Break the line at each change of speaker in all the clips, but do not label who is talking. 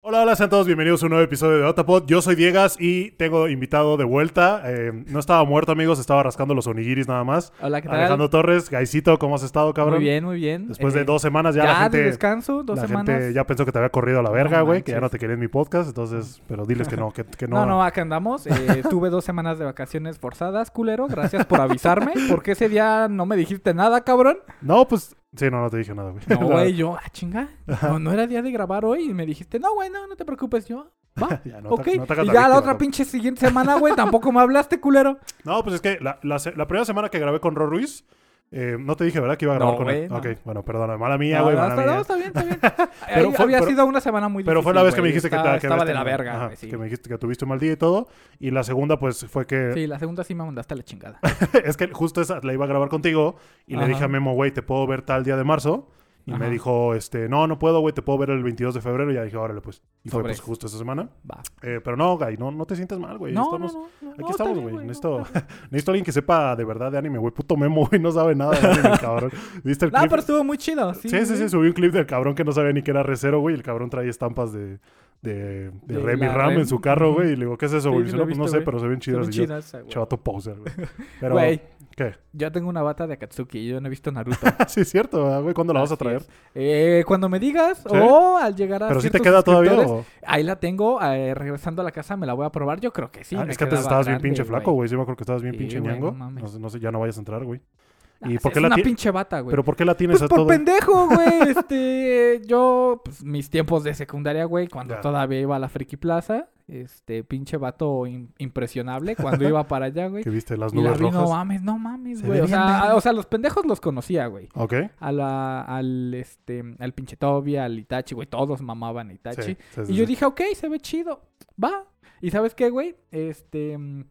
Hola, hola, sean todos bienvenidos a un nuevo episodio de Otapod. Yo soy Diegas y tengo invitado de vuelta. Eh, no estaba muerto, amigos, estaba rascando los onigiris nada más.
Hola, ¿qué tal?
Alejandro Torres, Gaisito, ¿cómo has estado, cabrón?
Muy bien, muy bien.
Después
Eh,
de dos semanas ya,
ya
la gente...
de descanso, dos
la
semanas.
gente ya pensó que te había corrido a la verga,
No
güey, que ya no
manches.
te quería en mi podcast, entonces, pero diles que no, que, que no.
No, no, acá andamos. Eh, tuve dos semanas de vacaciones forzadas, culero. Gracias por avisarme. Porque ese día no me dijiste nada, cabrón.
No, pues, sí, no, no te dije nada, güey.
No,
La-
güey, yo, ah, chinga. No, no era día de grabar hoy. Y me dijiste, no, güey, no, no te preocupes. Yo, va.
Ya, no te-
ok.
no te hagas
y
la
ya la
víctima,
otra
no.
pinche siguiente semana, güey, tampoco me hablaste, culero.
No, pues es que la, la se- la primera semana que grabé con Ro Ruiz, eh, no te dije, ¿verdad? Que iba a grabar
No,
con él.
güey, no.
Ok, bueno, perdona, mala mía,
No,
ah, güey,
no,
mala
está,
mía.
no, está bien, está bien.
Pero
Ahí
fue-
había
pero-
sido una semana muy
Pero fue
difícil,
la vez que
güey.
me dijiste que,
Está-
te- que
estaba
habías
de la
tenido-
verga,
ajá,
güey, sí.
que me dijiste que tuviste un mal día y todo. Y la segunda, pues, fue que...
Sí, la segunda sí me mandaste a la chingada.
es que justo esa la iba a grabar contigo y le
Ajá.
dije a Memo, güey, te puedo ver tal día de marzo. Y me
Ajá.
dijo, este, no, no puedo, güey, te puedo ver el 22 de febrero. Y ya dije, órale, pues. Y fue pues
Sobres.
justo esa semana.
Va.
Eh, pero no, Guy, no, no te sientas mal, güey.
No, no,
Estamos-
no, no,
Aquí
no, está
estamos,
bien,
güey.
no,
Necesito,
está bien.
necesito alguien que sepa de verdad de anime, güey. Puto Memo, güey, no sabe nada de anime, cabrón. ¿Viste el
No,
clip?
pero estuvo muy chido. Sí,
Sí, sí, sí,
güey.
subí un clip del cabrón que no sabía ni que era recero, güey. El cabrón traía estampas de, de, de,
De
Remy
la
Ram en
Rem.
su carro, güey.
Ujú.
Y le digo, ¿qué es eso,
Sí,
güey?
sí
Dice, no,
lo he
pues no
visto,
sé,
güey.
pero se ven
Estuvo
chidas. Y yo,
chidas, güey.
Chavato poser, güey. Pero,
Güey,
¿qué?
yo tengo una bata de Akatsuki. Yo no he visto Naruto.
sí, es cierto, ¿verdad, güey. ¿Cuándo la vas a
Así
traer?
es. Eh, cuando me digas o al llegar a
Pero si te
ciertos
queda todavía.
suscriptores,
o-
Ahí la tengo. eh, regresando a la casa me la voy a probar. Yo creo que sí.
Ah,
me
es que antes
quedaba
estabas bien
grande,
pinche flaco, güey. Sí, me acuerdo que estabas bien
Sí,
pinche
güey,
ñango.
no mames.
No sé, no sé, ya no vayas a entrar, güey.
Ah,
¿Y
es-
por qué
es
la
una
ti-
pinche bata, güey.
¿Pero por qué la tienes
Pues
a
por
todo?
pendejo, güey. Este, yo, pues, mis tiempos de secundaria, güey, cuando
Ya.
todavía iba a la Friki Plaza, este, pinche vato im- impresionable, cuando iba para allá, güey.
Que viste las
Y la
nubes
vi, no
rojas.
mames, no mames,
Se
güey.
ve
O
bien
sea,
verga.
o sea, los pendejos los conocía, güey.
Ok.
A la, al, este, al pinche Toby, al Itachi, güey. Todos mamaban a Itachi.
Sí, sí, sí,
Y yo
sí.
dije, ok, se ve chido. Va. ¿Y sabes qué, güey? Este. mm,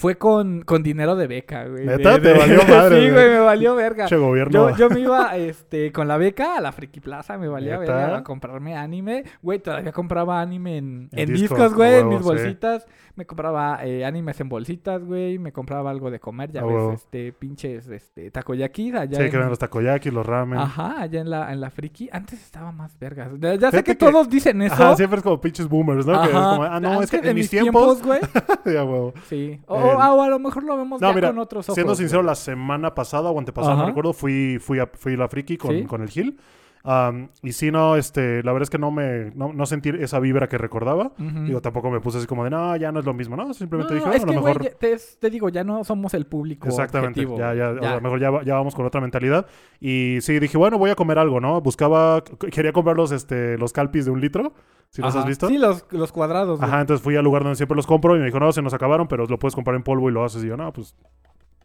Fue con, con dinero de beca, güey.
¿Neta?
De-
Te
de-
valió madre, güey.
Sí, güey, me valió verga.
Che, gobierno.
Yo, yo me iba este, con la beca a la Friki Plaza, me valía
¿Neta?
verga, a comprarme anime. Güey, todavía compraba anime en,
En
en
discos,
discos, güey, en
huevo,
mis
sí.
bolsitas. Me compraba eh, animes en bolsitas, güey. Me compraba algo de comer, ya
A
ves,
huevo.
este, pinches, este, takoyakis allá.
Sí,
en-
que ven los takoyaki, los ramen.
Ajá, allá en la, en la friki. Antes estaba más vergas. Ya, ya
Fíjate
sé
que-
que, todos dicen eso.
Ajá, siempre es como pinches boomers, ¿no? Que es
Ajá.
como, ah, no, es
Antes
que
de
en mis tiempos.
güey.
Ya, huevo.
Sí. O,
Eh,
o- ah, o a lo mejor lo vemos
No,
ya
mira,
con otros ojos.
Siendo
güey.
sincero, la semana pasada o antepasada, no
Ajá.
recuerdo, fui, fui, a, fui a la friki con,
Sí.
con el Gil. Am, y sí, no, este, la verdad es que no me no, no sentí esa vibra que recordaba.
Ujú.
Digo, tampoco me puse así como de, no, ya no es lo mismo, ¿no?
Mm. No,
Simplemente
no,
dije,
no,
"Bueno,
es
a lo
que, güey,
mejor...
ya- te, es- te digo, ya no somos el público
Exactamente,
objetivo.
ya, ya,
güey.
a lo mejor ya, va- ya vamos con otra mentalidad. Y sí, dije, bueno, voy a comer algo, ¿no? Buscaba, c- quería comprar los, este, los calpis de un litro, si los
Ajá.
has visto.
Sí, los, los cuadrados, güey.
Ajá, entonces fui al lugar donde siempre los compro y me dijo, no, se nos acabaron, pero lo puedes comprar en polvo y lo haces. Y yo, no, pues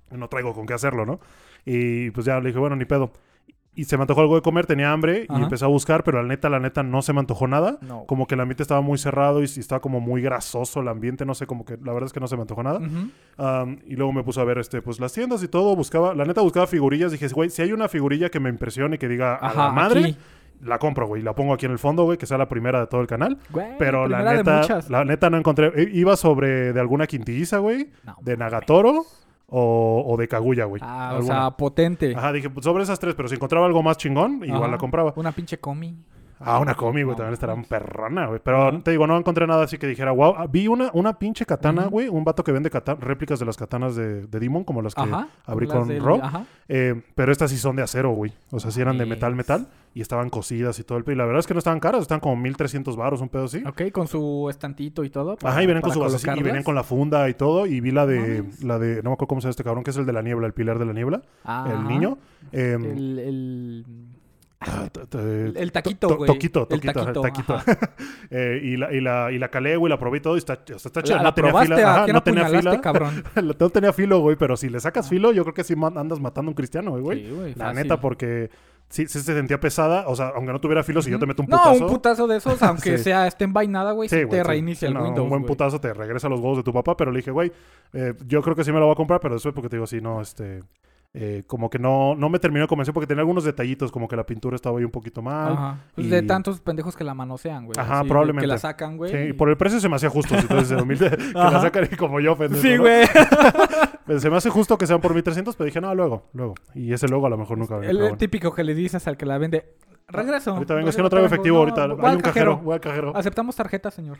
no traigo con qué hacerlo, ¿no? Y pues ya le dije, bueno, ni pedo. Y se me antojó algo de comer, tenía hambre y
Ajá.
empecé a buscar, pero la neta, la neta, no se me antojó nada.
No.
Como que el ambiente estaba muy cerrado y, y estaba como muy grasoso el ambiente, no sé, como que la verdad es que no se me antojó nada.
Ujú.
Um, y luego me puse a ver este, pues las tiendas y todo, buscaba, la neta buscaba figurillas, dije, güey, si hay una figurilla que me impresione y que diga, a
Ajá,
la madre,
aquí.
la compro, güey, la pongo aquí en el fondo, güey, que sea la primera de todo el canal.
Güey,
Pero la
Mm, primera de
neta,
muchas.
la neta no encontré. I- Iba sobre de alguna quintilliza, güey.
No,
De
mames.
Nagatoro o, o de Kaguya, güey.
Ah, o
Alguna.
sea, potente.
Ajá, dije, pues, sobre esas tres, pero si encontraba algo más chingón, igual
Ajá.
la compraba.
Una pinche comi.
Ah, una comi, güey,
No,
también estará un
mames.
perrona, güey. Pero te digo, no encontré nada así que dijera, wow. Ah, Vi una, una pinche katana,
Ujú.
güey. Un vato que vende kata- réplicas de las katanas de, de Demon, como las que
Ajá.
abrí
las
con
del-
Rob.
Ajá.
Eh, pero estas sí son de acero, güey. O sea, sí eran de metal,
Mames.
metal. Y estaban cosidas y todo el pe- Y la verdad es que no estaban caras, estaban como 1300 baros, un pedo así.
Ok, con su estantito y todo.
Ajá, y venían con
para
su basecita, y
colocarlas. Ah,
venían con la funda y todo, y vi la de,
Mames.
la de, no me acuerdo cómo se llama este cabrón, que es el de la niebla, el pilar de la niebla,
Ajá.
el niño. eh,
El, el,
ah, t- t-
el- el
to-
taquito, güey.
Toquito,
El
toquito, ajá, el taquito.
ajá.
eh, y, la, y, la, y la calé, güey, la probé y todo, y está, está, está chida,
La,
no
la
tenía
probaste,
fila,
¿a
ajá,
quién
no tenía
apuñalaste,
fila,
cabrón?
no tenía filo, güey, pero si le sacas filo, yo creo que sí man- andas matando a un cristiano, güey, güey.
Ah. Sí, güey,
la
fácil.
neta, porque sí, sí se sentía pesada, o sea, aunque no tuviera filo, si yo te meto un
No,
putazo...
un putazo de esos, aunque
Sí.
sea esté envainada, güey,
Sí,
sí,
güey,
te
sí.
reinicia el
No,
Windows,
Un buen
güey.
putazo te regresa los huevos de tu papá, pero le dije, güey, eh, yo creo que sí me lo voy a comprar, pero después porque te digo, sí, no, este. eh, como que no, no me terminó de convencer porque tenía algunos detallitos, como que la pintura estaba ahí un poquito mal.
Ajá. Pues
y-
De tantos pendejos que la manosean, güey.
Ajá,
así, de
probablemente.
Que la sacan, güey.
Sí,
y-
y por el precio se me hacía justo, si tú dices, humilde, que la
Ajá.
sacan y como yo, pendejo,
Sí,
¿no?
güey.
Pues Se me hace justo que sean por 1300, pero dije, no, luego, luego. Y ese luego a lo mejor nunca venía,
el
pero bueno.
típico que le dices al que la vende. Regreso.
Ahorita vengo, es que no traigo efectivo ahorita.
voy
Hay
al
un cajero, voy al cajero.
Aceptamos tarjeta, señor.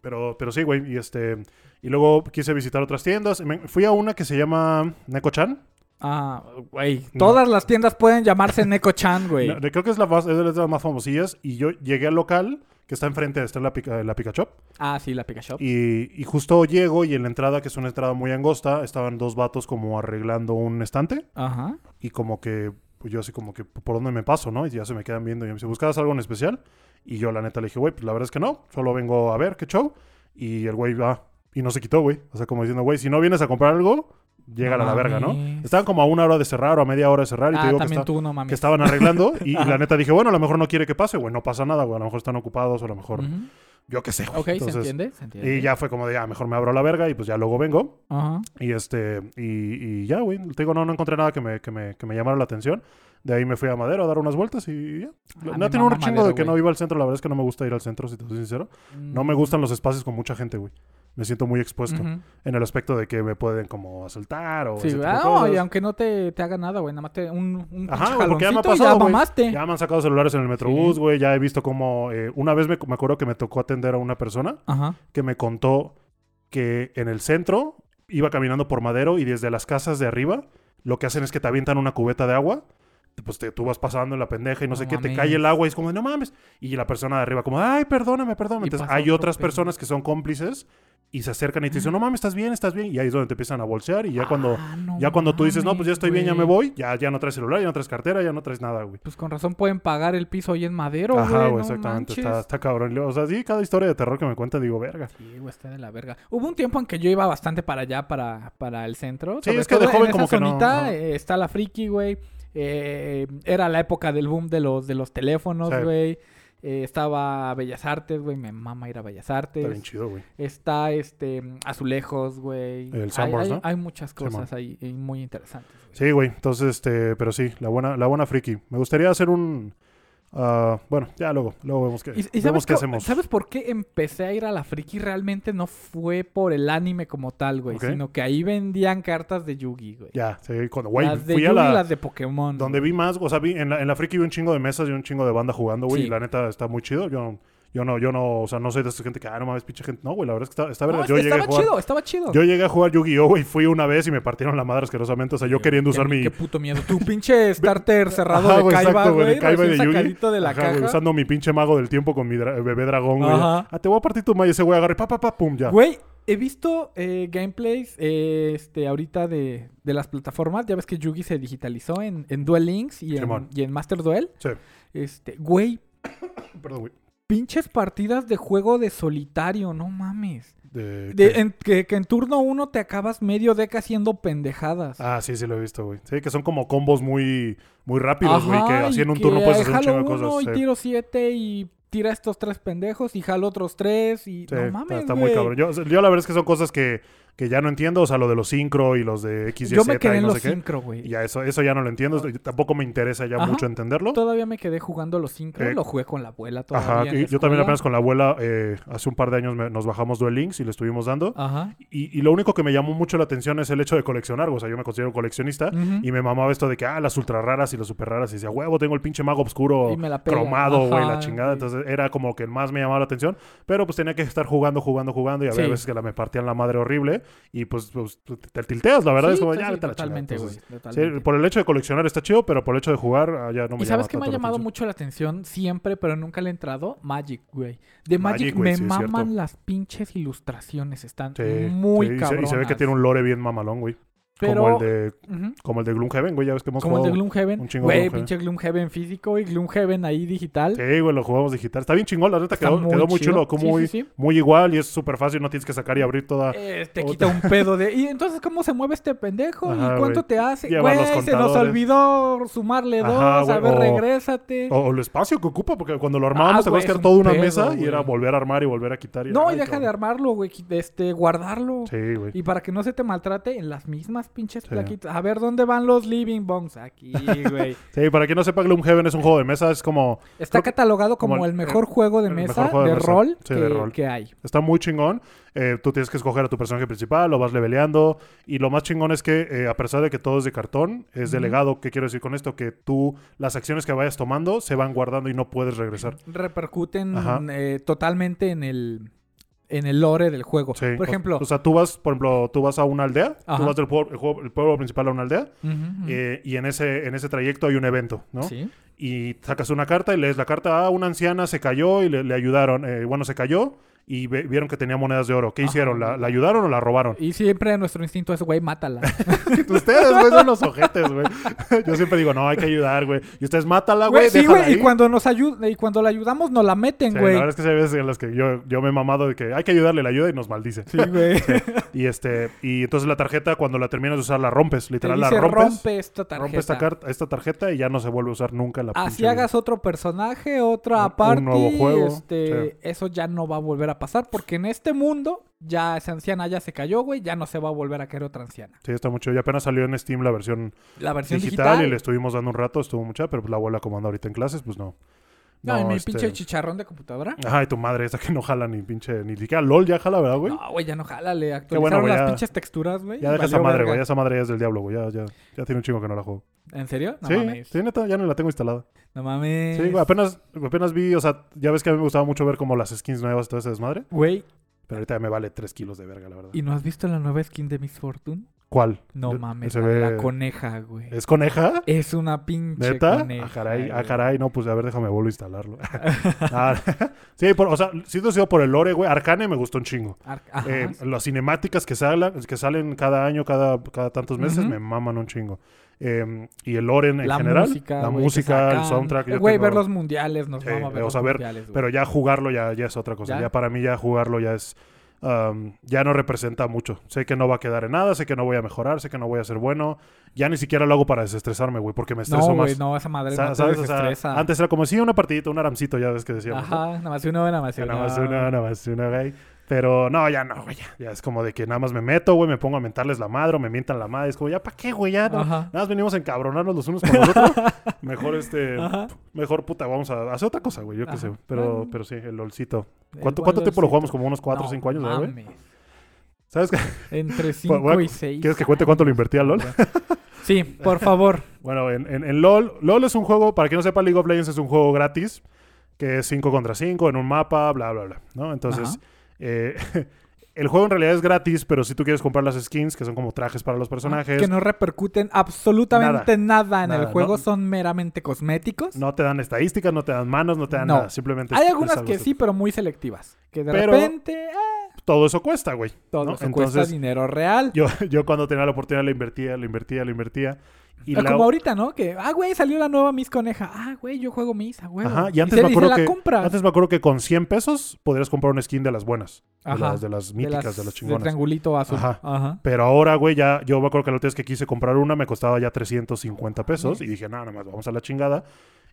Pero, pero sí, güey. Y este. Y luego quise visitar otras tiendas. Me- fui a una que se llama Neko-chan.
Ah, güey.
No.
Todas las tiendas pueden llamarse Neko-chan, güey.
No, creo que es la más, es de las más famosillas. Y yo llegué al local que está enfrente, está en la, pica, eh, la Pica Shop.
Ah, sí, la Pika Shop.
Y, y justo llego y en la entrada, que es una entrada muy angosta, estaban dos vatos como arreglando un estante.
Ajá.
Y como que, pues yo así como que, ¿por dónde me paso, no? Y ya se me quedan viendo. Y me dice, ¿buscabas algo en especial? Y yo la neta le dije, güey, pues la verdad es que no. Solo vengo a ver qué show. Y el güey va. Y no se quitó, güey. O sea, como diciendo, güey, si no vienes a comprar algo, llega
No
a la verga, ¿no?
mames.
Estaban como a una hora de cerrar o a media hora de cerrar. Y te
Ah,
digo que,
también
está-
tú, no mames.
que estaban arreglando. y, y la neta dije, bueno, a lo mejor no quiere que pase, güey. No pasa nada, güey. A lo mejor están ocupados o a lo mejor...
Ujú.
Yo qué sé, güey.
Ok, se
Entonces,
entiende, se entiende.
Y ya fue como de, ah, mejor me abro la verga y pues ya luego vengo.
Ajá.
Y este, y, y ya, güey. Te digo, no, no encontré nada que me, que, me, que me llamara la atención. De ahí me fui a Madero a dar unas vueltas y ya.
Ah,
no
me
tiene un
mama
chingo de
Madero,
que no
güey.
iba al centro. La verdad es que no me gusta ir al centro, si te soy sincero. No me gustan los espacios con mucha gente, güey. Me siento muy expuesto
Ujú.
en el aspecto de que me pueden como asaltar o
Sí,
ese tipo de
ah, no,
cosas.
y aunque no te, te haga nada, güey, nada más te un, un
Ajá,
pinche
güey, porque ya me ha
jaloncito y
pasado,
ya
güey.
mamaste.
Ya me han sacado celulares en el metrobús,
Sí.
güey. Ya he visto como... eh, una vez me, me acuerdo que me tocó atender a una persona
Ajá.
que me contó que en el centro iba caminando por Madero y desde las casas de arriba lo que hacen es que te avientan una cubeta de agua. Pues te, tú vas pasando en la pendeja y no,
No
sé qué, te
mames.
cae el agua y es como, de, no mames. Y la persona de arriba como, ay, perdóname, perdóname.
Y
Entonces
pasa
hay
otro
otras
pendejo.
personas que son cómplices y se acercan y te dicen, no mames, estás bien, estás bien. Y ahí es donde te empiezan a bolsear y ya cuando...
Ah, no
Ya cuando tú dices, no, pues ya
mames,
estoy bien, ya me
Ah, güey.
voy, ya, ya no traes celular, ya no traes cartera, ya no traes nada, güey.
Pues con razón pueden pagar el piso ahí en madero, güey.
Ajá, güey,
no
exactamente, está,
manches.
está cabrón. O sea, sí, cada historia de terror que me cuenta, digo, verga.
Sí, güey, está de la verga. Hubo un tiempo en que yo iba bastante para allá, para, para el centro.
Sí,
Sobre
es que de
todo en
joven
esa
como que no,
zonita,
ajá.
eh, está la friki, güey. Eh, era la época del boom de los, de los teléfonos,
Sí.
güey. Eh, estaba Bellas Artes, güey. Me mama ir a Bellas Artes.
Está bien chido, güey.
Está este Azulejos, güey.
El
Hay-
Sanborns,
hay,
¿no?
hay muchas cosas
Simón.
ahí y muy interesantes. güey.
Sí, güey. Entonces, este, pero sí, la buena, la buena friki. Me gustaría hacer un. ah, bueno, ya luego, luego vemos qué,
¿Y, y
Eh, vemos
sabes,
qué
co-
hacemos.
sabes por qué empecé a ir a la friki? Realmente no fue por el anime como tal, güey.
Ok.
Sino que ahí vendían cartas de Yugi, güey.
Ya, sí, cuando, güey,
las de
fui a
Yugi
la.
y las de Pokémon.
Donde
güey.
vi más, o sea, vi en la, en la friki vi un chingo de mesas y un chingo de banda jugando, güey.
Sí.
Y la neta está muy chido. Yo no, yo no, yo no, o sea, no soy de esa gente que, ah, no mames, pinche gente. No, güey, la verdad es que está, está verga.
No,
yo llegué a
estaba
jugar.
chido, estaba chido.
Yo llegué a jugar Yu-Gi-Oh, güey, fui una vez y me partieron la madre asquerosamente. O sea, yo queriendo
Qué-
usar mi.
Qué puto miedo. Tu pinche starter cerrado
Ajá,
de
güey,
Kaiba,
exacto, güey, de
güey.
Kaiba y
recién
de Yugi.
sacadito de la
Ajá,
caja.
güey, usando mi pinche mago del tiempo con mi dra- eh, bebé dragón, güey.
Ajá.
Ah, te voy a partir tu malla, ese güey agarra y pa, pa, pa, pum, ya.
Güey, he visto eh, gameplays eh, este, ahorita de, de las plataformas. Ya ves que Yugi se digitalizó en, en Duel Links y en,
Simón.
y en Master Duel.
Sí.
Este, güey,
Perdón, güey.
pinches partidas de juego de solitario, no mames.
De-
De-
que-
en- que, que en turno uno te acabas medio deca haciendo pendejadas.
Ah, sí, sí lo he visto, güey. Sí, que son como combos muy, muy rápidos, güey. Que
Ajá,
así
y
en un
que
turno puedes hacer un
jalo
chingo de
uno
cosas.
Y
sí.
tiro siete y tira estos tres pendejos y jalo otros tres y...
Sí,
no
está-
mames,
está muy
güey.
cabrón. Yo, yo la verdad es que son cosas que, que ya no entiendo. O sea, lo de los sincro y los de X, Y,
Yo
Z
me quedé
y
en
no
los
sé qué.
sincro, güey.
Y ya eso, eso ya no lo entiendo. esto- Tampoco me interesa ya
Ajá.
mucho entenderlo.
Todavía me quedé jugando los sincro.
Eh,
lo jugué con la abuela todavía.
Ajá,
en
y
la
yo también
escuela.
apenas con la abuela, eh, hace un par de años me- nos bajamos Duel Links y le estuvimos dando.
Ajá.
Y, y lo único que me llamó mucho la atención es el hecho de coleccionar. O sea, yo me considero coleccionista
Ujú.
Ah, y me mamaba esto de que, ah, las ultra raras y las super raras. Y decía, huevo, tengo el pinche mago
Y
oscuro
me la pela.
cromado, güey, la
Ajá,
chingada.
güey.
Entonces era como que el más me llamaba la atención. Pero pues tenía que estar jugando, jugando, jugando. Y había
Sí.
veces que la me partían la madre horrible. Y pues, pues, te tilteas, la verdad.
Sí,
es como,
sí,
ya,
sí,
vete a la chingada".
totalmente, güey.
Entonces, sí,
totalmente.
por el hecho de coleccionar está chido, pero por el hecho de jugar, ah, ya no me
¿Y
llama
sabes qué me ha
tanto la
llamado
atención.
mucho la atención siempre, pero nunca le he entrado? Magic, güey. De Magic,
Magic, güey,
me
sí, es cierto.
maman las pinches ilustraciones. Están
Sí,
muy
sí, y se-
cabronas.
Y se ve que tiene un lore bien mamalón, güey.
pero,
Como el de
ujú,
como el de Gloomhaven, güey, ya ves que hemos
como el de
jugado-
Gloomhaven.
un chingo de
Güey,
Gloomhaven.
pinche Gloomhaven físico y Gloomhaven ahí digital.
Sí, güey, lo jugamos digital. Está bien chingón, la neta
Está
quedó quedó muy,
muy chido.
chulo, como
Sí, sí,
muy,
sí.
muy igual y es súper fácil, no tienes que sacar y abrir toda...
Eh, te
Otra.
quita un pedo de. ¿Y entonces cómo se mueve este pendejo?
Ajá,
¿Y cuánto
güey.
te hace?
Lleva los
Güey, se nos
contadores.
olvidó sumarle dos.
Ajá,
a
güey,
ver,
o-
regrésate.
O, o el espacio que ocupa, porque cuando lo armábamos
Ah,
te acuerdas que
güey, es
era
un
toda una
pedo,
mesa y
güey.
era volver a armar y volver a quitar.
no, y
ay,
deja de
cabrón.
armarlo, güey. qui- Este, guardarlo.
Sí, güey.
Y para que no se te maltrate en las mismas pinches
Sí.
plaquitas. A ver, ¿dónde van los living bombs? Aquí, güey.
Sí, para quien no sepa, Gloomhaven es un juego de mesa, es como...
Está
Creo que-
catalogado como,
como el-
el mejor juego de
el
mesa,
mejor juego de
de,
mesa.
rol
Sí,
que,
de rol.
que hay.
Está muy chingón. Eh, tú tienes que escoger a tu personaje principal, lo vas leveleando. Y lo más chingón es que, eh, a pesar de que todo es de cartón, es
Ujú.
delegado. ¿Qué quiero decir con esto? Que tú, las acciones que vayas tomando, se van guardando y no puedes regresar.
Repercuten
Ajá.
eh, totalmente en el, en el lore del juego.
Sí. pues,
Por
O-
ejemplo,
O, sea, tú vas, por ejemplo, tú vas a una aldea. Tú
Ajá.
vas del pueblo, el juego- el pueblo principal a una aldea.
ujú, ujú.
eh, y en ese, en ese trayecto hay un evento, ¿no?
Sí.
y sacas una carta y lees la carta, ah, una anciana se cayó y le, le ayudaron, Eh, bueno, se cayó y ve- vieron que tenía monedas de oro. ¿Qué
Ajá.
hicieron? ¿La, la ayudaron o la robaron?
Y siempre nuestro instinto es, güey, mátala.
ustedes, güey, son los ojetes, güey. Yo siempre digo, no, hay que ayudar, güey. Y ustedes, mátala, Ah, güey,
Güey, sí,
déjala
güey. Y
ahí.
cuando nos ayuda, y cuando la ayudamos, nos la
Sí,
meten,
la
güey.
verdad es que hay veces en las que yo, yo me he mamado de que hay que ayudarle, la ayuda y nos maldice.
Sí, güey.
Y este y entonces la tarjeta, cuando la terminas de usar, la rompes.
Te
Literal, la
dice,
rompes.
rompe esta tarjeta.
rompe esta, carta, esta tarjeta y ya no se vuelve a usar nunca en la pinche
Así
vida.
hagas otro personaje,
Un-
otra
un
parte,
nuevo juego,
este, eso ya no va a volver a pasar porque en este mundo ya esa anciana ya se cayó, güey, ya no se va a volver a caer otra anciana.
Sí, está mucho. Y apenas salió en Steam la versión
La versión
digital,
digital,
y le estuvimos dando un rato, estuvo mucha, pero pues la abuela como anda ahorita en clases, pues no.
no, en mi
este-
pinche chicharrón de computadora.
Ay, tu madre, esa que no jala ni pinche, ni siquiera LOL ya jala, ¿verdad, güey?
No, güey, ya no jala, le
Qué bueno,
actualizaron
güey, ya-
las pinches texturas, güey.
ya deja
valió
esa madre,
verga.
güey, esa madre ya es del diablo, güey, ya, ya, ya tiene un chingo que no la juego.
¿En serio? No
sí,
mames.
sí, neta, ya no la tengo instalada.
No mames.
Sí, güey, apenas, apenas vi, o sea, ya ves que a mí me gustaba mucho ver como las skins nuevas y todo ese desmadre,
Güey,
pero ahorita ya me vale 3 kilos de verga, la verdad.
¿y no has visto la nueva skin de Miss Fortune?
¿Cuál?
No
Eh,
mames,
se
la, de la
ve-
coneja, güey. Es...
¿Es coneja?
una pinche
¿Neta?
coneja.
Ah, caray, ah,
güey.
caray, no, pues a ver, déjame vuelvo a instalarlo. Ah, sí, por, o sea, sí sido por el lore, güey. Arcane me gustó un chingo.
Ar- Ajá.
Eh, las cinemáticas que, sala- que salen cada año, cada, cada tantos meses,
Ujú.
me maman un chingo. Eh, y el lore en, en
la
general,
música,
la
güey, que
música, el
sacan.
soundtrack.
Eh,
yo
Güey,
tengo-
ver los mundiales, nos
Sí,
vamos a ver
o
los
sea, ver,
mundiales, güey.
Pero ya jugarlo ya, ya es otra cosa. ¿Ya?
¿Ya?
para mí ya jugarlo ya es... um, ya no representa mucho. Sé que no va a quedar en nada, sé que no voy a mejorar, sé que no voy a ser bueno. Ya ni siquiera lo hago para desestresarme, güey, porque me estreso
no,
más.
güey, no, esa madre
Sa-
no te
¿sabes? O sea,
desestresa.
antes era como si una partidita, un aramcito, ya ves que decíamos. ¿no?
Ajá, nada más uno, nada más
Ya
uno.
Nada más una, nada más una, güey. Pero no, ya no, güey. Ya, ya es como de que nada más me meto, güey, me pongo a mentarles la madre o me mientan la madre. Es como, ya, ¿para qué, güey? Ya no.
Ajá.
Nada más venimos a encabronarnos los unos con los otros. Mejor este.
Ajá.
Mejor puta, vamos a hacer otra cosa, güey. Yo qué
Ajá.
sé. Pero,
Bueno.
pero sí, el LOLcito.
El
¿Cuánto, cuánto tiempo lo
valorcito.
jugamos? Como unos 4 o
Eh, No
5 años, ¿verdad, güey.
mames.
¿Sabes qué?
Entre 5
bueno,
y 6.
¿Quieres que cuente cuánto le invertí al LOL?
Sí, por favor.
Bueno, en, en- en LOL, LOL es un juego, para quien no sepa, League of Legends es un juego gratis, que es 5 contra 5 en un mapa, bla, bla, bla, ¿no? Entonces,
Ajá.
eh, el juego en realidad es gratis, pero si tú quieres comprar las skins, que son como trajes para los personajes,
Ah, Que no repercuten absolutamente nada, en
Nada,
el juego,
no-
son meramente cosméticos.
no te dan estadísticas, no te dan manos, no te dan
No.
nada, simplemente es-
Hay
es
algunas
algo
que
así.
sí, pero muy selectivas. Que de
Pero-
repente, ah,
Todo eso cuesta, güey.
todo
¿no?
eso
Entonces-
cuesta dinero real.
Yo, yo cuando tenía la oportunidad le invertía, le invertía, le invertía. Y
Ah,
la-
Como ahorita, ¿no? Que, ah, güey, salió la nueva Miss Coneja. Ah, güey, yo juego Miss, a huevo.
Ajá, y antes
se-
me
se
acuerdo
la
que
compras.
antes me acuerdo que con 100 pesos podrías comprar un skin de las buenas, de
Ajá,
las, de las míticas, de las,
del
chingonas.
triangulito azul.
Ajá.
Ajá.
Pero ahora, güey, ya yo me acuerdo que la última vez que quise comprar una me costaba ya 350 pesos y dije, nada, nada más, vamos a la chingada.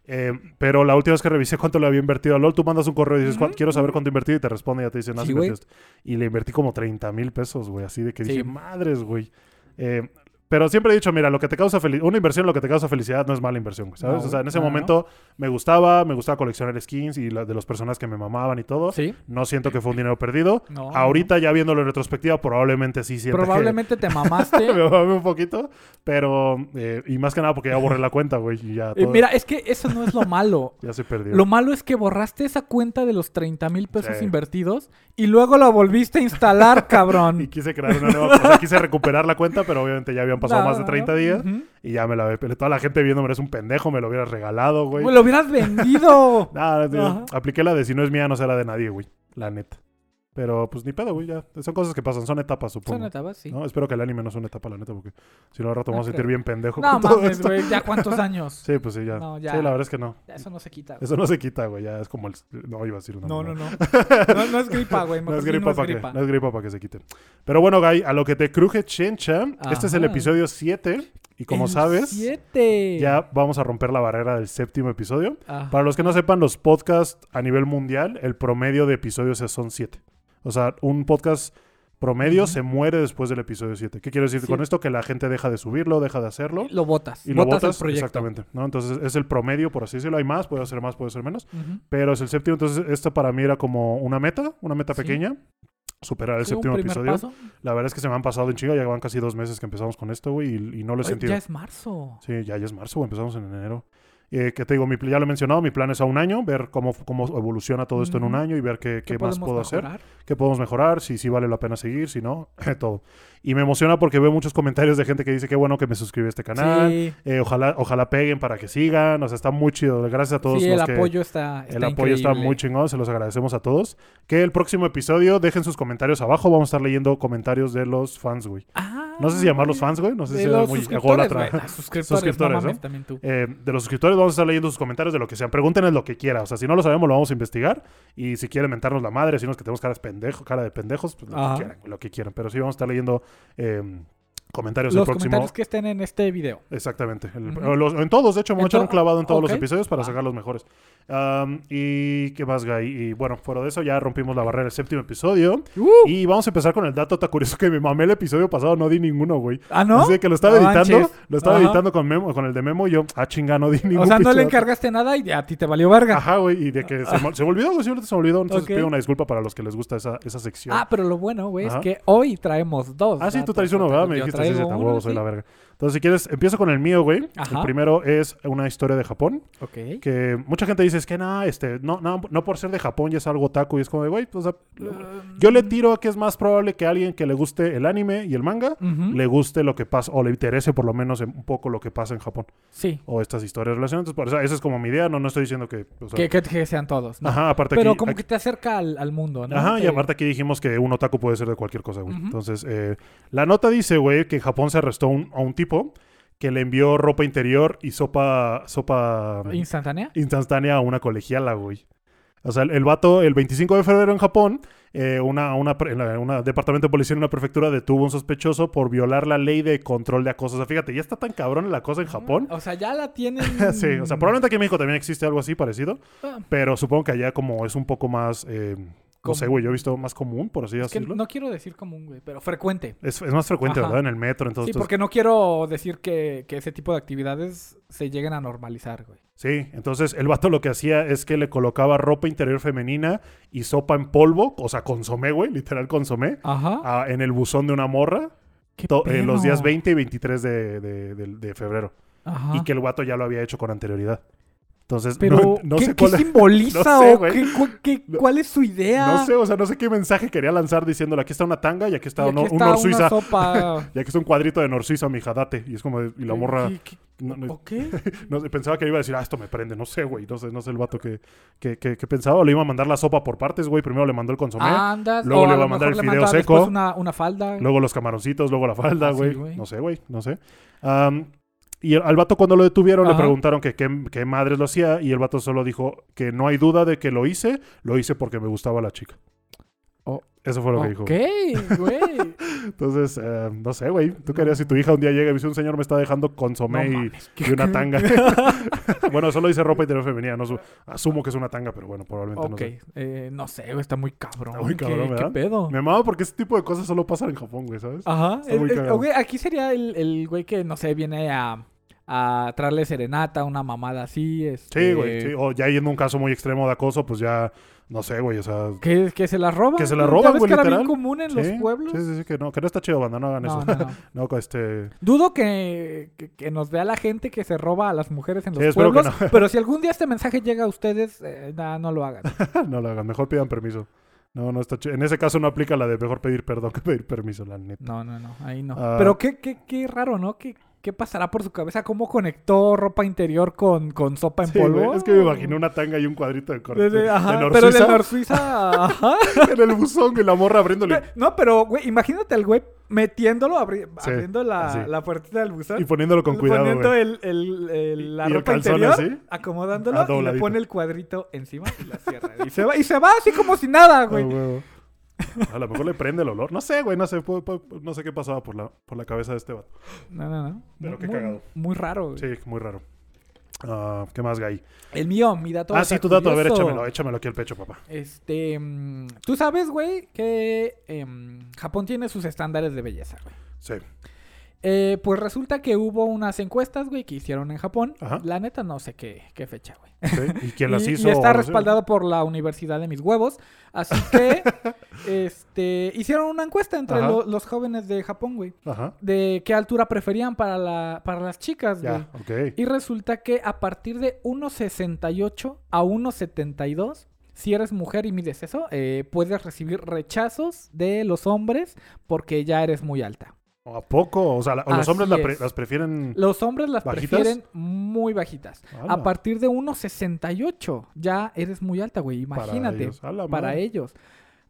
Eh, pero la última vez que revisé cuánto le había invertido a LOL, tú mandas un correo y dices, "¿Cuán-
Ujú,
quiero saber cuánto invertí y te responde y ya te dicen, ah,
Sí,
sí,
güey.
invertiste". Y le invertí como 30 mil pesos, güey, así de que
Sí.
dije, madres, güey. Eh, pero siempre he dicho, mira, lo que te causa felicidad, una inversión lo que te causa felicidad no es mala inversión, güey, ¿sabes?
No,
o sea, en ese
no, no.
momento me gustaba, me gustaba coleccionar skins y la- de las personas que me mamaban y todo.
Sí.
No siento que fue un dinero perdido.
No,
Ahorita ya viéndolo en retrospectiva, probablemente sí sienta que-
Probablemente te mamaste.
me mamé un poquito, pero... eh, y más que nada porque ya borré la cuenta, güey. Y ya
Eh,
todo-
mira, es que eso no es lo malo.
ya se perdió.
Lo malo es que borraste esa cuenta de los 30 mil pesos
Sí.
invertidos y luego la volviste a instalar,
Y
cabrón.
quise crear una nueva... o sea, quise recuperar la cuenta, pero obviamente ya habían pasado
No,
más de
no,
30
no.
días.
Ujú.
Y ya me la... ve- Toda la gente viéndome, eres un pendejo, me lo hubieras regalado, güey.
Güey, Lo hubieras vendido.
Nada, tío,
Ajá.
apliqué la de si no es mía, no será de nadie, güey. La neta. Pero pues ni pedo, güey, ya. Son cosas que pasan, son etapas, supongo.
Son etapas, sí.
¿no? Espero que el anime no sea una etapa, la neta, porque si no, al rato
No
vamos a sentir
creo.
bien pendejo
No
con todo
mames,
esto.
güey, ya cuántos años.
Sí, pues sí, ya.
No,
Sí,
ya.
la verdad es que no.
Ya Eso no se quita. güey.
Eso no se quita, güey. Ya es como el. No, iba a decir una
No,
mamada.
no, no. No, no es gripa, güey.
No
mejor
es
di
gripa para que, no es gripa para que se quiten. Pero bueno, Guy, a lo que te cruje chencha, este es el
Ajá.
episodio 7. Y como
El
sabes,
Siete.
ya vamos a romper la barrera del séptimo episodio.
Ah,
Para los que no sepan, los podcasts a nivel mundial, el promedio de episodios es- son 7. O sea, un podcast promedio
Ujú.
se muere después del episodio 7. ¿Qué quiero decir
Sí.
con esto? Que la gente deja de subirlo, deja de hacerlo.
Lo botas.
Y lo
botas,
votas,
el proyecto.
exactamente. ¿no? Entonces es el promedio, por así decirlo. Hay más, puede ser más, puede ser menos.
Ujú.
Pero es el séptimo, entonces esta para mí era como una meta, una meta
Sí.
pequeña. Superar el
Sí, un
séptimo
primer
episodio.
paso.
La verdad es que se me han pasado en chinga, ya van casi dos meses que empezamos con esto, güey, y, y no lo he
Oye,
sentido.
ya es marzo.
Sí, ya, ya es marzo, güey, empezamos en enero. Eh, que te digo, mi, pl- ya lo he mencionado, mi plan es a un año, ver cómo, cómo evoluciona todo esto en un
Ujú.
año y ver qué, qué más
podemos
puedo hacer
mejorar?
qué podemos mejorar, si sí vale la pena seguir, si no, todo. Y me emociona porque veo muchos comentarios de gente que dice que bueno que me suscribí a este canal.
Sí,
eh, ojalá, ojalá peguen para que sigan. O sea, está muy chido. Gracias a todos
sí, el
los que.
apoyo está, está
el apoyo está
increíble.
muy chingón, se los agradecemos a todos. Que el próximo episodio dejen sus comentarios abajo. Vamos a estar leyendo comentarios de los fans, güey.
Ah,
No sé si llamarlos fans, güey. No sé
de
si es
los
muy ególatra.
suscriptores, güey. Ah, suscriptores,
Suscriptores,
no mames,
¿no?
también tú.
Eh, de los suscriptores vamos a estar leyendo sus comentarios de lo que sean. Pregúntenos lo que quieran. O sea, si no lo sabemos, lo vamos a investigar. Y si quieren mentarnos la madre, si nos que tenemos caras pendejo, cara de pendejos, pues lo
Ajá.
que, quieran, lo que quieran. Pero sí vamos a estar leyendo eh, comentarios el
Los
próximo.
comentarios que estén en este video.
Exactamente. El-
Ujú.
los- en todos, de hecho, me voy a
En
echar un
to-
clavado en todos
ok.
los episodios para
Ah.
sacar los mejores. Am, y qué más, Guy. Y bueno, fuera de eso, ya rompimos la barrera del séptimo episodio.
¡Uh!
Y vamos a empezar con el dato tan curioso que me mamé el episodio pasado, no di ninguno, güey.
ah, ¿no?
Así que lo estaba
No
editando,
manches.
lo estaba
Ajá.
editando con, Memo- con el de Memo y yo, ah, chinga, no di ningún Ah,
O sea, no
pinche
le
dato.
encargaste nada y a ti te valió verga.
Ajá, güey, y de que se, me- se me olvidó, güey, simplemente se me olvidó. Entonces
Ok.
pido una disculpa para los que les gusta esa, esa sección.
Ah, pero lo bueno, güey, es
Ajá.
que hoy traemos dos.
Ah, sí, tú
datos,
traes uno,
yo
¿verdad? Me
traigo
dijiste, sí, sí,
uno,
tan huevo, soy
sí.
la verga. Entonces, si quieres, empiezo con el mío, güey. El
Ajá.
primero es una historia de Japón,
Ok.
que mucha gente dice, es que nada, este, no, no, no por ser de Japón ya es algo taco, y es como de, güey, pues, o sea,
Mm.
yo le tiro a que es más probable que alguien que le guste el anime y el manga,
Ujú.
le guste lo que pasa, o le interese por lo menos en- un poco lo que pasa en Japón,
Sí.
o estas historias relacionadas. Por, o sea, esa es como mi idea, no, no estoy diciendo que... o sea,
Que, que- que sean todos, ¿no?
Ajá, aparte
Pero
aquí-
como
aquí-
que te acerca al, al mundo, ¿no?
Ajá, y
Te-
aparte aquí dijimos que un otaku puede ser de cualquier cosa, güey.
Ujú.
Entonces, eh, la nota dice, güey, que en Japón se arrestó un- a un tipo que le envió ropa interior y sopa, sopa mm,
¿Instantánea?
instantánea a una colegiala, güey. O sea, el, el vato, el 25 de febrero en Japón, eh, una, una, pre- en la- una departamento de policía en una prefectura detuvo a un sospechoso por violar la ley de control de acoso. O sea, fíjate, ya está tan cabrón la cosa en Japón.
O sea, ya la tienen.
sí, o sea, probablemente aquí en México también existe algo así parecido,
Ah,
pero supongo que allá como es un poco más... eh, no
Com-
sé, güey, yo he visto más común, por así
es que
decirlo.
no quiero decir común, güey, pero frecuente.
Es, es más frecuente,
Ajá.
¿verdad? En el metro, entonces.
Sí, porque no quiero decir que, que ese tipo de actividades se lleguen a normalizar, güey.
sí, entonces el vato lo que hacía es que le colocaba ropa interior femenina y sopa en polvo, o sea, consomé, güey, literal consomé,
Ajá.
a- en el buzón de una morra
¿Qué
Ah, to- eh, los días
pedo?
20 y 23 de, de- de- de febrero.
Ajá.
Y que el vato ya lo había hecho con anterioridad. Entonces,
Pero,
no, no
¿qué,
sé
qué
cuál
simboliza
No sé,
o
güey.
qué, cu- qué- cuál es su idea?
No sé, o sea, no sé qué mensaje quería lanzar diciéndole aquí está una tanga y aquí está,
Y
uno-
aquí
un
está
Nor
una
Suiza.
sopa.
Y aquí está un cuadrito de Nor Suiza, mi jadate. Y es como, de- y la morra. pues,
¿Qué- qué-
no- no-
¿O qué?
No sé, pensaba que iba a decir, ah, esto me prende, no sé, güey, no sé, no sé el vato que, que, que- que pensaba. Le iba a mandar la sopa por partes, güey. Primero le mandó el consomé,
Andas,
luego
o
le va
lo
a mandar
mejor
el
le
fideo
manda
seco.
después Una, una falda.
luego los camaroncitos, luego la falda,
Ah, sí,
güey.
güey.
no sé, güey, no sé. Am, y el- al vato cuando lo detuvieron le
Ajá.
preguntaron que qué, qué madres lo hacía y el vato solo dijo que no hay duda de que lo hice, lo hice porque me gustaba la chica.
Oh.
Eso fue lo que dijo.
ok, güey.
Entonces, eh, no sé, güey. ¿Tú querías si tu hija un día llega y me dice, un señor me está dejando consomé
No
y-
mames,
y,
qué-
una tanga? bueno, solo dice ropa interior femenina. No su- asumo que es una tanga, pero bueno, probablemente no
Ok,
sé.
eh, no sé, güey, está muy cabrón.
Está muy
¿qué-
cabrón,
¿Qué,
¿verdad?
pedo?
Me mama porque ese tipo de cosas solo pasan en Japón, güey, ¿sabes?
Ajá.
Está
el-
muy
el-
cagado.
güey, aquí sería el, el güey que, no sé, viene a, a traerle serenata, una mamada así.
Sí,
este,
güey. sí. O ya yendo a un caso muy extremo de acoso, pues ya, no sé, güey, o sea...
Que, que se la roban.
Que se la
¿Ya
roban,
ves
güey,
que era bien
literal.
común en los
sí,
pueblos?
Sí, sí, sí, que no, que no está chido, banda, no hagan
No,
eso.
no, no.
No, con este...
Dudo que, que, que nos vea la gente que se roba a las mujeres en
Sí,
los
espero que
pueblos. Pero si algún día este mensaje llega a ustedes, eh, nah, no lo hagan.
no lo hagan, mejor pidan permiso. No, no está chido. En ese caso no aplica la de mejor pedir perdón que pedir permiso, la neta.
No, no, no, ahí no.
Ah.
Pero qué, qué, qué raro, ¿no? ¿Qué, ¿Qué pasará por su cabeza? ¿Cómo conectó ropa interior con, con sopa en
Sí,
polvo?
güey, es que me imaginé una tanga y un cuadrito de corte.
De- de- ajá,
de Nor
pero de
Suiza
Nor Suiza, ajá.
en el buzón y la morra abriéndole
No, pero, güey, imagínate al güey metiéndolo, abri-
Sí,
abriendo la,
así.
la puertita del buzón.
y poniéndolo con cuidado, güey.
poniendo el, el- el-
Y-
la
y el
ropa
calzón
interior,
así.
acomodándolo
Ah,
y le
dobladito.
pone el cuadrito encima y la cierra. y, se va, y se va así como si nada,
Ah,
güey.
huevo. A lo mejor le prende el olor. No sé, güey, no sé, pu- pu- no sé qué pasaba por la, por la cabeza de este vato.
No, no, no.
Pero
Muy-
qué
muy-
cagado.
Muy raro, güey.
Sí, muy raro. Ah, ¿Qué más, Gay?
El mío, mi dato.
Ah,
está
sí, tu dato. A ver,
curioso.
échamelo, échamelo aquí al pecho, papá.
Este. mm, Tú sabes, güey, que em, Japón tiene sus estándares de belleza, güey.
Sí.
Eh, pues resulta que hubo unas encuestas, güey, que hicieron en Japón.
Ajá.
La neta, no sé qué, qué fecha, güey.
sí. ¿Y quién las
y, y
hizo?
está
No sé.
respaldado por la Universidad de mis huevos. Así que este, hicieron una encuesta entre
Ajá.
lo- los jóvenes de Japón, güey.
Ajá.
De qué altura preferían para, la, para las chicas, güey.
Ya, ok.
Y resulta que a partir de 1,68 a 1,72, si eres mujer y mides eso, eh, puedes recibir rechazos de los hombres porque ya eres muy alta.
¿A poco? O sea, la- o los
Así
hombres la pre-
es.
las prefieren.
Los hombres las
¿Bajitas?
prefieren muy bajitas.
Ala.
A partir de 1,68 ya eres muy alta, güey. Imagínate.
ellos. A la
para
madre.
ellos.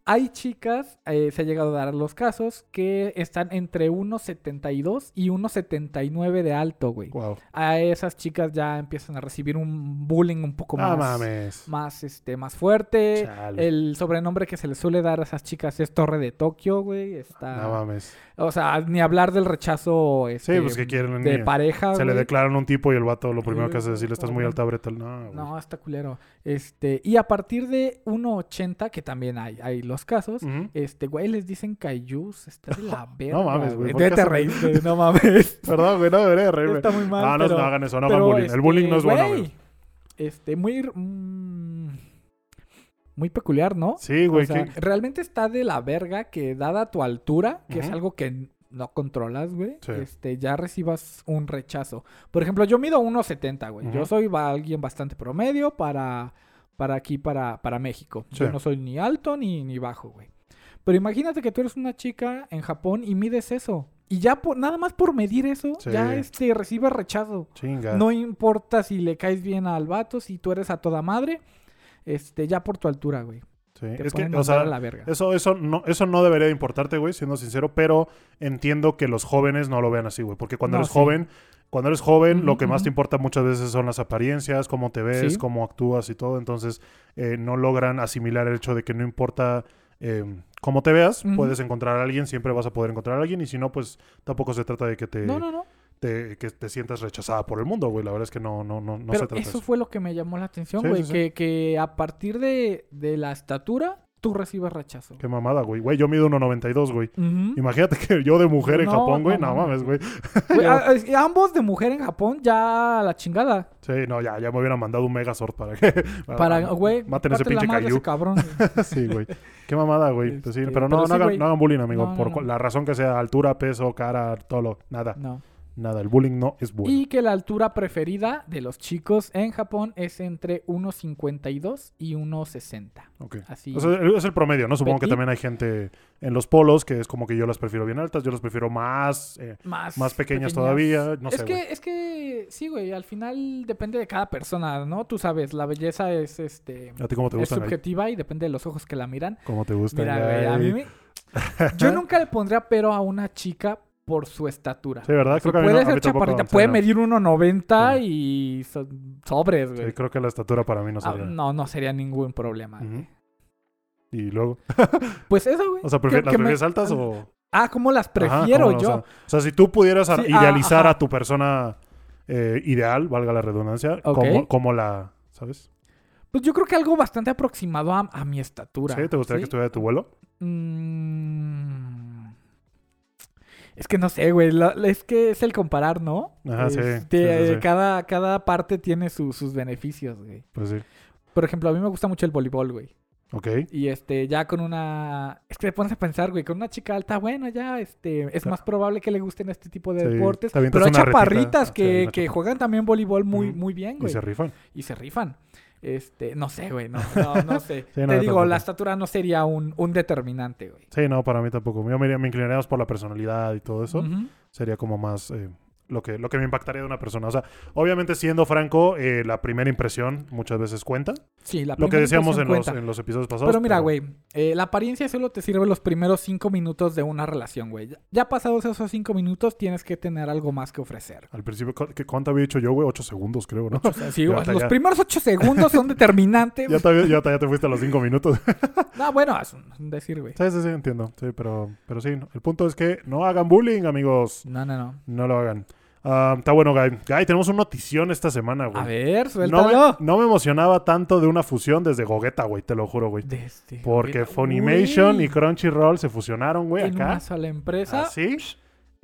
Hay chicas, eh, se ha llegado a dar los casos, que están entre 1,72 y 1,79 de alto, güey.
Guau.
A esas chicas ya empiezan a recibir un bullying un poco
Ah,
más,
mames.
más, este, más fuerte.
Chale.
El sobrenombre que se le suele dar a esas chicas es Torre de Tokio, güey. Está...
No mames.
o sea, ni hablar del rechazo
Sí,
este,
pues que quieren.
de
Ni-
pareja.
Se le
güey.
declaran un tipo y el vato lo primero que hace es decirle, estás muy
Ujú.
alta, Bretel. No, güey.
No, está culero. Este, y a partir de 1.80, que también hay, hay los casos,
Ujú.
este, güey, les dicen cayús, está de la verga.
mames, güey, ¿por qué
Vete a
hacen-
reírte, no mames.
Perdón, güey, no debería reírme.
está muy mal.
No, no,
pero-
no hagan eso, no hagan
pero,
bullying.
este,
el bullying no es bueno,
güey,
güey.
Este, muy. mm, muy peculiar, ¿no?
Sí, güey.
O sea,
¿qué-
realmente está de la verga que, dada tu altura, que es
Ujú.
algo que no controlas, güey,
Sí.
este, ya recibas un rechazo. Por ejemplo, yo mido 1,70, güey. Yo
Ujú.
soy ba- alguien bastante promedio para, para aquí, para, para México. Yo
Sí.
no soy ni alto ni, ni bajo, güey. Pero imagínate que tú eres una chica en Japón y mides eso. Y ya por- nada más por medir eso,
Sí.
ya este, recibes rechazo.
Chinga.
No importa si le caes bien al vato, si tú eres a toda madre, este, ya por tu altura, güey.
Sí,
Te
Es que,
pueden
o
mandar
sea,
a la verga.
eso, eso, no, eso no debería importarte, güey, siendo sincero, pero entiendo que los jóvenes no lo vean así, güey. Porque cuando
No,
eres
sí.
joven, cuando eres joven,
Ujú,
lo que más
ujú.
te importa muchas veces son las apariencias, cómo te ves,
Sí.
cómo actúas y todo. Entonces, eh, no logran asimilar el hecho de que no importa eh, cómo te veas,
Ujú.
puedes encontrar a alguien, siempre vas a poder encontrar a alguien, y si no, pues tampoco se trata de que te,
No, no, no.
te- que te sientas rechazada por el mundo, güey. La verdad es que no, no, no, no se
Pero
trata
eso
de eso.
fue lo que me llamó la atención,
Sí,
güey.
sí, sí.
que, que a partir de, de la estatura, tú recibes rechazo.
Qué mamada, güey. Güey, yo mido 1.92, güey.
Ujú.
Imagínate que yo de mujer en
¿Mm? No,
Japón, güey.
no
No,
mames.
mames, güey.
Güey, a- es- ambos de mujer en Japón, ya a la chingada.
Sí, no, ya, ya me hubieran mandado un Megazord para que.
Para, ah, güey,
Maten ese
parte la
pinche
madre a
Caillou.
ese cabrón.
sí, güey. Qué mamada, güey. Pues sí,
Este,
pero no,
pero sí,
no, hagan,
güey.
no hagan bullying, amigo.
No, no,
por
no.
cu- la razón que sea, altura, peso, cara, todo lo. Nada,
No.
nada. El bullying no es bueno.
Y que la altura preferida de los chicos en Japón es entre 1,52 y 1,60.
Ok.
Así.
O sea, el- es el promedio, ¿no? Supongo que
Petit.
también hay gente en los polos que es como que yo las prefiero bien altas, yo las prefiero más. eh,
más,
más pequeñas todavía, no
es
sé,
Que,
güey.
Es que, sí, güey, al final depende de cada persona, ¿no? Tú sabes, la belleza es, este,
¿A ti cómo te
es
gustan? ahí?
subjetiva y depende de los ojos que la miran.
¿Cómo te gustan?
Mira, güey, a mí
ahí?
me- Yo nunca le pondría pero a una chica por su estatura.
Sí, ¿verdad?
Porque
Creo que a mí no-
puede
a mí
ser
tampoco,
chaparrita,
sí,
puede
no.
medir 1,90 y so- sobres, güey.
Sí, creo que la estatura para mí no
Ah,
sería.
no, no sería ningún problema.
Ujú. Y luego.
Pues eso, güey.
O sea,
que-
prefi- ¿las
que me-
prefieres altas o.?
Ah, ¿cómo las
Ajá,
prefiero
¿cómo no?
yo?
O sea, o sea, si tú pudieras a-
Sí, ah,
idealizar
ajá.
a tu persona eh, ideal, valga la redundancia,
Ok.
¿cómo, cómo la. ¿Sabes?
Pues yo creo que algo bastante aproximado a, a mi estatura.
¿Sí? ¿Te gustaría que estuviera tu vuelo?
Mm. Es que no sé, güey. la- la- Es que es el comparar, ¿no?
Ajá, sí,
Este,
sí, sí, sí.
eh, Cada, cada parte tiene su- sus beneficios, güey.
Pues sí.
Por ejemplo, a mí me gusta mucho el voleibol, güey.
Ok.
Y este, ya con una. Es que te pones a pensar, güey, con una chica alta, bueno, ya, este, es
Ta-
más probable que le gusten este tipo de
Sí,
deportes.
te avientas
Pero hay
una retita.
chaparritas
Ah, sí,
que,
una
que
chapa-
juegan también voleibol muy,
Ujú.
muy bien,
Y
güey.
se rifan.
Y se rifan. Este, no sé, güey, no, no, no sé.
Sí, no,
te
yo
digo,
tampoco.
la estatura no sería un, un determinante, güey.
Sí, no, para mí tampoco. Yo me, iría- me inclinaría más por la personalidad y todo eso.
Ujú.
Sería como más. eh, lo que, lo que me impactaría de una persona. O sea, obviamente siendo franco, eh, la primera impresión muchas veces cuenta.
Sí, la
Lo que
primera
decíamos
impresión
en los,
cuenta.
en los episodios pasados.
Pero mira, güey, eh, la apariencia solo te sirve los primeros cinco minutos de una relación, güey. Ya- Ya pasados esos cinco minutos tienes que tener algo más que ofrecer.
Al principio, ¿cu- qué- ¿cuánto había dicho yo, güey? Ocho segundos, creo, ¿no?
O sea, sí,
Ya,
güey,
ya.
los primeros ocho segundos son determinantes.
ya, te, había- ya te- ya te fuiste a los cinco minutos.
no, bueno, es un- un decir, güey.
Sí, sí, sí, entiendo. Sí, pero, pero sí, no. el punto es que no hagan bullying, amigos.
No, no, no.
No lo hagan. Ah, está bueno, Guy. Guy, tenemos una notición esta semana,
A
güey.
ver,
No me,
suéltalo.
no me emocionaba tanto de una fusión desde Gogeta, güey, te lo juro, güey.
Desde-
Porque
Uy,
Funimation y Crunchyroll se fusionaron, güey,
en una
acá.
sola empresa.
Así.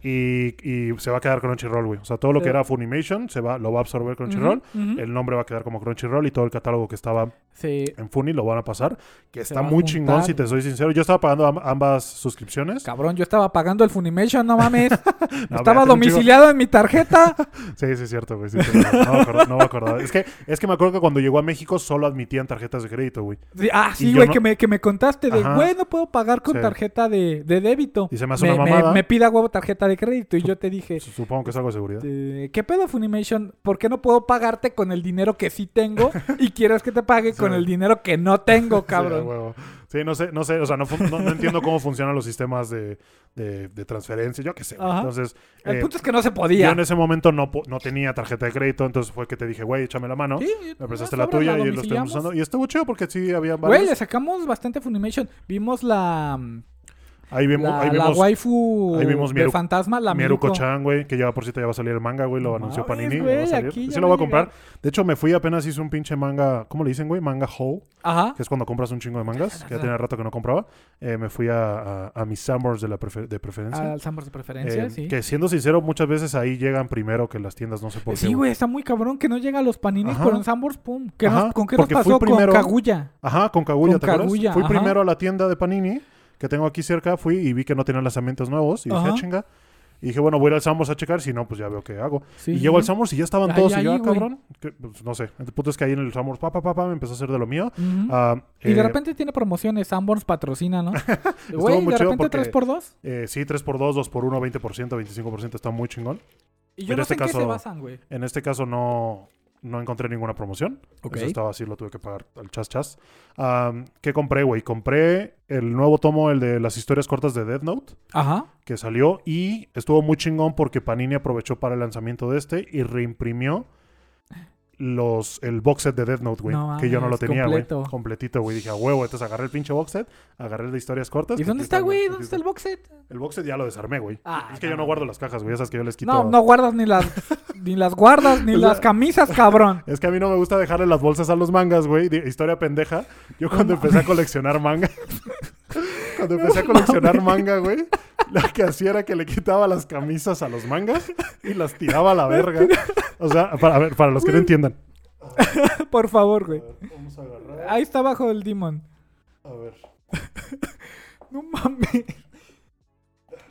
Y, y se va a quedar Crunchyroll, güey. O sea, todo lo que
Sí.
era Funimation se va, lo va a absorber Crunchyroll.
Ujú, ujú.
El nombre va a quedar como Crunchyroll y todo el catálogo que estaba
Sí,
en Funny lo van a pasar. Que
Se
está
va a
muy chingón,
juntar.
si te soy sincero. Yo estaba pagando am- ambas suscripciones.
cabrón, yo estaba pagando el Funimation, no mames.
No, espérate,
estaba
un chingo.
domiciliado en mi tarjeta.
Sí, sí, es cierto, güey. sí, es cierto. no, me acuerdo- no me acordaba. Es que, es que me acuerdo que cuando llegó a México solo admitían tarjetas de crédito, güey.
Sí, Ah,
Y
sí,
yo
güey,
no-
que, me, que me contaste de,
Ajá.
güey, no puedo pagar con
Sí.
tarjeta de, de débito.
Y se me hace
me,
una
me-
mamada.
me pida huevo tarjeta de crédito. Y yo te dije,
Supongo que es algo de seguridad.
eh, ¿qué pedo Funimation? ¿Por qué no puedo pagarte con el dinero que sí tengo y quieres que te pague
Sí.
con el dinero que no tengo,
Sí, a
cabrón?
huevo. Sí, no sé, no sé, o sea, no, fun- no- no entiendo cómo funcionan los sistemas de, de- de transferencia, yo qué sé. güey.
Ajá.
Entonces,
el
eh,
punto es que no se
yo
podía.
en ese momento no, po- no tenía tarjeta de crédito, entonces fue que te dije, güey, échame la mano.
Sí,
Me
no,
prestaste la
sobra,
tuya y lo estuvimos
domiciliamos.
usando. Y estuvo chido porque sí había varios.
Güey, le sacamos bastante Funimation. Vimos la,
ahí vimos,
la,
ahí
la
vimos
waifu
ahí vimos
de
Mieru-
fantasma, la Miruko.
Mieruko-chan, güey, que ya por cierto ya va a salir el manga, güey, lo
No
anunció
mames,
Panini.
güey,
va a salir.
aquí ya
Sí lo voy
va
a
a
comprar.
llegar.
De hecho, me fui apenas, hice un pinche manga, ¿cómo le dicen, güey? Manga Hole.
Ajá.
que es cuando compras un chingo de mangas, que ya
Ajá.
tenía rato que no compraba, eh, me fui a, a- a mis Summers de, la prefer- de preferencia.
Al Sambor de Ah, preferencia,
Eh,
sí.
Que siendo sincero, muchas veces ahí llegan primero que las tiendas, no sé por qué.
Eh, Sí,
güey.
güey, está muy cabrón que no llega a los paninis,
Ajá.
pero en Sambors, pum. ¿Qué nos-
Ajá,
¿Con qué
porque
nos
fui
pasó?
primero-
Con Kaguya.
Ajá, con Kaguya,
Con
¿te acuerdas?
Kaguya,
Fui
ajá.
primero a la tienda de Panini, que tengo aquí cerca, fui y vi que no tenían lanzamientos nuevos, y dije,
Ajá.
"Ah, chinga. Y dije, bueno, voy a ir al Summers a checar, si no, pues ya veo qué hago.
Sí,
y
sí,
llego al
sí.
Summers y ya estaban
Ahí,
todos, y yo,
ahí,
"Ah,
güey".
cabrón, que, pues, no sé. El punto es que ahí en el Summers, papá, papá, me empezó a hacer de lo mío.
Ujú.
Ah,
y
eh,
de repente tiene promociones, Sanborns patrocina, ¿no? Güey,
muy
de
chido
repente
porque-
3x2.
eh, sí, 3x2, 2x1, 20%, 25%, está muy chingón.
Y
Pero
yo no
este
sé en qué se
caso-
basan, güey.
En este caso no, no encontré ninguna promoción.
Ok.
Eso estaba así, lo tuve que pagar al chas chas. Am, ¿Qué compré, güey? Compré el nuevo tomo, el de las historias cortas de Death Note,
Ajá.
que salió y estuvo muy chingón porque Panini aprovechó para el lanzamiento de este y reimprimió los, el box set de Death Note, güey.
No
que yo no lo
mames,
tenía, güey.
completo.
Completito, güey. Dije, a huevo, entonces agarré el pinche box set, agarré el de historias cortas.
¿Y
que
dónde
aquí
está, güey? ¿Dónde
aquí
está el box set?
El box set ya lo desarmé, güey.
Ah,
es que yo no guardo las cajas, güey. Esas que yo les quito.
No, no guardas ni las, ni las guardas, ni
O sea-
las camisas, cabrón.
Es que a mí no me gusta dejarle las bolsas a los mangas, güey. Di- Historia pendeja. Yo cuando empecé a coleccionar manga. cuando empecé a coleccionar manga, güey. Lo que hacía era que le quitaba las camisas a los mangas y las tiraba a la verga. O sea, para, a ver, para los que no entiendan.
Por favor, güey.
Vamos a agarrar.
Ahí está abajo el demon.
A ver.
No mames.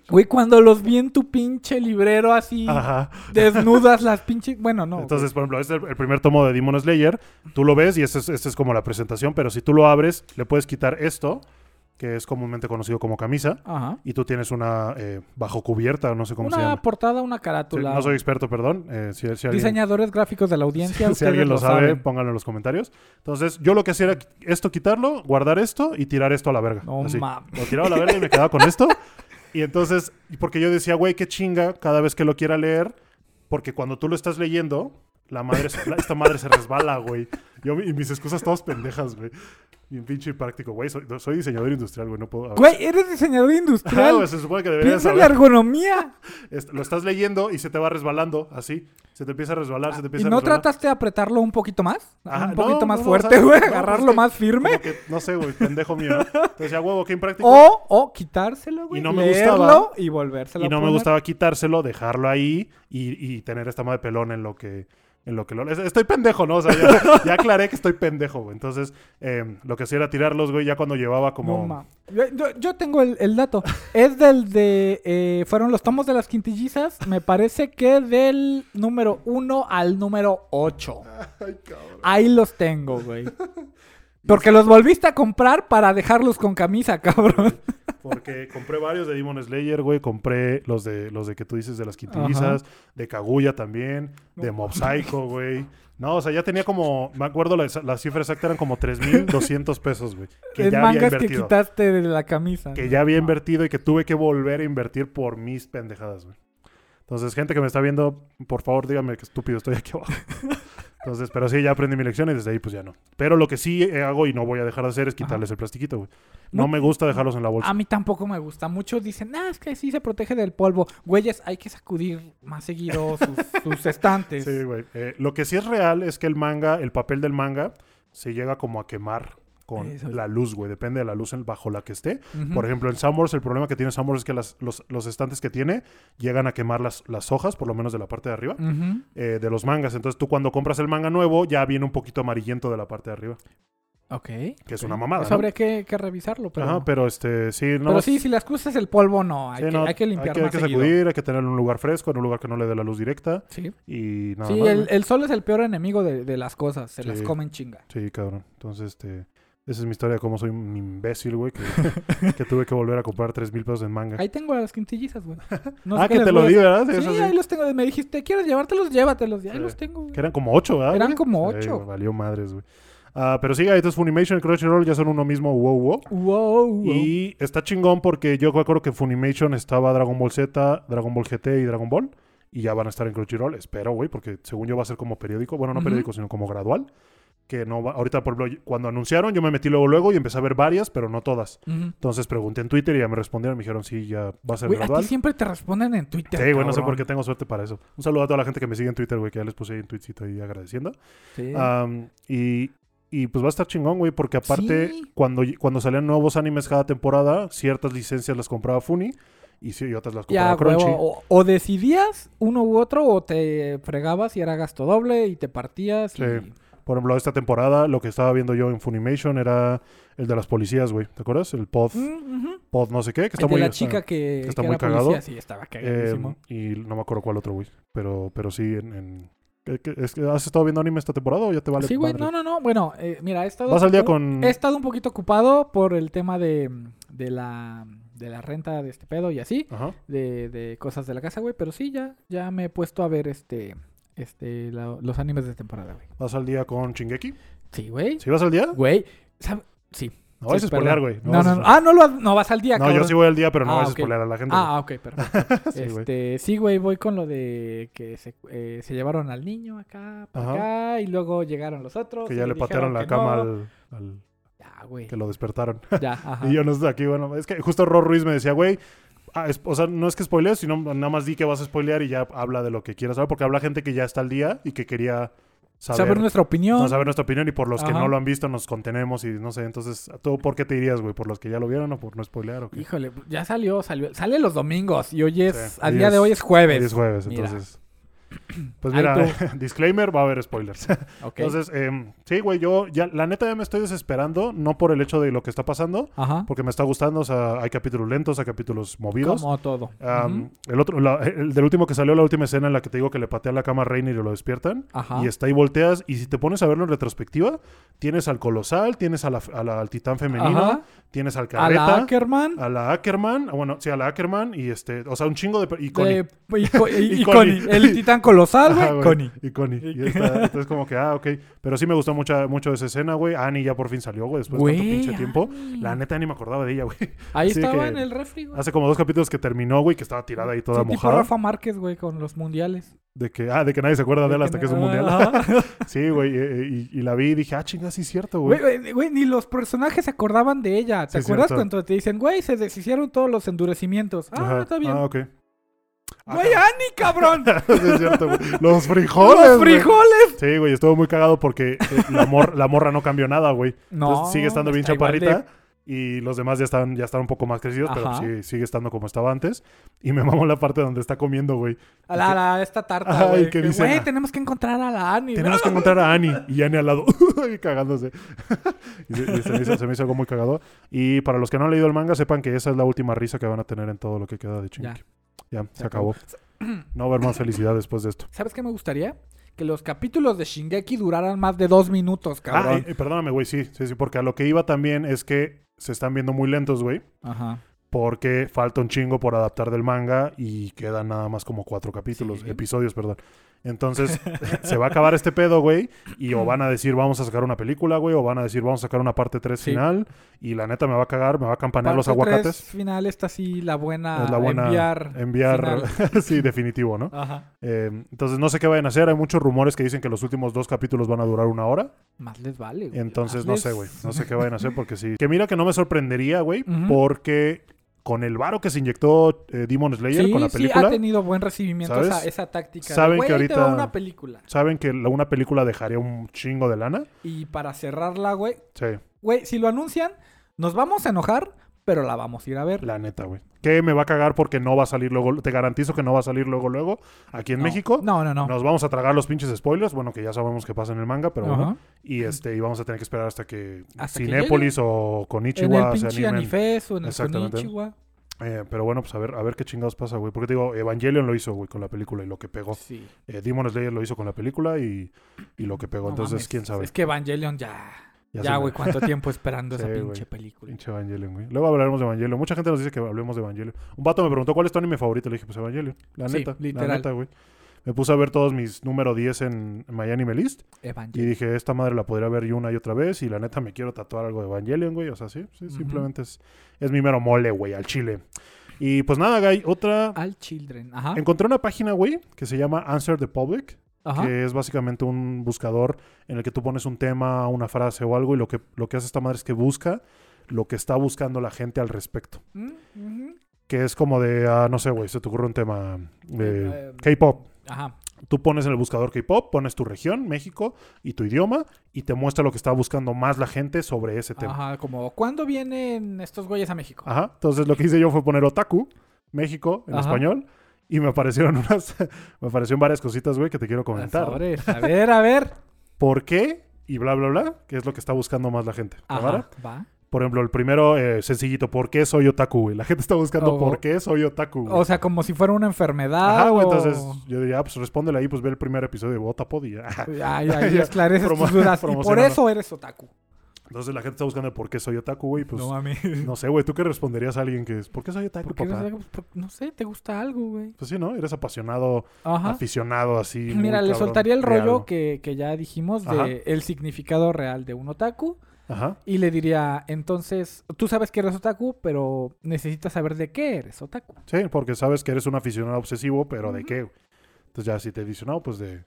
Güey, cuando los vi en tu pinche librero así,
Ajá.
desnudas las pinches. Bueno, no.
Entonces, por ejemplo, este es el- el primer tomo de Demon Slayer. Tú lo ves y este es, este es como la presentación, pero si tú lo abres, le puedes quitar esto, que es comúnmente conocido como camisa.
güey. Ajá.
Y tú tienes una eh, bajo cubierta, no sé cómo se llama.
Una portada, una
Sí,
carátula.
no soy experto, perdón. Eh, si, si alguien,
Diseñadores gráficos de la audiencia.
si alguien lo sabe, pues.
sabe.
pónganlo en los comentarios. Entonces, yo lo que hacía era qui- esto, quitarlo, guardar esto y tirar esto a la verga.
No
así.
mames.
Lo tiraba a la verga y me quedaba con esto. Y entonces, y porque yo decía, güey, qué chinga cada vez que lo quiera leer, porque cuando tú lo estás leyendo, la madre se- la- esta madre se resbala, güey. Yo, y mis excusas todas pendejas, güey. Bien pinche práctico, güey. Soy, soy diseñador industrial, güey. No puedo...
Güey, eres diseñador industrial.
se supone que deberías
Piensa en
Pues, saber.
la ergonomía.
Este, lo estás leyendo y se te va resbalando, así. Se te empieza a resbalar, se te
¿Y
empieza a
no
resbalar.
trataste de apretarlo un poquito más?
Ajá,
un poquito
Ah, no,
más
no, no,
fuerte,
o sea,
güey.
no,
Agarrarlo
pues que-
más firme.
Como que, no sé, güey, pendejo mío. ¿no? Entonces decía, huevo, qué impráctico.
O, o quitárselo, güey.
Y no me
leerlo
gustaba.
Y volvérselo
y
a
no me
poner.
gustaba quitárselo, dejarlo ahí y, y tener esta madre pelón en lo que... En lo que lo... es- Estoy pendejo, ¿no? O sea, ya, ya aclaré que estoy pendejo, güey. Entonces, eh, lo que hacía era tirarlos, güey, ya cuando llevaba como...
No, ma. yo, yo- yo tengo el, el dato. Es del de. eh, fueron los tomos de las quintillizas. Me parece que del número 1 al número 8.
Ay, cabrón.
Ahí los tengo, güey. Porque los volviste a comprar para dejarlos con camisa, cabrón.
Porque compré varios de Demon Slayer, güey. Compré los de los de que tú dices de las quintillizas, de Kaguya también, de Mob Psycho, güey. No, o sea, ya tenía como, me acuerdo, la, la cifra exacta eran como 3.200 pesos, güey. Que
Es
ya había
mangas que
invertido. Que,
quitaste de la camisa.
ya había
Ah.
invertido y que tuve que volver a invertir por mis pendejadas, güey. Entonces, gente que me está viendo, por favor, díganme qué estúpido estoy aquí abajo. Entonces, pero sí, ya aprendí mi lección y desde ahí pues ya no. Pero lo que sí hago y no voy a dejar de hacer es quitarles el plastiquito, güey. No
Mu-
me gusta dejarlos en la bolsa.
A mí tampoco me gusta. Muchos dicen, ah, es que sí se protege del polvo. Güeyes, hay que sacudir más seguido sus, sus estantes.
Sí, güey. Eh, lo que sí es real es que el manga, el papel del manga, se llega como a quemar con
Eso.
la luz, güey. Depende de la luz en- bajo la que esté.
Ujú.
Por ejemplo, en Summers, el problema que tiene Summers es que las- los, los estantes que tiene llegan a quemar las, las hojas, por lo menos de la parte de arriba,
Ujú.
eh, de los mangas. Entonces tú cuando compras el manga nuevo, ya viene un poquito amarillento de la parte de arriba,
Ok.
que es una mamada.
Eso
¿no?
habría que, que revisarlo, pero...
Ajá, pero este, sí, no.
pero
es-
sí, si la excusa es el polvo, no. Hay,
sí,
que,
no,
hay que limpiar
hay
más
que
seguido.
sacudir, hay que tener un lugar fresco, en un lugar que no le dé la luz directa
Sí,
y nada
Sí,
más,
el,
güey.
el sol es el peor enemigo de, de las cosas. Se las
Sí.
comen chinga.
Sí, cabrón. Entonces, este, esa es mi historia de cómo soy un imbécil, güey, que, que tuve que volver a comprar 3 mil pesos en manga.
Ahí tengo a las quintillizas, güey. No sé
ah,
qué
que
les
te lo
voy a
di, ¿verdad? Sí,
hacer.
eso
Sí,
sí.
ahí los tengo. Me dijiste, ¿quieres llevártelos? Llévatelos. Y ahí
Sí.
los tengo. güey.
Que eran como 8, ¿verdad?
Eran
güey?
como
Sí,
ocho.
güey, valió madres, güey. Ah, pero sí, ahí entonces Funimation y Crunchyroll ya son uno mismo, wow, wow.
Wow, wow.
Y está chingón porque yo me acuerdo que en Funimation estaba Dragon Ball Z, Dragon Ball GT y Dragon Ball. Y ya van a estar en Crunchyroll, espero, güey, porque según yo va a ser como periódico. Bueno, no
Ujú.
periódico, sino como gradual. Que no va... Ahorita, por ejemplo, cuando anunciaron, yo me metí luego luego y empecé a ver varias, pero no todas.
Ujú.
Entonces pregunté en Twitter y ya me respondieron. Me dijeron, sí, ya va a ser
Güey, a
gradual.
ti siempre te responden en Twitter.
Sí, güey, no sé
cabrón.
por qué tengo suerte para eso. Un saludo a toda la gente que me sigue en Twitter, güey, que ya les puse ahí un tweetcito ahí agradeciendo.
Sí.
Am, y, y, pues va a estar chingón, güey, porque aparte,
Sí.
cuando, cuando salían nuevos animes cada temporada, ciertas licencias las compraba Funi y, sí, y otras las compraba
Ya,
Crunchy.
huevo, o, o decidías uno u otro, o te fregabas y era gasto doble y te partías.
Sí.
y-
Por ejemplo, esta temporada lo que estaba viendo yo en Funimation era el de las policías, güey. ¿Te acuerdas? El pod,
Mm, ujú.
pod no sé qué, que está
El de
muy
la
está-
chica que,
que está
que
muy
era
cagado.
policía, sí, estaba
eh,
cagadísimo.
y no me acuerdo cuál otro, güey. Pero, pero sí, en, en- ¿qué- qué- es que ¿has estado viendo anime esta temporada o ya te vale?
sí, güey,
madre?
no, no, no. Bueno, eh, mira, he estado.
¿Vas al día
un-
con...?
He estado un poquito ocupado por el tema de, de la, de la renta de este pedo y así,
Ajá.
de, de cosas de la casa, güey. Pero sí, ya, ya me he puesto a ver este, este, la- los animes de temporada, güey.
¿Vas al día con Chingeki?
Sí, güey.
¿Sí vas al día?
Güey, ¿sab- sí.
No vas
sí,
a spoilear,
perdón.
güey.
No,
vas a
no, no. Ah, no, lo, no vas al día,
No, yo
cabrón.
sí voy al día, pero no
Ah,
vas a
ok.
spoilear a la gente.
Ah, ok, perfecto.
Sí, güey.
este, sí, güey, voy con lo de que se, eh, se llevaron al niño acá, para
Ajá.
acá, y luego llegaron los otros.
que
y
ya le
dijeron
patearon la
que
cama
no.
al, al-
Ya, güey.
que lo despertaron.
Ya, ajá.
y yo no estoy aquí, bueno, es que justo Ro Ruiz me decía, güey, ah, es- o sea, no es que spoilees, sino nada más di que vas a spoilear y ya habla de lo que quieras saber, porque habla gente que ya está al día y que quería saber,
Saber nuestra opinión.
no, saber nuestra opinión y por los que
Ajá.
no lo han visto nos contenemos y no sé, entonces, ¿tú por qué te dirías, güey? ¿Por los que ya lo vieron o por no spoilear o qué?
Híjole, ya salió, salió. Sale los domingos y hoy es,
Sí,
a
hoy
día de
es-
hoy es jueves.
Hoy es jueves,
Mira.
entonces... Pues
Ahí
mira, disclaimer, va a haber spoilers.
Ok.
Entonces, em, sí, güey, yo ya, la neta ya me estoy desesperando, no por el hecho de lo que está pasando,
Ajá.
porque me está gustando, o sea, hay capítulos lentos, hay capítulos movidos.
Como todo.
Am,
Ujú.
El otro, la- el del último que salió, la última escena en la que te digo que le patean la cama a Reiner y lo despiertan.
Ajá.
Y está ahí volteas, y si te pones a verlo en retrospectiva, tienes al colosal, tienes a la, a la- al titán femenino,
Ajá.
tienes al
A la
carreta,
Ackerman.
a la Ackerman, ah, bueno, sí, a la Ackerman, y este, o sea, un chingo de... per- Y Connie.
de- y, co- y-
Y
y
Connie.
Connie. El titán colosal,
Ajá, güey.
güey.
Pues,
Connie.
Y Connie. Y ya está. Entonces, como que, ah, ok. Pero sí me gustó mucha, mucho esa escena, güey. Annie ya por fin salió, güey, después de tanto
Güey,
pinche tiempo.
Annie.
La neta ni me acordaba de ella, güey.
Ahí
así
estaba
que-
en el refri, güey.
Hace como dos capítulos que terminó, güey, que estaba tirada ahí toda
Sí, tipo
mojada.
Rafa Márquez, güey, con los mundiales.
De que, ah, de que nadie se acuerda de él hasta que es un mundial.
Ajá.
sí, güey. eh, Y, y la vi y dije, ah, chinga, sí es cierto,
Güey,
güey.
güey, güey, ni los personajes se acordaban de ella. ¿Te
Sí,
acuerdas
cierto.
cuando te dicen, güey, se deshicieron todos los endurecimientos? Ah,
Ajá.
está bien.
Ah, ok. Ah,
Güey, Ani, cabrón.
sí es cierto, güey. Los frijoles.
los
güey.
frijoles.
Sí, güey, estuvo muy cagado porque eh, la, mor- la morra no cambió nada, güey.
No.
Entonces, sigue estando bien
está igual de-
chaparrita. Y los demás ya están, ya están un poco más crecidos,
Ajá.
pero sí, sigue estando como estaba antes. Y me mamó la parte donde está comiendo, güey.
A la, a la- a esta tarta,
Ay,
güey.
¿qué
Que,
dicen?
Güey, tenemos que encontrar a la Annie.
Tenemos que encontrar a Annie. Y Annie al lado, y cagándose. y se, y se me hizo, se me hizo algo muy cagado. Y para los que no han leído el manga, sepan que esa es la última risa que van a tener en todo lo que queda de Chinky. Ya, se,
se
acabó. No va a haber más felicidad después de esto.
¿Sabes qué me gustaría? Que los capítulos de Shingeki duraran más de dos minutos,
Ah,
cabrón.
eh, perdóname, güey, sí, sí, sí, porque a lo que iba también es que se están viendo muy lentos, güey.
Ajá.
porque falta un chingo por adaptar del manga y quedan nada más como cuatro capítulos,
Sí.
episodios, perdón. Entonces, se va a acabar este pedo, güey. Y o van a decir, vamos a sacar una película, güey. O van a decir, vamos a sacar una parte 3
Sí.
final. Y la neta me va a cagar, me va a campanear los
Parte
aguacates.
tres, final, esta sí, la buena,
es la buena.
enviar. Ah.
enviar sí, definitivo, ¿no?
Ajá.
Eh, entonces, no sé qué vayan a hacer. Hay muchos rumores que dicen que los últimos dos capítulos van a durar una hora.
Más les vale, güey.
Entonces,
más
no
les-
sé, güey. No sé qué vayan a hacer porque sí. Que mira que no me sorprendería, güey,
Ujú.
porque con el varo que se inyectó eh, Demon Slayer
Sí,
con la
sí,
película,
ha tenido buen recibimiento
¿Sabes?
esa, esa táctica. de,
Saben
"Güey,
que
ahí te va
ahorita-
una película.
saben que la- una película dejaría un chingo de lana.
Y para cerrarla, güey.
Sí,
Güey, si lo anuncian, nos vamos a enojar, pero la vamos a ir a ver.
la neta, güey. Que me va a cagar porque no va a salir luego. Te garantizo que no va a salir luego, luego. Aquí en
No.
México.
No, no, no.
Nos vamos a tragar los pinches spoilers, bueno, que ya sabemos que pasa en el manga, pero bueno.
Ajá.
Y este, y vamos a tener que esperar hasta que
Hasta que
Cinépolis o
En el
Konichiwa se
pinche
animen.
Anifes o en el
Exactamente.
Konichiwa.
Eh, pero bueno, pues a ver, a ver qué chingados pasa, güey. Porque te digo, Evangelion lo hizo, güey, con la película y lo que pegó.
Sí.
Eh, Demon Slayer lo hizo con la película y, y lo que pegó.
No
Entonces,
mames.
quién sabe.
Es que Evangelion ya.
Ya
Ya,
se-
güey, cuánto tiempo esperando esa
Sí, güey.
pinche película.
Pinche Evangelion, güey. Luego hablaremos de Evangelion. Mucha gente nos dice que hablemos de Evangelion. Un vato me preguntó cuál es tu anime favorito. Le dije, pues Evangelion. La
Sí,
neta.
literal.
La neta, güey. Me puse a ver todos mis número 10 en My Anime List. Y
Evangelion.
dije, esta madre la podría ver yo una y otra vez. Y la neta, me quiero tatuar algo de Evangelion, güey. O sea, sí, sí
Ujú.
simplemente es, es mi mero mole, güey, al chile. Y pues nada, güey. Otra.
Al Children. Ajá.
Encontré una página, güey, que se llama Answer the Public.
Ajá.
Que es básicamente un buscador en el que tú pones un tema, una frase o algo. Y lo que, lo que hace esta madre es que busca lo que está buscando la gente al respecto.
Mm, ujú.
Que es como de, ah, no sé, güey, se te ocurre un tema. eh,
Eh,
K-pop.
Ajá.
Tú pones en el buscador K-pop, pones tu región, México y tu idioma y te muestra lo que está buscando más la gente sobre ese este tema. Ajá.
Ajá. Como, ¿cuándo vienen estos güeyes a México?
Entonces lo que hice yo fue poner otaku, México en
Ajá.
español y me aparecieron unas me aparecieron varias cositas, güey, que te quiero comentar.
Sobres. A ver, a ver.
¿Por qué? Y bla bla bla, que es lo que está buscando más la gente. ¿Cámara?
Ajá. Va.
Por ejemplo, el primero eh, sencillito, ¿por qué soy otaku? güey? La gente está buscando
Oh.
por qué soy otaku. güey.
O sea, como si fuera una enfermedad.
Ajá, güey,
o-
entonces yo diría, ah, pues respóndele ahí, pues ve el primer episodio de Botapod y ya.
Ay, ay,
Ya,
esclareces
promo-
tus dudas. Y por
promocionalo.
eso eres otaku.
Entonces la gente está buscando por qué soy otaku, güey, pues
no mames.
No sé, güey, ¿tú qué responderías a alguien que es, ¿por qué soy otaku,
¿Por qué
papá?
eres otaku? Por- No sé, te gusta algo, güey.
Pues sí, ¿no? Eres apasionado,
Ajá. Pues
aficionado, así. Ah, muy
Mira, le
cabrón
soltaría el
de
rollo
algo.
que, que ya dijimos de
Ajá.
el significado real de un otaku.
Ajá.
Y le diría, entonces, tú sabes que eres otaku, pero necesitas saber de qué eres otaku.
Sí, porque sabes que eres un aficionado obsesivo, pero ¿de qué? güey? Entonces ya si te dice, no, pues de...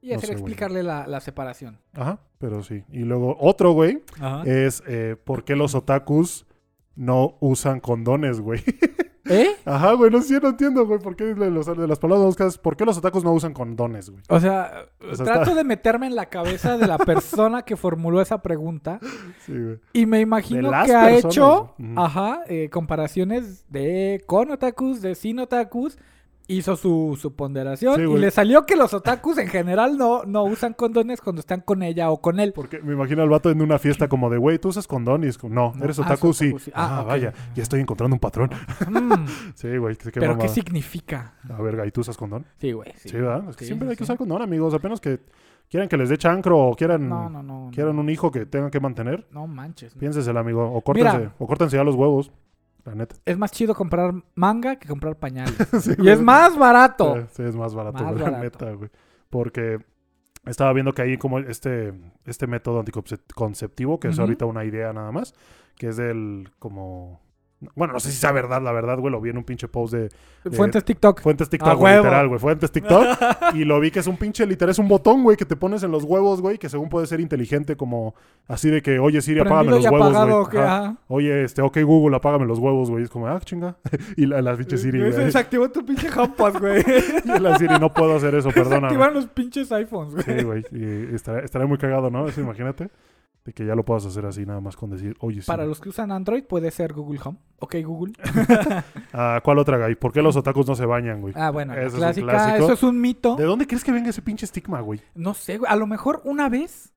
Y
No
hacer
sé, güey.
explicarle la, la separación.
Ajá, pero sí. Y luego otro, güey,
Ajá.
es eh, ¿por qué los otakus no usan condones, güey?
¿Eh?
Ajá, güey, no sé, no entiendo, güey, ¿por qué de, los- de las palabras buscas, ¿por qué los otakus no usan condones, güey?
O sea,
O sea,
trato
está-
de meterme en la cabeza de la persona que formuló esa pregunta
Sí, güey.
y me imagino
las
que ha
personas,
hecho,
güey. Ujú.
ajá, eh, comparaciones de con otakus, de sin otakus. Hizo su, su ponderación
Sí,
y
güey.
le salió que los otakus en general no, no usan condones cuando están con ella o con él.
Porque me imagino al vato en una fiesta como de, güey, tú usas condón y es como, no,
No,
eres
ah,
otaku, sí.
soy otaku, sí. Ah,
Ah,
ok.
vaya, ya estoy encontrando un patrón.
Mm,
Sí, güey, qué, qué
¿Pero qué
mamada.
significa?
A ver, güey, ¿tú usas condón?
Sí, güey.
Sí, ¿verdad? Es que
Sí,
siempre
sí,
hay que
sí.
usar condón, amigos. Apenas que quieran que les dé chancro o quieran,
No, no, no.
quieran un hijo que tengan que mantener,
No manches.
piénseselo, amigo. O córtense,
Mira.
o córtense ya los huevos. La neta.
Es más chido comprar manga que comprar pañales.
Sí,
y
güey.
es más barato.
Sí, sí, es más barato,
Más
güey, la
barato.
neta, güey. Porque estaba viendo que hay como este, este método anticonceptivo, que es
Ujú.
ahorita una idea nada más, que es del como... Bueno, no sé si sea verdad, la verdad, güey, lo vi en un pinche post de
Fuentes TikTok.
Fuentes TikTok,
¡A
güey,
Ah, huevo!
literal, güey, Fuentes TikTok. y lo vi que es un pinche literal, es un botón, güey, que te pones en los huevos, güey, que según puede ser inteligente, como así de que, oye Siri, apágame
Prendido
los
y
huevos, güey.
apagado. que,
Ajá.
ajá.
Oye, este, ok Google, apágame los huevos, güey. Es como, ah, chinga. y la, la pinche Siri,
Eh,
güey.
Desactivó tu pinche HomePod, güey.
Y la Siri, no puedo hacer eso, perdóname.
Desactivaron los pinches iPhones, güey.
Sí, güey. Y estará, estará muy cagado, ¿no? Eso imagínate. De que ya lo puedas hacer así, nada más con decir, oye, sí.
Para los que usan Android puede ser Google Home. Ok, Google.
Ah, ¿Cuál otra, güey? ¿Por qué los otakus no se bañan, güey?
Ah, bueno, la
Ese es un
clásica.
clásico.
Eso es un mito.
¿De dónde crees que venga ese pinche estigma, güey?
No sé, güey. A lo mejor una vez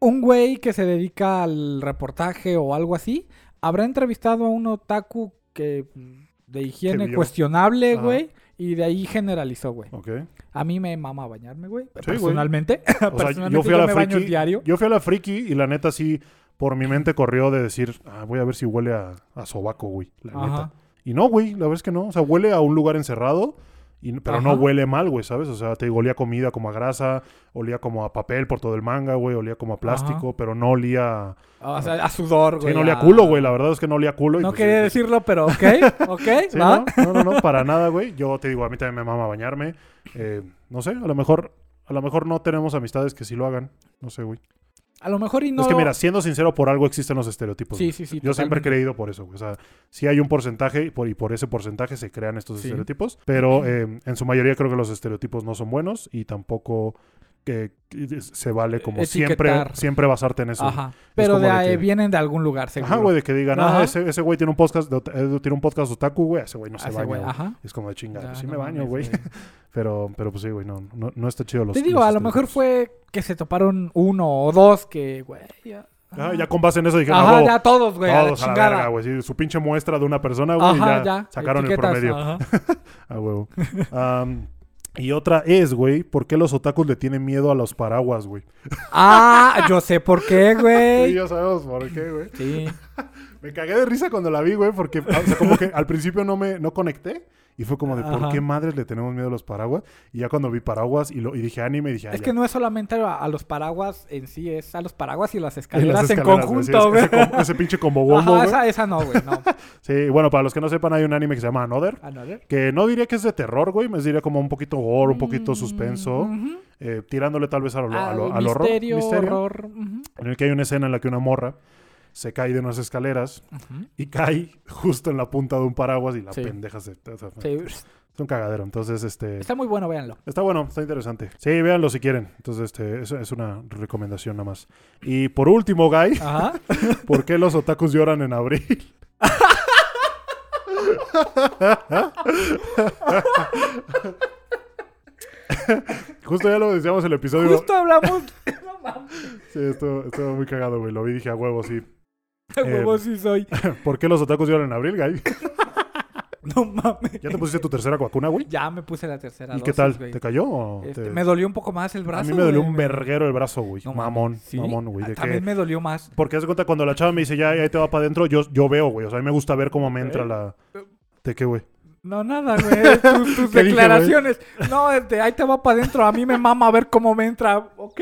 un güey que se dedica al reportaje o algo así habrá entrevistado a un otaku que mm, de higiene
vio.
cuestionable,
Ajá.
güey. Y de ahí generalizó, güey.
Ok.
A mí me mama bañarme, güey.
güey.
personalmente.
O sea,
personalmente
yo fui a la
me baño
friki.
diario.
Yo fui a la friki y la neta sí, por mi mente corrió de decir, ah, voy a ver si huele a, a sobaco, güey. La neta.
Ajá.
Y no, güey, la verdad es que no. O sea, huele a un lugar encerrado Y, pero
Ajá.
no huele mal, güey, ¿sabes? O sea, te digo, olía comida como a grasa, olía como a papel por todo el manga, güey, olía como a plástico, pero no olía...
O sea, a sudor,
Sí,
güey.
no olía
a-
culo, güey, la verdad es que no olía culo. y
No
pues,
quería
sí,
decirlo, pero ok, ok,
Sí,
va.
¿no? no, no, no, para nada, güey. Yo te digo, a mí también me mama bañarme. Eh, no sé, a lo mejor, a lo mejor no tenemos amistades que sí lo hagan. No sé, güey.
A lo mejor y no...
es que
lo-
mira, siendo sincero, por algo existen los estereotipos.
sí,
güey.
sí, sí.
Yo siempre he
totalmente.
creído por eso, güey. O sea, sí hay un porcentaje y por, y por ese porcentaje se crean estos
Sí.
estereotipos, pero eh, en su mayoría creo que los estereotipos no son buenos y tampoco que, que se vale como siempre,
Etiquetar.
siempre basarte en eso.
Ajá. Pero
como
de
de
ahí
que-
vienen de algún lugar, seguro.
Ajá, güey, de que digan, ah,
Ajá.
ese ese güey tiene un podcast, de, ot- eh, tiene un podcast otaku, güey, ese güey no se
Así,
baña,
güey,
güey.
Ajá.
Es como de chingada,
Ya,
sí
no
me baño,
mames,
güey. Pero, pero pues sí, güey, no, no, no está chido los
Te digo,
los este,
a lo mejor
estereotipos.
fue que se toparon uno o dos que, güey. Ya,
Ah, ya con base en eso dijeron,
Ajá,
"Ah, huevo,
ya todos, güey. a la
todos a la
chingada.
verga, güey. sí, su pinche muestra de una persona, güey, y
Ajá,
ya,
ya.
sacaron
etiquetas,
el promedio.
ajá.
A huevo. Am, y otra es, güey, ¿por qué los otakus le tienen miedo a los paraguas, güey?
Ah, yo sé por qué,
Sí,
güey.
ya sabemos por qué, güey.
Sí.
Me cagué de risa cuando la vi, güey, porque ah, o sea, como que al principio no me no conecté y fue como de
Ajá.
¿por qué madres le tenemos miedo a los paraguas? Y ya cuando vi paraguas y, lo, y dije anime, dije, ah,
Es
ya.
que no es solamente a, a los paraguas en sí, es a los paraguas y las
Y las
escaleras, en
escaleras, güey, sí,
conjunto, güey.
ese, com- ese pinche combo
Ajá,
wombo, güey.
esa, esa no, güey, no.
Sí, bueno, para los que no sepan, hay un anime que se llama Another,
Ah, no, a ver.
que no diría que es de terror, güey, me diría como un poquito gore, un
Mm.
poquito suspenso,
Ujú.
eh, tirándole tal vez a lo, a
Al
lo- al horror.
Ah, misterio,
misterio.
horror. ujú,
en el que hay una escena en la que una morra se cae de unas escaleras
ujú.
y cae justo en la punta de un paraguas y la
Sí.
pendeja se... o sea,
Sí,
Es un cagadero, entonces este...
Está muy bueno, véanlo.
Está bueno, está interesante. Sí, véanlo si quieren. Entonces, este, es, es una recomendación nada más. Y por último, Guy,
Ajá.
¿por qué los otakus lloran en abril? Justo ya lo decíamos en el episodio.
Justo hablamos. No mames,
Sí, esto, esto muy cagado, güey. Lo vi y dije a huevo, sí. eh,
huevo sí soy.
¿Por qué los otakus lloran en abril, Guy?
No mames.
¿Ya te pusiste tu tercera vacuna, güey?
Ya me puse la tercera
¿Y qué
dosis,
tal?
güey.
¿Te cayó? o
Este,
te-
Me dolió un poco más el brazo.
a mí me dolió
güey,
un verguero el brazo, güey.
No mames,
mamón,
¿sí?
mamón, güey. De
También
que...
me dolió más.
Porque haz de cuenta, cuando la chava me dice, ya, ahí te va para adentro, yo, yo veo, güey. O sea, a mí me gusta ver cómo me entra la... ¿De qué, güey?
No, nada, güey. Tus, tus
¿Qué dije,
declaraciones. no, este, ahí te va para adentro. A mí me mama a ver cómo me entra. Ok,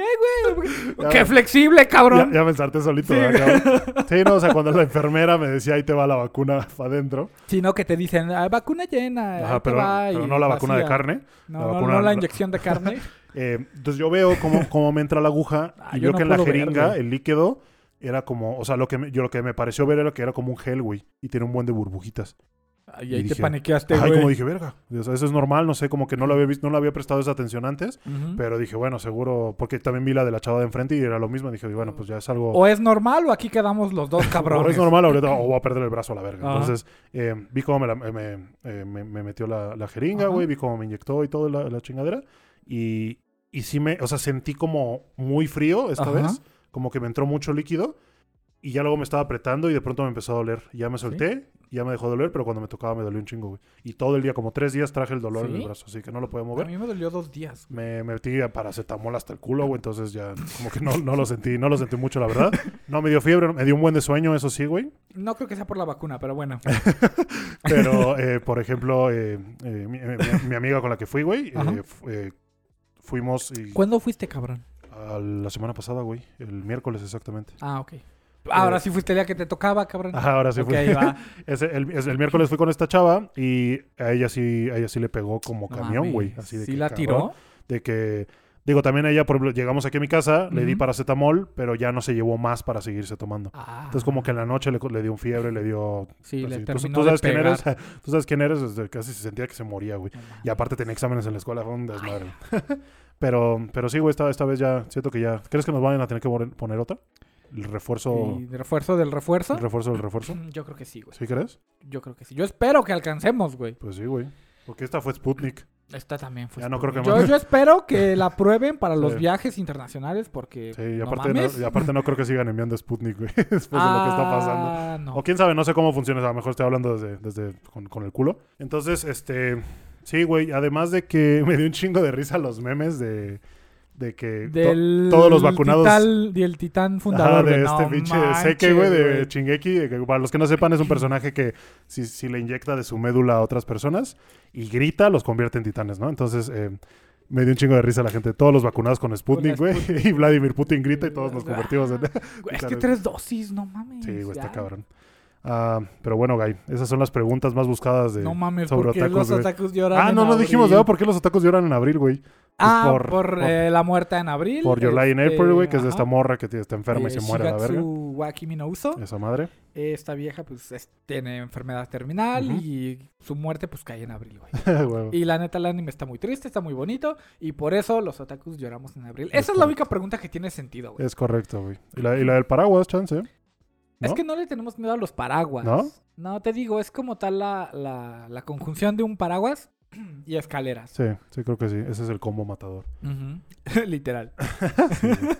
güey.
Ya,
Qué
güey.
flexible,
Ya,
cabrón.
ya me ensarté solito,
Sí,
¿verdad, cabrón? Sí, no, o sea, cuando la enfermera me decía, ahí te va la vacuna para adentro.
Sino que te dicen, "Ah, vacuna llena. ahí te
Ajá, pero,
va", y ah.
pero no la vacuna de
vacía.
carne.
No,
La
no,
vacuna-
no la
la-
inyección de carne.
Eh, entonces yo veo cómo, cómo me entra la aguja
Ah,
y
yo
veo
no
que en la
puedo ver,
jeringa
güey.
el líquido era como... O sea, lo que me- yo lo que me pareció ver era que era como un gel, güey. Y tiene un buen de burbujitas.
y ahí
dije,
te paniqueaste,
Ajá, y
güey.
como dije, verga. O sea, eso es normal, no sé, como que no lo había visto, no le había prestado esa atención antes.
Ujú.
Pero dije, bueno, seguro, porque también vi la de la chava de enfrente y era lo mismo. Dije, bueno, pues ya es algo.
O es normal o aquí quedamos los dos
o
cabrones.
es normal ahorita, o voy a perder el brazo a la verga.
Ajá.
Entonces, eh, vi cómo me, la- me- eh, me- me metió la, la jeringa,
Ajá.
güey, vi cómo me inyectó y todo la, la chingadera. Y, y sí me, o sea, sentí como muy frío esta
Ajá.
vez, como que me entró mucho líquido. Y ya luego me estaba apretando y de pronto me empezó a doler. Ya me solté, ya me dejó doler, pero cuando me tocaba me dolió un chingo, güey. Y todo el día, como tres días, traje el dolor en
¿Sí?
el brazo, así que no lo podía
A
mover.
mí me dolió dos días.
Me metí a paracetamol hasta el culo, güey. Entonces ya como que no, no lo sentí, no lo sentí mucho, la verdad. No me dio fiebre, no- me dio un buen de sueño, eso sí, güey.
No creo que sea por la vacuna, pero bueno.
Pero, eh, por ejemplo, eh, eh, mi, eh, mi- mi amiga con la que fui, güey, eh,
Ajá.
fu- eh, fuimos y-
¿Cuándo fuiste, cabrón?
a la semana pasada, güey. El miércoles exactamente.
Ah, ok. Ahora sí fuiste el día que te tocaba, cabrón.
Ajá, ahora sí
ok,
fui.
va.
Ese- el, es- el miércoles fui con esta chava y a ella sí, a ella sí le pegó como
No
camión,
mames.
güey. Así de
¿Sí
que,
la
cabrón.
tiró?
de que digo también ella por ejemplo llegamos aquí a mi casa le di
Ujú.
paracetamol pero ya no se llevó más para seguirse tomando
Ah,
entonces como que en la noche le, co- le dio un fiebre le dio
Sí, le
así.
terminó
tú
de
sabes quién
pegar.
eres tú sabes quién eres Desde casi se sentía que se moría güey y aparte tenía exámenes en la escuela fue un desmadre pero pero sí güey esta, esta vez ya siento que ya crees que nos van a tener que poner- poner otra el refuerzo
¿Y de refuerzo del refuerzo?
el refuerzo del refuerzo
Mm, Yo creo que sí, güey.
¿sí crees?
Yo creo que sí. Yo espero que alcancemos, güey.
pues sí güey porque esta fue Sputnik
Esta también fue.
Ya no creo que
yo,
más.
yo espero que la aprueben para los
Sí.
viajes internacionales porque.
sí y
no
aparte no,
mames.
y aparte no creo que sigan enviando Sputnik güey después de lo que está pasando
Ah, no.
O quién sabe, no sé cómo funciona. A lo mejor estoy hablando desde, desde con, con el culo. Entonces, este. Sí, güey. Además de que me dio un chingo de risa los memes de. de que to-
Del
todos los vacunados.
titán- del titán
Ajá,
fundador.
de
güey.
este
No
pinche
manches,
seque, güey, de Chingeki. de que para los que no sepan, es un personaje que si, si le inyecta de su médula a otras personas y grita, los convierte en titanes, ¿no? Entonces, eh, me dio un chingo de risa la gente. Todos los vacunados con Sputnik,
Con
güey.
la
Y Vladimir Putin grita y todos nos convertimos en.
Güey, Es que
titanes.
tres dosis, no mames.
Sí, güey, está
ya.
cabrón. Ah, pero bueno, Guy, esas son las preguntas más buscadas de.
No mames,
sobre
porque
otakus,
los
güey.
otakus lloran.
Ah,
en
no, no dijimos,
abril?
¿verdad? ¿Por qué los otakus lloran en abril, güey?
Ah,
Pues
por, eh, la muerte en abril.
por July in
este,
April, güey, que es de
ajá.
esta morra que está enferma y
Eh,
se muere a la verga.
Shigatsu wa Kimi no Uso.
Esa madre.
Esta vieja, pues, es- tiene enfermedad terminal
Ujú.
y su muerte, pues, cae en abril, güey.
Huevo.
Y la neta, el anime está muy triste, está muy bonito. Y por eso los otakus lloramos en abril.
Es
Esa es la única pregunta que tiene sentido, güey.
Es correcto, güey. Y la, y la del paraguas, chance.
Es
¿no?
que no le tenemos miedo a los paraguas.
¿No?
No, te digo, es como tal la, la, la conjunción de un paraguas y escaleras.
Sí, sí, creo que sí. Ese es el combo matador.
Ujú. Literal.
Sí, güey.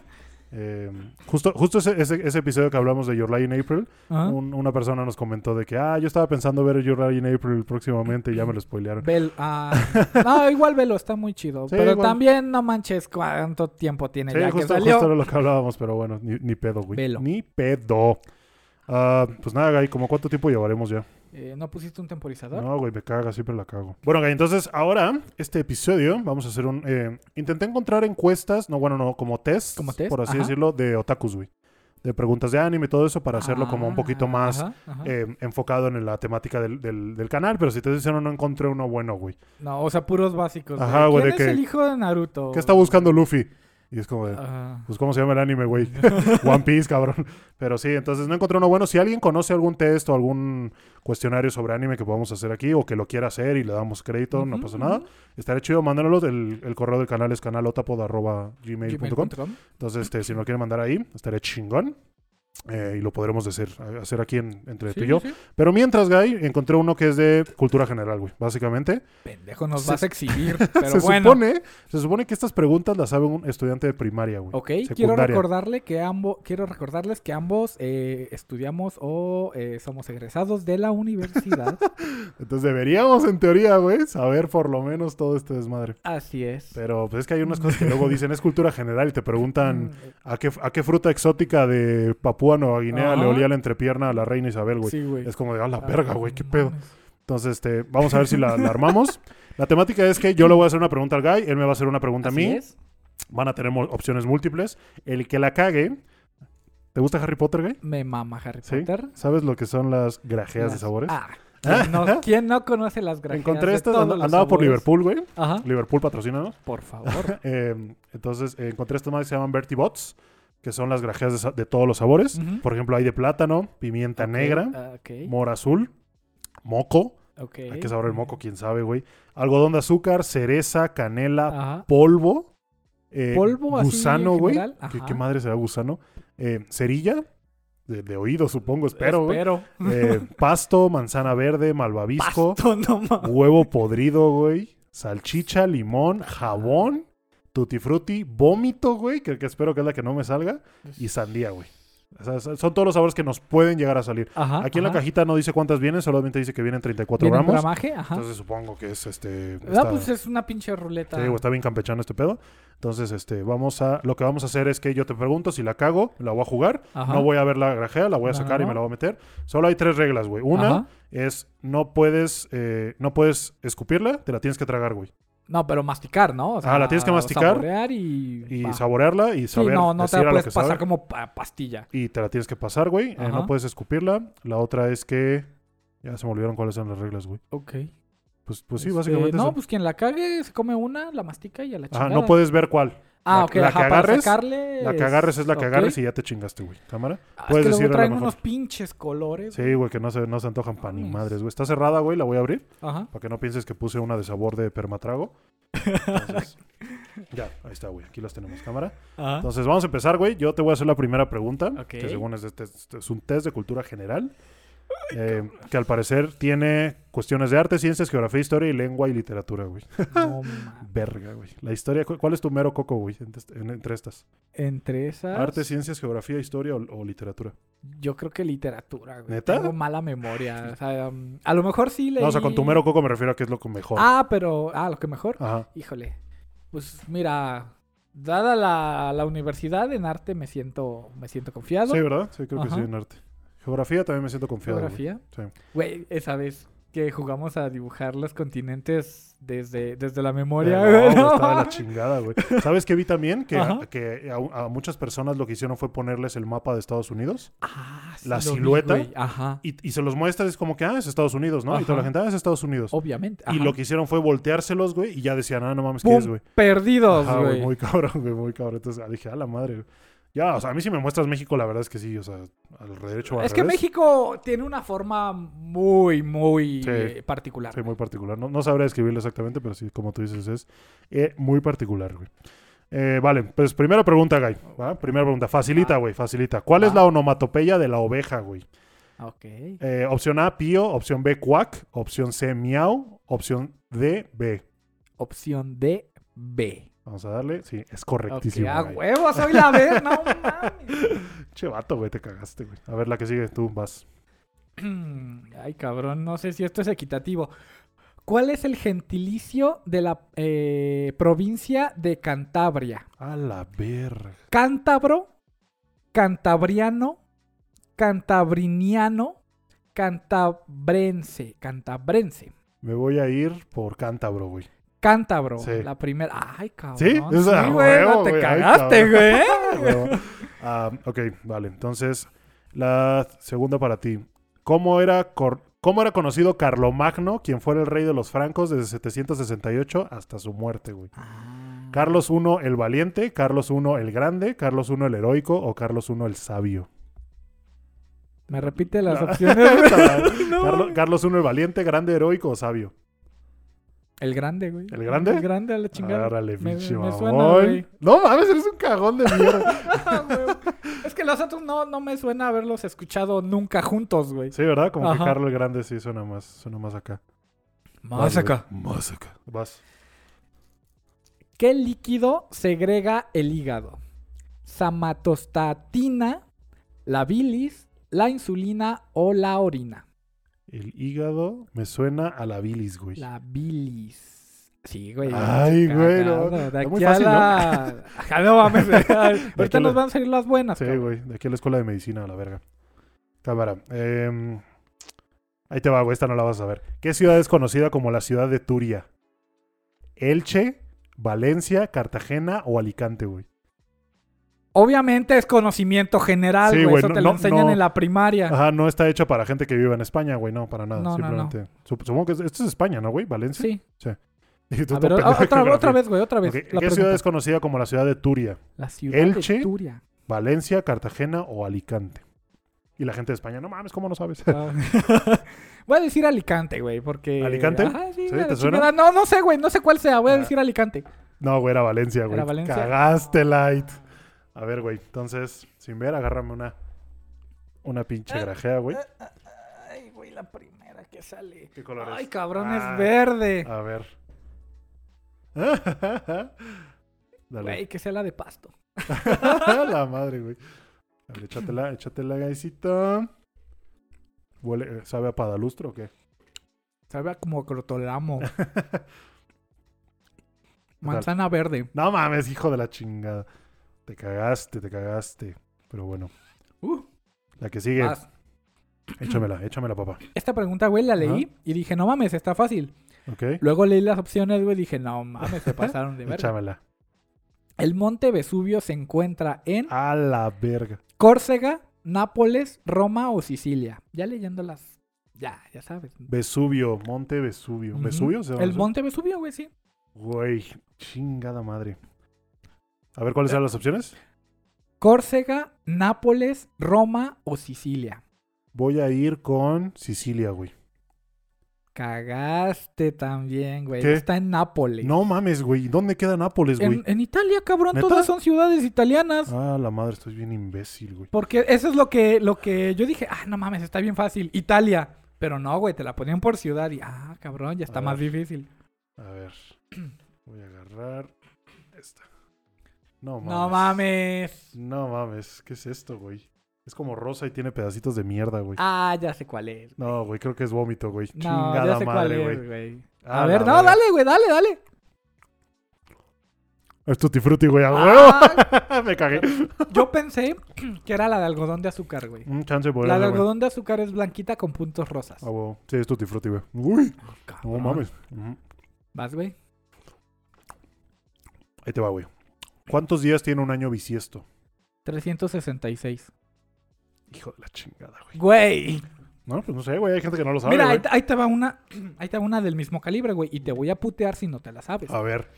Eh, justo justo ese, ese, ese episodio que hablamos de Your Lie in April,
Ajá.
un- una persona nos comentó de que, ah, yo estaba pensando ver Your Lie in April próximamente y ya me lo spoilearon.
Vel- ah, no, igual Velo está muy chido.
Sí,
pero
igual.
también no manches cuánto tiempo tiene
Sí,
ya que
justo,
salió.
justo era lo que hablábamos, pero bueno, ni, ni pedo, güey.
Velo.
Ni pedo. Ah, pues nada, Guy, ¿cómo cuánto tiempo llevaremos ya?
Eh, ¿No pusiste un temporizador?
No, güey, me caga, siempre la cago. Bueno, Guy, entonces ahora, este episodio, vamos a hacer un... eh, intenté encontrar encuestas, no, bueno, no, como test,
Como test,
por así
ajá.
decirlo, de otakus, güey. De preguntas de anime y todo eso para hacerlo como un poquito
Ah,
más
ajá, ajá.
eh, enfocado en la temática del, del- del canal, pero si te dicen no encontré uno bueno, güey.
No, o sea, puros básicos.
Ajá, güey,
¿Quién
de
es
que-
el hijo de Naruto?
¿Qué está buscando Luffy? Y es como de...
Ajá.
Pues, ¿cómo se llama el anime, güey? One Piece, cabrón. Pero sí, entonces no encontré uno bueno. Si alguien conoce algún test o algún cuestionario sobre anime que podamos hacer aquí o que lo quiera hacer y le damos crédito, no
Ujú,
pasa nada.
ujú.
Estaré chido, mándanos. El, el correo del canal es canalotapod.gmail.com.
Gmail.com.
Entonces, este, si no lo quieren mandar ahí, estaré chingón. Eh, y lo podremos hacer, hacer aquí en- entre tú
Sí,
y este yo.
sí, sí.
Pero mientras, Guy, encontré uno que es de cultura general, güey, básicamente.
Pendejo, nos
Se-
vas a exhibir. Pero
se,
bueno.
supone, se supone que estas preguntas las sabe un estudiante de primaria, güey.
Ok, quiero,
secundaria.
recordarle que ambos quiero recordarles que ambos eh, estudiamos o eh, somos egresados de la universidad.
Entonces deberíamos, en teoría, güey, saber por lo menos todo este desmadre.
Así es.
Pero pues es que hay unas cosas que luego dicen, es cultura general y te preguntan
Mm,
a qué, a qué fruta exótica de Papúa Nueva Guinea le
Ajá.
olía la entrepierna a la reina Isabel, güey.
Sí, güey.
Es como de, a la
Ah,
verga, güey, qué
no
pedo.
mames.
Entonces, este, vamos a ver si la, la armamos. La temática es que yo le voy a hacer una pregunta al Guy, él me va a hacer una pregunta
Así
a mí.
es.
Van a tener mo- opciones múltiples. El que la cague. ¿Te gusta Harry Potter, Guy?
Me mama Harry
Sí.
Potter.
¿Sabes lo que son las grajeas de
Las-
sabores?
Ah, ¿quién no, quién no conoce las grajeas?
Encontré
de
estas,
todos
and-
los
andaba por
sabores?
Liverpool, güey.
Ajá,
Liverpool patrocinanos.
por favor.
Eh, entonces eh, encontré estas más que se llaman Bertie Bots, que son las grajeas de, sa- de todos los sabores.
Ujú.
Por ejemplo, hay de plátano, pimienta
Ok,
negra,
ah, Ok,
mora azul, moco.
ok.
¿A qué sabor el moco? ¿Quién sabe, güey? Algodón de azúcar, cereza, canela,
Ajá.
polvo. eh,
Ah. Polvo, así,
Gusano, güey.
general,
¿Qué,
ajá.
qué madre será gusano? Eh, cerilla, de, de oído, supongo, espero, güey.
Espero.
Eh, pasto, manzana verde, malvavisco,
Pasto, Ah. no mames.
huevo podrido, güey. Salchicha, limón, jabón, tutti frutti, vómito, güey, que, que espero que es la que no me salga. Y sandía, güey. O sea, son son todos los sabores que nos pueden llegar a salir.
Ajá,
Aquí en la
Ah, ajá.
cajita no dice cuántas vienen, solamente dice que vienen 34
Viene en
gramos.
gramaje, ajá.
Entonces supongo que es este.
Ah,
está-
pues es una pinche ruleta.
te digo, está bien campechano este pedo. Entonces, este, vamos a. Lo que vamos a hacer es que yo te pregunto si la cago, la voy a jugar.
Ajá.
No voy a ver la grajea, la voy a
No, no,
sacar y
no.
me la voy a meter. Solo hay tres reglas, güey. Una
Ajá.
es no puedes, eh, no puedes escupirla, te la tienes que tragar, güey.
No, pero masticar, ¿no? O
Ah, la tienes que masticar
Saborear y.
Y
va.
saborearla y
Sí,
saber
no, no te
decir
la
a lo
puedes
que
pasar
sabe.
como pa- pastilla.
Y te la tienes que pasar, güey. Eh, no
Ajá.
puedes escupirla. La otra es que. Ya se me olvidaron cuáles son las reglas, güey.
Ok.
Pues, pues sí,
Este,
básicamente.
No,
son-
pues quien la cague se come una, la mastica y a la
Ajá,
chingada.
no puedes ver cuál. la-
Ah, ok,
la
ajá,
que
para
agarres-
sacarle
La que agarres es la que
ok.
agarres y ya te chingaste, güey. ¿Cámara?
Ah,
puedes
es que
decir a
luego
lo
traen
mejor.
unos pinches colores.
Sí, güey, que no se, no se antojan pan ni
Mames.
madres, güey. Está cerrada, güey, la voy a abrir.
Ajá.
Para que no pienses que puse una de sabor de permatrago. Entonces, ya, ahí está, güey. Aquí las tenemos, cámara.
Ajá.
Entonces, vamos a empezar, güey. Yo te voy a hacer la primera pregunta.
Ok.
Que según es, de este- este es un test de cultura general. eh, que al parecer tiene cuestiones de arte, ciencias, geografía, historia y lengua y literatura, güey.
No mames.
Verga, güey. La historia, ¿cu- ¿cuál es tu mero coco, güey? entre- en- entre estas.
Entre esas.
Arte, ciencias, geografía, historia o, o literatura.
Yo creo que literatura, güey.
¿Neta?
Tengo mala memoria. O sea, um, a lo mejor sí leí.
No, o sea, con tu mero coco me refiero a que es lo que mejor.
Ah, pero. Ah, lo que mejor.
Ajá.
Híjole. Pues mira. Dada la, la universidad en arte me siento, me siento confiado.
Sí, ¿verdad? Sí, creo que
Ajá.
sí, en arte. Geografía también me siento confiado. güey.
Geografía.
Sí.
Güey, esa vez que jugamos a dibujar los continentes desde, desde la memoria.
Eh, no, güey, está
güey, no
de la
mames.
chingada, güey. ¿Sabes qué vi también? Que, a,
Ajá.
que a- a muchas personas lo que hicieron fue ponerles el mapa de Estados Unidos
Ah, sí
La
lo vi,
silueta.
güey. Ajá.
y, y se los muestras es como que, ah, es Estados Unidos, ¿no? Y toda la
Ajá.
gente, ah, es Estados Unidos.
Obviamente.
Y
ajá.
lo que hicieron fue volteárselos, güey, y ya decían, ah, no mames, ¿qué
¡Pum!
es, güey?
Perdidos,
Ajá, güey,
güey.
muy cabrón, güey, muy cabrón. Entonces ah, dije, a la madre, güey. Ya, o sea, a mí si me muestras México, la verdad es que sí, o sea, al derecho o al
Es que
revés.
México tiene una forma muy, muy
Sí.
eh, particular.
Sí, muy particular. No, no sabría describirlo exactamente, pero sí, como tú dices, es eh, muy particular, güey. Eh, vale, pues primera pregunta, Guy. ¿va? Primera pregunta. Facilita,
Va.
güey, facilita. ¿Cuál es
Va.
la onomatopeya de la oveja, güey?
Ok.
Eh, opción A, pío. Opción B, cuac. Opción C, miau. Opción D, B.
Opción D, B.
Vamos a darle. Sí, es
Ok, ah,
correctísimo.
a
güey.
huevo, soy la B. No mames.
Che, vato, güey, te cagaste, güey. A ver, la que sigue, tú vas.
Ay, cabrón, no sé si esto es equitativo. ¿Cuál es el gentilicio de la eh, provincia de Cantabria?
A la verga.
Cántabro, cantabriano, cantabriniano, cantabrense, cantabrense.
Me voy a ir por cántabro, güey.
Cántabro,
Sí.
la primera. Ay, cabrón.
¿Sí? Es a
güey, no
huevo,
te
güey, ay,
cagaste,
Ah,
güey.
huevo. Ah, ok, vale. Entonces, la segunda para ti. ¿Cómo era, cor- ¿Cómo era conocido Carlomagno, quien fuera el rey de los francos desde 768 hasta su muerte, güey?
Ah,
Carlos I el valiente, Carlos I el grande, Carlos I el heroico o Carlos I el sabio.
Me repite las
No.
opciones. güey. No,
Carlo-
güey.
Carlos I el valiente, grande, heroico o sabio.
el grande, güey.
¿El grande?
El grande a la chingada.
Árale,
Me-
pinche
me suena,
mamón.
güey.
No mames, eres un cagón de mierda.
Ah, güey. es que los otros no, no me suena haberlos escuchado nunca juntos, güey.
sí, ¿verdad? Como que
Ajá.
Carlos el grande sí suena más, suena más acá.
Más
Vas, güey.
acá.
Más acá. Vas.
¿Qué líquido segrega el hígado? ¿Samatostatina, la bilis, la insulina o la orina?
El hígado me suena a la bilis, güey.
La bilis. Sí, güey.
Ay, güey, no.
Cagado. De
Está muy
aquí a
fácil, ¿no?
la... Ajá, no mames.
aquí a la-
Ahorita nos van a salir las buenas.
sí,
cabrón.
güey. De aquí a la escuela de medicina, a la verga. Cámara. em, ahí te va, güey. Esta no la vas a ver. ¿Qué ciudad es conocida como la ciudad de Turia? ¿Elche, Valencia, Cartagena o Alicante, güey?
Obviamente es conocimiento general,
Sí,
güey.
güey,
Eso
no-
te lo
no-
enseñan
no. Ah,
en la primaria.
Ajá, no está hecha para gente que vive en España, güey. No, para nada.
No, no, no.
Simplemente. Sup- Supongo que es- esto es España, ¿no, güey? Valencia.
Sí.
Y tú todo
A ver, o-
pendejo de
otra,
geografía.
otra vez, güey, otra vez.
Ok,
la
¿Qué
pregunta.
ciudad es conocida como la ciudad de Turia?
La ciudad
Elche.
de Turia.
¿Valencia, Cartagena o Alicante? Y la gente de España, no mames, ¿cómo no sabes?
Ah. voy a decir Alicante, güey, porque...
¿Alicante?
Ajá, sí,
¿Sí?
güey,
¿Te
la
suena?
chingada. No, no sé, güey, no sé cuál sea. Voy a
Ah.
decir Alicante.
No, güey, era Valencia, güey.
Era Valencia.
Cagaste, Light. A ver, güey. Entonces, sin ver, agárrame una, una
Eh,
pinche grajea, güey.
Ah, Ay, güey, la primera que sale.
¿Qué color
Ay,
es?
cabrón,
Ah,
es verde.
A ver. Dale.
Güey, que sea la de pasto.
la madre, güey. Dale, échatela, échatela, gaisito. Huele- eh, ¿Sabe a padalustro o qué?
Sabe a como crotolamo. Manzana verde.
No mames, hijo de la chingada. Te cagaste, te cagaste. Pero bueno,
Uh,
la que sigue,
vas.
échamela, échamela, papá.
Esta pregunta, güey, la leí y dije, no mames, está fácil.
¿Ok?
Luego leí las opciones, güey, y dije, no mames, se pasaron de verga.
Échamela.
El monte Vesubio se encuentra en
A la verga.
Córcega, Nápoles, Roma o Sicilia. Ya leyéndolas. Ya, ya sabes.
Vesubio, Monte Vesubio.
Ujú.
¿Vesubio? ¿Se llama
El
Vesubio?
monte Vesubio, güey, sí.
Güey, chingada madre. A ver, ¿cuáles eran las opciones?
Córcega, Nápoles, Roma o Sicilia.
Voy a ir con Sicilia, güey.
Cagaste también, güey.
¿Qué?
Está en Nápoles.
No mames, güey. ¿Dónde queda Nápoles, güey?
en, en Italia, cabrón,
¿Neta?
todas son ciudades italianas.
Ah, la madre, estoy bien imbécil, güey.
Porque eso es lo que, lo que yo dije, ah, no mames, está bien fácil. Italia. Pero no, güey, te la ponían por ciudad y, ah, cabrón, ya está
A
más
ver.
difícil.
A ver. Voy a agarrar esta. No mames.
No mames.
No mames. ¿Qué es esto, güey? Es como rosa y tiene pedacitos de mierda, güey.
Ah, ya sé cuál es.
No, güey, creo que es vómito, güey.
No, ya
chingada
sé
madre,
cuál
güey.
es, güey.
Ah,
A ver,
la
no,
verga.
dale, güey, dale, dale.
Es Tutti Frutti, güey, a huevo.
Ah,
Me cagué.
yo pensé que era la de algodón de azúcar, güey.
Un Mm, chance por
La de
eso, güey.
algodón de azúcar es blanquita con puntos rosas.
A Ah, huevo. Sí, es Tutti Frutti, güey. Uy, Ah, no
Cabrón.
mames. Ujú.
Vas, güey.
Ahí te va, güey. ¿Cuántos días tiene un año bisiesto?
366.
Hijo de la chingada, güey.
Güey.
No, pues no sé, güey. Hay gente que no lo sabe,
Mira, ahí
güey.
te, ahí te va una. Ahí te va una del mismo calibre, güey. Y te voy a putear si no te la sabes.
A ver,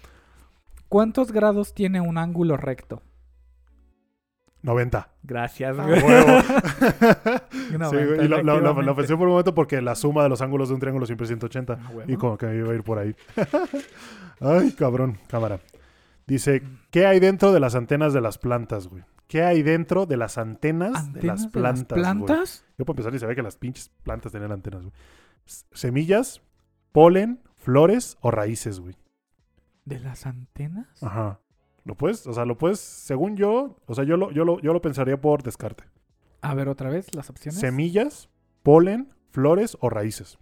¿Cuántos grados tiene un ángulo recto? Ah,
90.
Gracias,
A
güey.
huevo. Sí,
90,
güey, y la, la- la- la
efectivamente.
pensé por un momento porque la suma de los ángulos de un triángulo siempre es 180.
Ah, huevo.
Y como que me iba a ir por ahí. Ay, cabrón, cámara. Dice, ¿qué hay dentro de las antenas de las plantas, güey? ¿Qué hay dentro de las antenas, de
¿Antenas
las plantas?
de las
güey?
plantas?
Yo para empezar ni sabía que las pinches plantas tenían antenas, güey. S- Semillas, polen, flores o raíces, güey.
¿De las antenas?
Ajá. Lo puedes, o sea, lo puedes, según yo, o sea, yo lo, yo lo, yo lo pensaría por descarte.
A ver, otra vez, las opciones.
Semillas, polen, flores o raíces.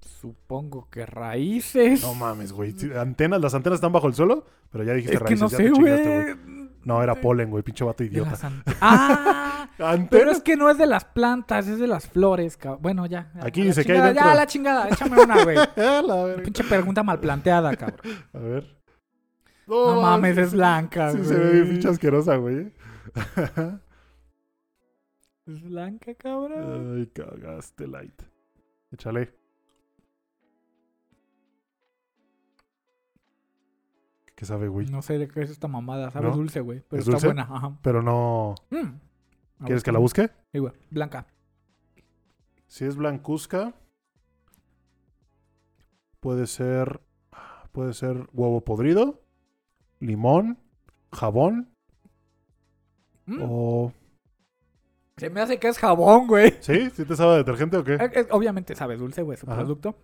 Supongo que raíces.
No mames, güey. Sí, Antenas, las antenas están bajo el suelo, pero ya dijiste
es que
raíces.
no
ya
sé,
te chingaste, güey.
güey.
No, era polen, güey, pinche vato
De
idiota.
las ante- ¡Ah! Pero es
Antenas.
que no es de las plantas, es de las flores, cabrón. Bueno, ya. ya,
Aquí
a la
dice que hay
chingada,
dentro.
Ya, a la chingada, échame una, güey.
A la verga.
Pinche pregunta mal planteada, cabrón.
A ver.
No mames, es blanca,
Sí,
Ah, güey.
se ve bien pinche asquerosa, güey.
Es blanca, cabrón.
Ay, cagaste, light. Échale. ¿Qué sabe, güey?
No sé de qué es esta mamada. Sabe
¿No?
dulce, güey. Pero
¿Es
está
dulce?
buena, ajá.
Pero no.
Mm. A
¿Quieres
ver,
que la busque?
sí, güey. Blanca.
Si es blancuzca, puede ser. Puede ser huevo podrido, limón, jabón
Mm.
o.
Se me hace que es jabón, güey.
¿Sí? ¿Sí te sabe a detergente o qué?
Eh, eh, Obviamente sabe dulce, güey, su
Ajá.
producto.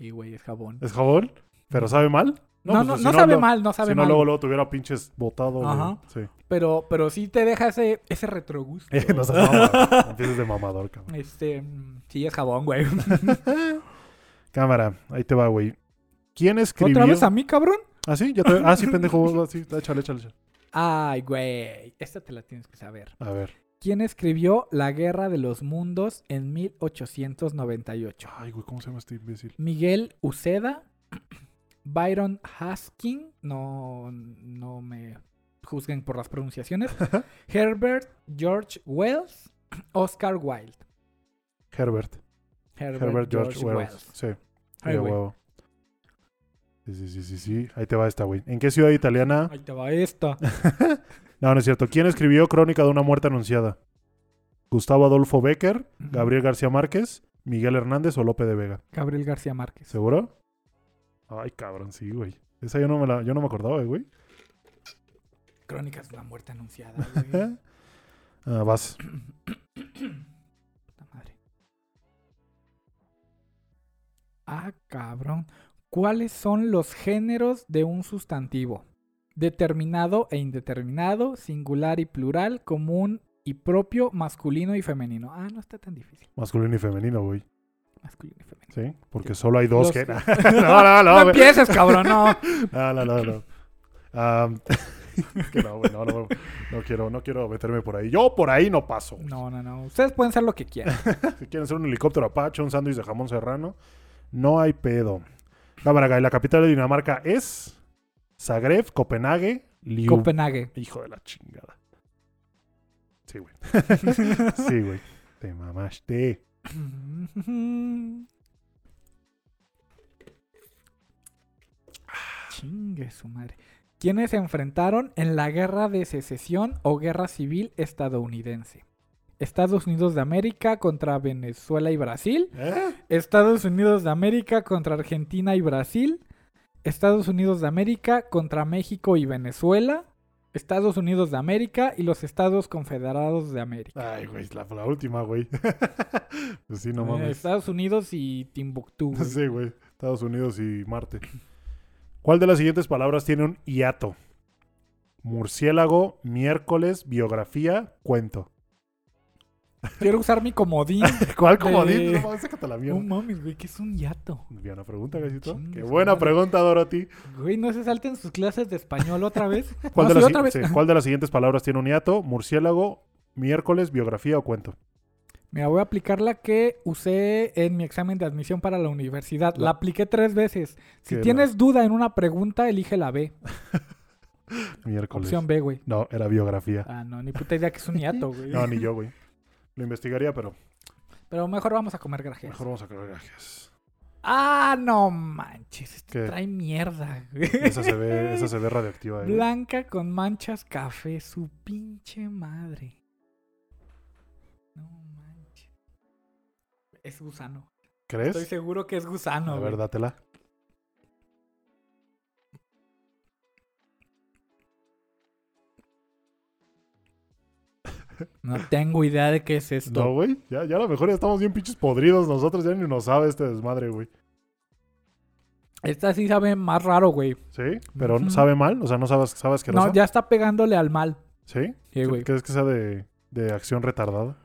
Y, güey, es jabón.
¿Es jabón? ¿Pero sabe mal?
No,
pues,
no,
si
no sabe
lo-
mal, no sabe
si no,
mal.
luego, luego tuviera pinches botado. güey.
Ajá.
Sí.
Pero, pero sí te deja ese, ese retrogusto.
Eh, no seas mamador. Empieces de mamador, cabrón.
Este, mm, sí, es jabón, güey.
Cámara, ahí te va, güey. ¿Quién escribió?
¿Otra vez a mí, cabrón?
¿Ah, sí? ¿Ya te- Ah, sí, pendejo. Ah, sí, échale, échale, échale.
Ay, güey. Esta te la tienes que saber.
A ver.
¿Quién escribió La Guerra de los Mundos en 1898?
Ay, güey, ¿cómo se llama este imbécil?
Miguel Uceda, Byron Haskin, no, no me juzguen por las pronunciaciones, Herbert George Wells, Oscar Wilde.
Herbert.
Herbert,
Herbert George, Wells. Sí.
Ay,
de
güey.
huevo. Sí, sí, sí, sí, sí. Ahí te va esta, güey. ¿En qué ciudad italiana?
Ahí te va esta.
No, no es cierto. ¿Quién escribió Crónica de una muerte anunciada? ¿Gustavo Adolfo Becker? ¿Gabriel García Márquez? ¿Miguel Hernández o Lope de Vega?
Gabriel García Márquez.
¿Seguro? Ay, cabrón, sí, güey. Esa yo no me, la, yo no me acordaba, eh, güey.
Crónicas de la muerte anunciada. güey.
Ah, vas.
Puta madre. Ah, cabrón. ¿Cuáles son los géneros de un sustantivo? Determinado e indeterminado, singular y plural, común y propio, masculino y femenino. Ah, no está tan difícil.
Masculino y femenino, güey.
Masculino y femenino.
¿Sí? Porque solo hay dos
Los-
que... no, no,
No
no. güey.
empieces, cabrón, no.
Ah, no, no, no. Am, es que no, güey, no, no, no quiero, no quiero meterme por ahí. Yo por ahí no paso. güey.
No, no, no. Ustedes pueden ser lo que quieran.
Si quieren hacer un helicóptero Apache, un sándwich de jamón serrano, no hay pedo. Cámara, Guy, la capital de Dinamarca es Zagreb, Copenhague, Liu.
Copenhague.
Hijo de la chingada. Sí, güey. sí, güey. Te mamaste.
Ah. Chingue su madre. ¿Quiénes se enfrentaron en la guerra de secesión o guerra civil estadounidense? Estados Unidos de América contra Venezuela y Brasil.
¿Eh?
Estados Unidos de América contra Argentina y Brasil. Estados Unidos de América contra México y Venezuela. Estados Unidos de América y los Estados Confederados de América.
Ay, güey, la, la última, güey. Pues sí, no
Eh,
mames.
Estados Unidos y Timbuktu. güey.
Sí, güey. Estados Unidos y Marte. ¿Cuál de las siguientes palabras tiene un hiato? Murciélago, miércoles, biografía, cuento.
Quiero usar mi comodín.
¿Cuál como
De-
dices? No, mames, sácate la
No
mierda.
mames, güey, que es un hiato.
Buena pregunta, Gaisito.
Chingues,
Qué buena
madre.
pregunta, Dorothy.
Güey, no se salten sus clases de español otra vez.
¿Cuál,
No,
de
sí,
las,
otra vez.
sí, ¿Cuál de las siguientes palabras tiene un hiato? Murciélago, miércoles, biografía o cuento.
Mira, voy a aplicar la que usé en mi examen de admisión para la universidad. La, apliqué tres veces.
Qué
Si
la-
tienes duda en una pregunta, elige la B.
Miércoles.
Opción B, güey.
No, era biografía.
Ah, no, ni puta idea que es un hiato, güey.
No, ni yo, güey. Lo investigaría, pero
Pero mejor vamos a comer grajeas.
mejor vamos a creer gracias.
Ah, no manches. Este
¿Qué?
trae mierda, güey.
Esa se ve, esa se ve radioactiva. eh, güey.
Blanca con manchas café, su pinche madre. No manches. Es gusano. Estoy
¿Crees?
seguro que es gusano.
A
güey.
ver, dátela.
No tengo idea de qué es esto.
No, güey. Ya, ya a lo mejor ya estamos bien pinches podridos. Nosotros ya ni nos sabe este desmadre, güey.
Esta sí sabe más raro, güey.
¿Sí? Pero
Ujú.
sabe mal. O sea, no sabes, sabes que
No, ya está pegándole al mal.
¿Sí?
Sí, güey.
¿Crees que sea de, de acción retardada?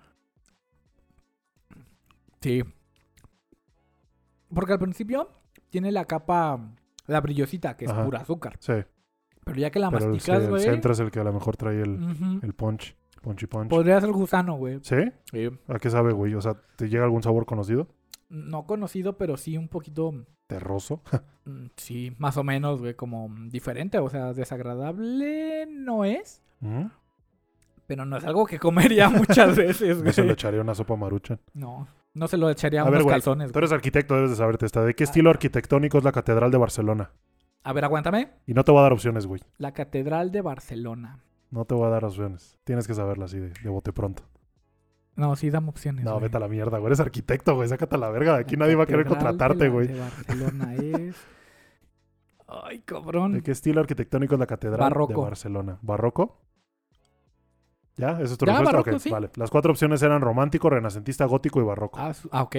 Sí. Porque al principio tiene la capa, la brillosita, que es
Ajá.
pura azúcar.
Sí.
Pero ya que la
pero el, sí,
Ah, masticas,
el
güey.
centro es el que a lo mejor trae el,
ujú,
el punch. Punchy punch.
Podría ser gusano, güey.
¿Sí?
Sí.
¿A qué sabe, güey? O sea, ¿te llega algún sabor conocido?
No conocido, pero sí un poquito.
Terroso.
mm, Sí, más o menos, güey, como mm, diferente. O sea, desagradable no es.
Ujú.
Pero no es algo que comería muchas veces,
No se le
güey.
echaría una sopa marucha.
No, no se lo echaría a,
A ver,
unos
güey,
calzones.
Tú
güey.
eres arquitecto, debes de saberte esta.
Ah,
¿De qué estilo arquitectónico es la Catedral de Barcelona?
A ver, aguántame.
Y no te voy a dar opciones, güey.
La Catedral de Barcelona.
No te voy a dar opciones. Tienes que saberla así de, de bote pronto.
No, sí, dame opciones.
No,
güey.
vete a la mierda, güey. Eres arquitecto, güey. Sácate a la verga. de Aquí
La
nadie va a querer
catedral de
contratarte,
la-
güey.
De Barcelona es. Ay, cabrón.
¿De qué estilo arquitectónico es la Catedral de
Barroco.
Barcelona? ¿Barroco? ¿Ya? ¿Esa es tu
Ya,
respuesta?
barroco,
Ok,
sí.
Vale. Las cuatro opciones eran romántico, renacentista, gótico y barroco.
Ah, su- ah, ok.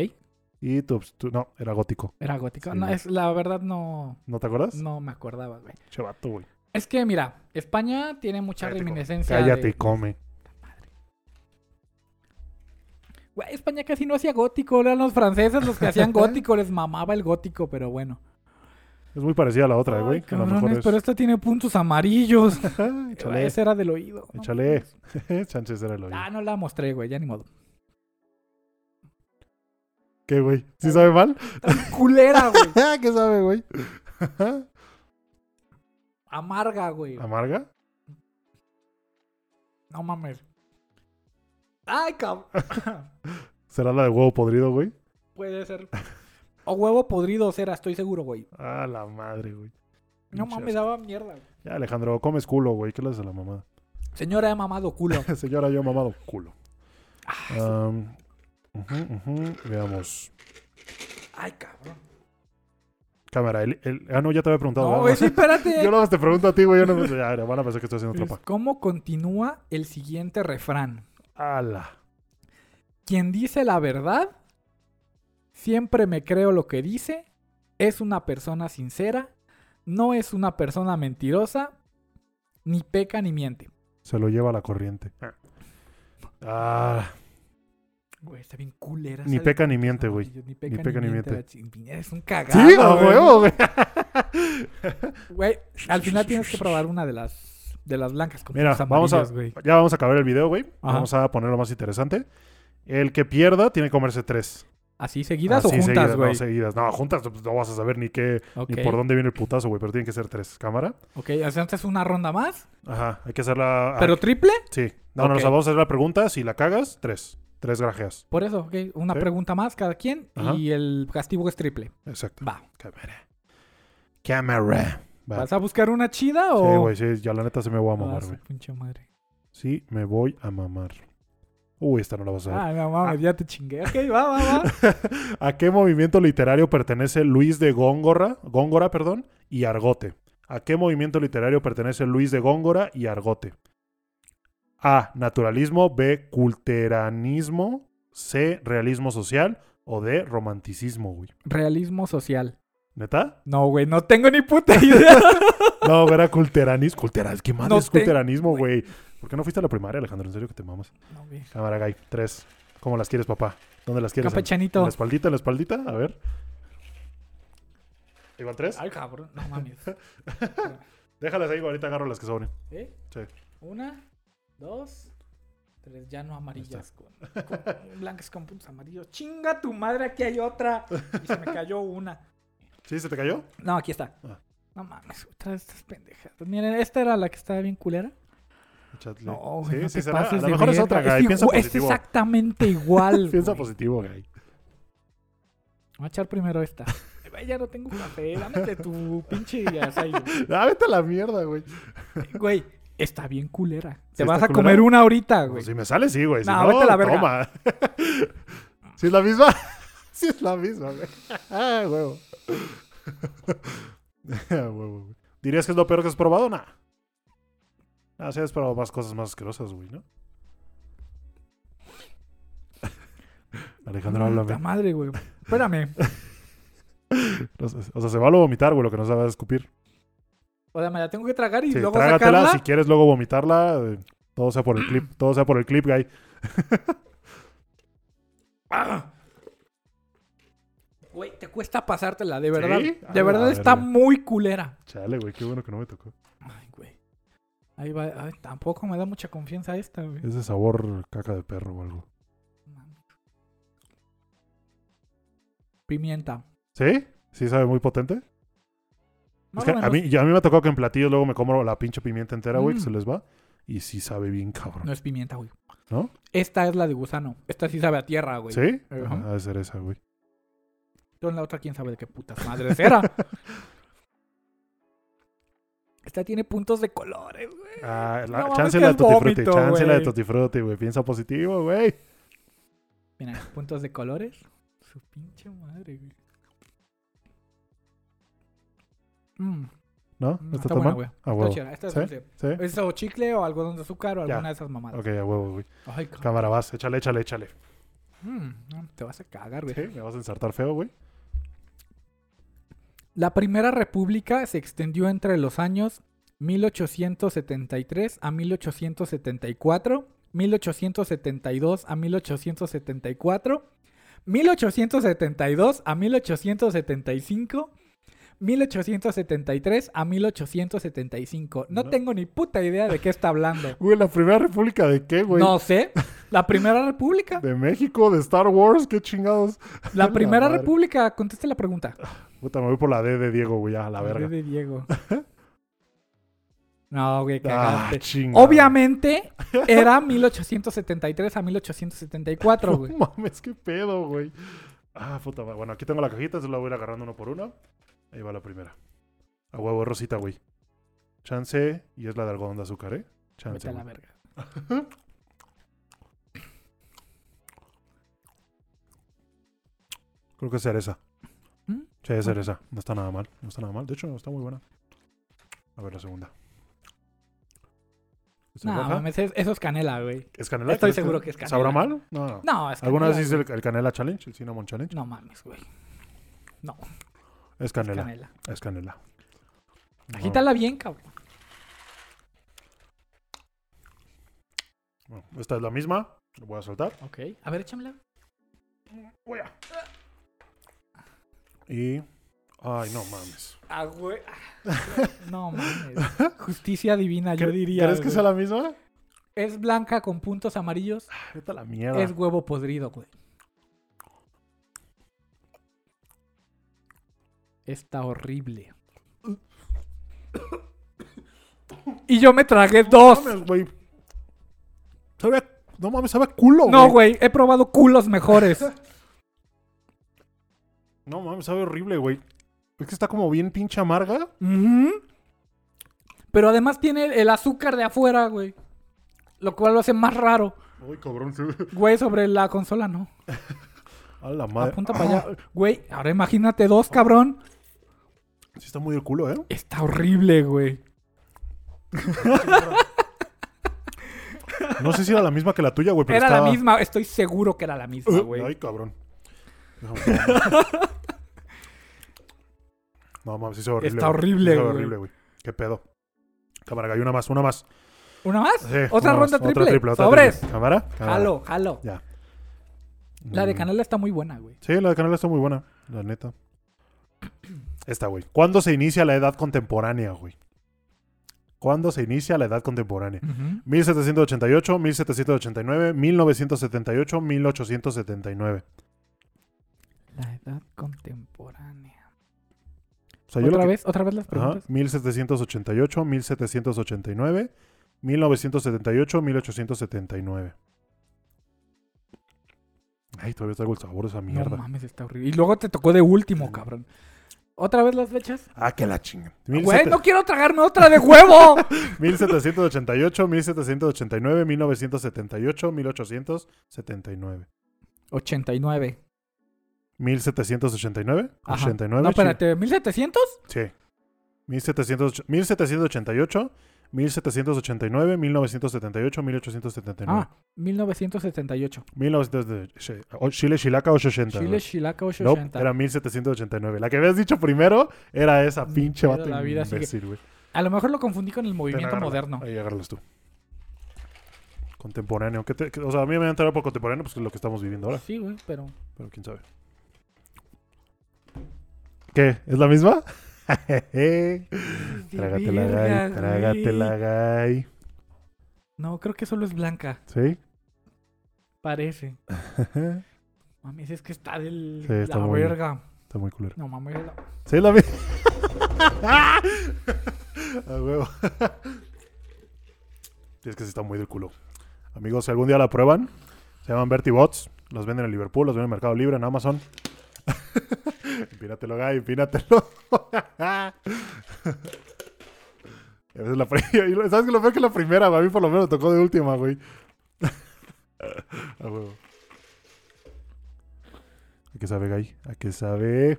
Y tu, tu- No, era gótico.
Era gótico.
Sí,
No,
güey.
es, la verdad no,
¿No te acuerdas?
no me acordaba, güey.
Che, vato, güey.
Es que, mira, España tiene mucha
Cállate,
reminiscencia.
Cállate y
de-
come.
Güey, España casi no hacía gótico. Eran los franceses los que hacían gótico. Les mamaba el gótico, pero bueno.
Es muy parecida a la otra,
Ay,
güey. A lo
cabrones,
mejor es...
pero esta tiene puntos amarillos.
Échale.
Esa era del oído. no
Échale.
mames.
Sánchez era el oído.
Ah, no la mostré, güey, ya ni modo.
¿Qué, güey? ¿Sí sabe mal?
Culera, Ah, güey.
¿Qué sabe, güey?
Amarga, güey.
¿Amarga?
No mames. Ay, cabrón.
¿Será la de huevo podrido, güey?
Puede ser. O huevo podrido será, estoy seguro, güey.
Ah, la madre, güey.
No
Pinche
mames, daba mierda. güey.
Ya, Alejandro, comes culo, güey. ¿Qué le haces a la mamada?
Señora, he mamado culo.
Señora, yo mamado culo.
Ah,
Am, ujú, ujú, Veamos.
Ay, cabrón.
Cámara, el, el- Ah, no, ya te había preguntado.
No,
¿verdad?
güey, sí, espérate.
Yo no te pregunto a ti, güey. Yo no ya, mira, van a pensar que estoy haciendo
Es,
trampa.
¿Cómo continúa el siguiente refrán?
¡Hala!
Quien dice la verdad, siempre me creo lo que dice, es una persona sincera, no es una persona mentirosa, ni peca ni miente.
Se lo lleva la corriente. Ah,
Güey, está bien culera.
ni
esa
peca
de-
ni miente,
no,
güey.
Ni peca ni,
peca ni
miente.
miente.
la chingada, Eres un cagado.
Sí, a
güey.
huevo, güey.
Güey, al final tienes que probar una de las de las blancas con
Mira,
puntos
vamos a-
amarillos, güey.
Ya vamos a acabar el video, güey.
Ajá.
Vamos a poner lo más interesante. El que pierda tiene que comerse tres.
¿Así seguidas
Así
o
seguidas,
juntas, güey?
No, seguidas. No, juntas pues, no vas a saber ni qué,
ok,
ni por dónde viene el putazo, güey. Pero tienen que ser tres. ¿Cámara?
ok, entonces una ronda más,
Ajá, hay que hacerla. ah,
pero triple.
Sí. No, no, no, o sea,
Ok.
vamos a hacer la pregunta. Si la cagas, tres. Tres grajeas.
Por eso, ok, una
Sí.
pregunta más cada quien
Ajá.
y el castigo es triple.
Exacto.
Va.
Cámara. Cámara. Va.
¿Vas a buscar una chida o...?
Sí, güey, sí, ya la neta se me voy a mamar,
Oh. Ah, su
güey.
pinche madre.
Sí, me voy a mamar. Uy, esta no la vas a ver.
Ah, no mames, ya te chingué. Ok, va, va, va.
¿A qué movimiento literario pertenece Luis de Góngora, Góngora perdón, y Argote? ¿A qué movimiento literario pertenece Luis de Góngora y Argote? A. Naturalismo. B. Culteranismo. C. Realismo social. O D. Romanticismo, güey.
Realismo social.
¿Neta?
No, güey, no tengo ni puta idea.
No, güey, era culteranismo. Culteras, ¿Qué madre
No
es
te-
culteranismo, güey? ¿Por qué no fuiste a la primaria, Alejandro? ¿En serio que te mamas?
No, güey.
Cámara, Guy. Tres. ¿Cómo las quieres, papá? ¿Dónde las quieres? ¿En-
Campechanito.
¿En la espaldita, en la espaldita? A ver. Ahí van tres.
Ay, cabrón, no mames.
Déjalas ahí, ahorita agarro las que sobren.
¿Eh?
Sí.
Una, dos, tres, ya no amarillas. Con, con- blancas con puntos amarillos. Chinga tu madre, aquí hay otra. Y se me cayó una.
¿Sí? ¿Se te cayó?
No, aquí está.
Ah.
No mames, otra de estas pendejas. Miren, esta era la que estaba bien culera.
Échale.
No, güey, no te
será.
pases
A lo
de
mejor es otra,
verga.
Guy.
igu-
Piensa
es
positivo.
exactamente igual.
Piensa
güey.
positivo, Guy.
Voy a echar primero esta. Ay, ya no tengo café, dame de tu pinche acai, güey.
Ah, vete a la mierda, güey.
Güey, está bien culera.
¿Sí
Te vas
está
a comer
culera?
una ahorita,
Pues
Ah, güey.
si me sale, sí, güey. Si
No,
no,
vete a la verga.
toma. si es la misma. si es la misma, güey. Ah, huevo. Ah, huevo, güey. ¿Dirías que es lo peor que has probado? Nah. Ah, sí, has probado más cosas más asquerosas, güey, ¿no? Alejandro,
Puta
háblame.
madre, güey. Espérame.
No sé, O sea, se va a lo vomitar, güey, lo que no se va a escupir.
O sea, me la tengo que tragar y
Sí,
luego
trágatela.
sacarla.
Si quieres luego vomitarla, eh, todo sea por el clip. Todo sea por el clip, güey.
¡Ah! Güey, te cuesta pasártela, de verdad.
¿Sí? A
De
la
verdad está
verga.
muy culera.
Chale, güey, qué bueno que no me tocó.
Ay, güey. Ahí va. ay, tampoco me da mucha confianza esta, güey.
Es de sabor caca de perro o algo.
Mames. Pimienta.
¿Sí? ¿Sí sabe muy potente?
Más
es que
o
a
menos.
mí, ya a mí me ha tocado que en platillos luego me como la pinche pimienta entera, güey,
Mm.
que se les va. Y sí sabe bien cabrón.
No es pimienta, güey.
¿No?
Esta es la de gusano. Esta sí sabe a tierra, güey.
¿Sí?
Ajá.
Ah, debe ser esa, güey.
Entonces la otra, quién sabe de qué putas madres era. Esta tiene puntos de colores, güey.
Ah, la,
No mames,
chance
que
la de
es
Tutti Frutti,
vómito,
chance la de
güey.
Tutti Frutti, güey. Piensa positivo, güey.
Mira, puntos de colores. Su pinche madre, güey. Mm,
¿No?
mm,
¿No está tan mal?
güey.
A
Está
huevo.
chida, esta es
¿Sí?
dulce.
¿Sí?
Es o chicle o algodón de azúcar o
Ya.
alguna de esas mamadas.
Ok, a huevo, güey.
Ay, cabrón.
Cámara, vas. Échale, échale, échale.
Mm, no, te vas a cagar, güey.
¿Sí? ¿Me vas a ensartar feo, güey?
La Primera República se extendió entre los años 1873 a 1874, 1872 a 1874, 1872 a 1875, 1873 a 1875. No,
No.
tengo ni puta idea de qué está hablando.
Güey, ¿la Primera República de qué, güey?
No sé. La Primera República.
¿De México? ¿De Star Wars? ¿Qué chingados?
La
La
Primera
madre.
República. Conteste la pregunta.
Puta, me voy por la D de Diego, güey, ya, a la
Madre
verga.
de Diego. No, güey,
Ah,
cagaste.
chingada.
Obviamente era 1873 a 1874, güey.
No mames, qué pedo, güey. Ah, puta madre. Bueno, aquí tengo la cajita, entonces la voy a ir agarrando uno por uno. Ahí va la primera. A huevo, es rosita, güey. Chance, y es la de algodón de azúcar, ¿eh?
Vete
Chance.
a la
güey.
verga.
Creo que es cereza.
¿Mm?
Sí, es cereza. No está nada mal. No está nada mal. De hecho, está muy buena. A ver la segunda. ¿Esta
No,
roja?
mames, es- eso es canela, güey.
¿Es canela?
estoy
¿Crees
seguro que es canela.
¿Sabrá mal? No. no.
No, es
¿Alguna vez
canela,
hice el, el canela challenge? ¿El cinnamon challenge?
No mames, güey.
Es
Es
canela. Ah.
canela.
Es canela. No,
Agítala bien, cabrón.
bueno, esta es la misma. Lo voy a soltar.
Ok. A ver, échamela.
Y. Ay, no mames.
Ah, güey. No mames. Justicia divina, yo diría.
¿Crees que
güey.
sea la misma?
Es blanca con puntos amarillos.
Vete a la mierda.
Es huevo podrido, güey. Está horrible. Y yo me tragué dos.
No mames, güey. Sabe a- No mames, sabe a culo.
No, güey, he probado culos mejores.
No mames, sabe horrible, güey. Es que está como bien pinche amarga.
Ujú. Pero además tiene el azúcar de afuera, güey. Lo cual lo hace más raro.
Ay, cabrón. sí.
Güey, sobre la consola, no.
A Ah. la madre.
Apunta para allá. Güey, ahora imagínate dos, cabrón.
Sí, está muy de culo, ¿eh?
Está horrible, güey.
No sé si era la misma que la tuya, güey, pero
Era
estaba-
la misma, estoy seguro que era la misma,
Uh,
Ah, güey.
Ay, cabrón. No, No mames, sí sabe horrible.
Está
güey. Sí
horrible,
sabe
güey.
horrible, güey. Qué pedo. Cámara, hay una más, una más.
¿Una más?
Sí,
¿Otra
una
ronda
más,
triple?
Otra triple, otra
¡Sobres!
triple. Cámara. cámara.
Jalo, jalo.
Ya.
La de
Mm.
Canela está muy buena, güey.
Sí, la de Canela está muy buena, la neta. Esta, güey. ¿Cuándo se inicia la edad contemporánea, güey? ¿Cuándo se inicia la edad contemporánea? 1788, 1789, 1978, 1879.
La edad contemporánea.
O sea, yo lo
¿Otra
que-
vez? ¿Otra vez las
Ajá,
preguntas?
1788, 1789, 1978, 1879. Ay, todavía traigo el sabor de esa
No
mierda.
mames, está horrible. Y luego te tocó de último, cabrón. ¿Otra vez las fechas?
ah, que la chinga.
Güey, no quiero tragarme otra de huevo.
1788, 1789, 1978, 1879.
89.
1789,
Ajá.
89.
No,
sí.
espérate, ¿1700?
Sí. 1708 1788, 1789, 1978, 1879.
Ah, 1978.
1900 de- sí, o- Chile Chilaca 880.
Chile,
güey.
Chilaca,
Nope,
880.
era 1789. La que habías dicho primero era esa
Ni
pinche
pedo,
vato
la vida sigue.
imbécil, güey.
A lo mejor lo confundí con el
Ven,
movimiento
agárrala.
moderno.
Ahí agárralas tú. Contemporáneo. ¿Qué te- qué- o sea, a mí me va a entrar por contemporáneo pues que es lo que estamos viviendo ahora,
Sí, güey, pero...
pero quién sabe. ¿Qué? ¿Es la misma? trágatela,
Verga,
gay.
güey.
Trágatela, gay.
No, creo que solo es blanca.
¿Sí?
Parece. Mames, es que está del...
Sí, está
la
muy-
verga.
Está muy culero.
No, mames. la-
Sí, la vi. ¡Ah! A huevo. Sí, es que sí está muy del culo. Amigos, si algún día la prueban, se llaman Vertibots. Los venden en Liverpool, los venden en Mercado Libre, en Amazon. empínatelo, Guy, empínatelo. a veces la pri- y lo- ¿Sabes que lo peor que la primera? A mí por lo menos me tocó de última, güey. A huevo. ¿A qué sabe, Guy? ¿A qué sabe?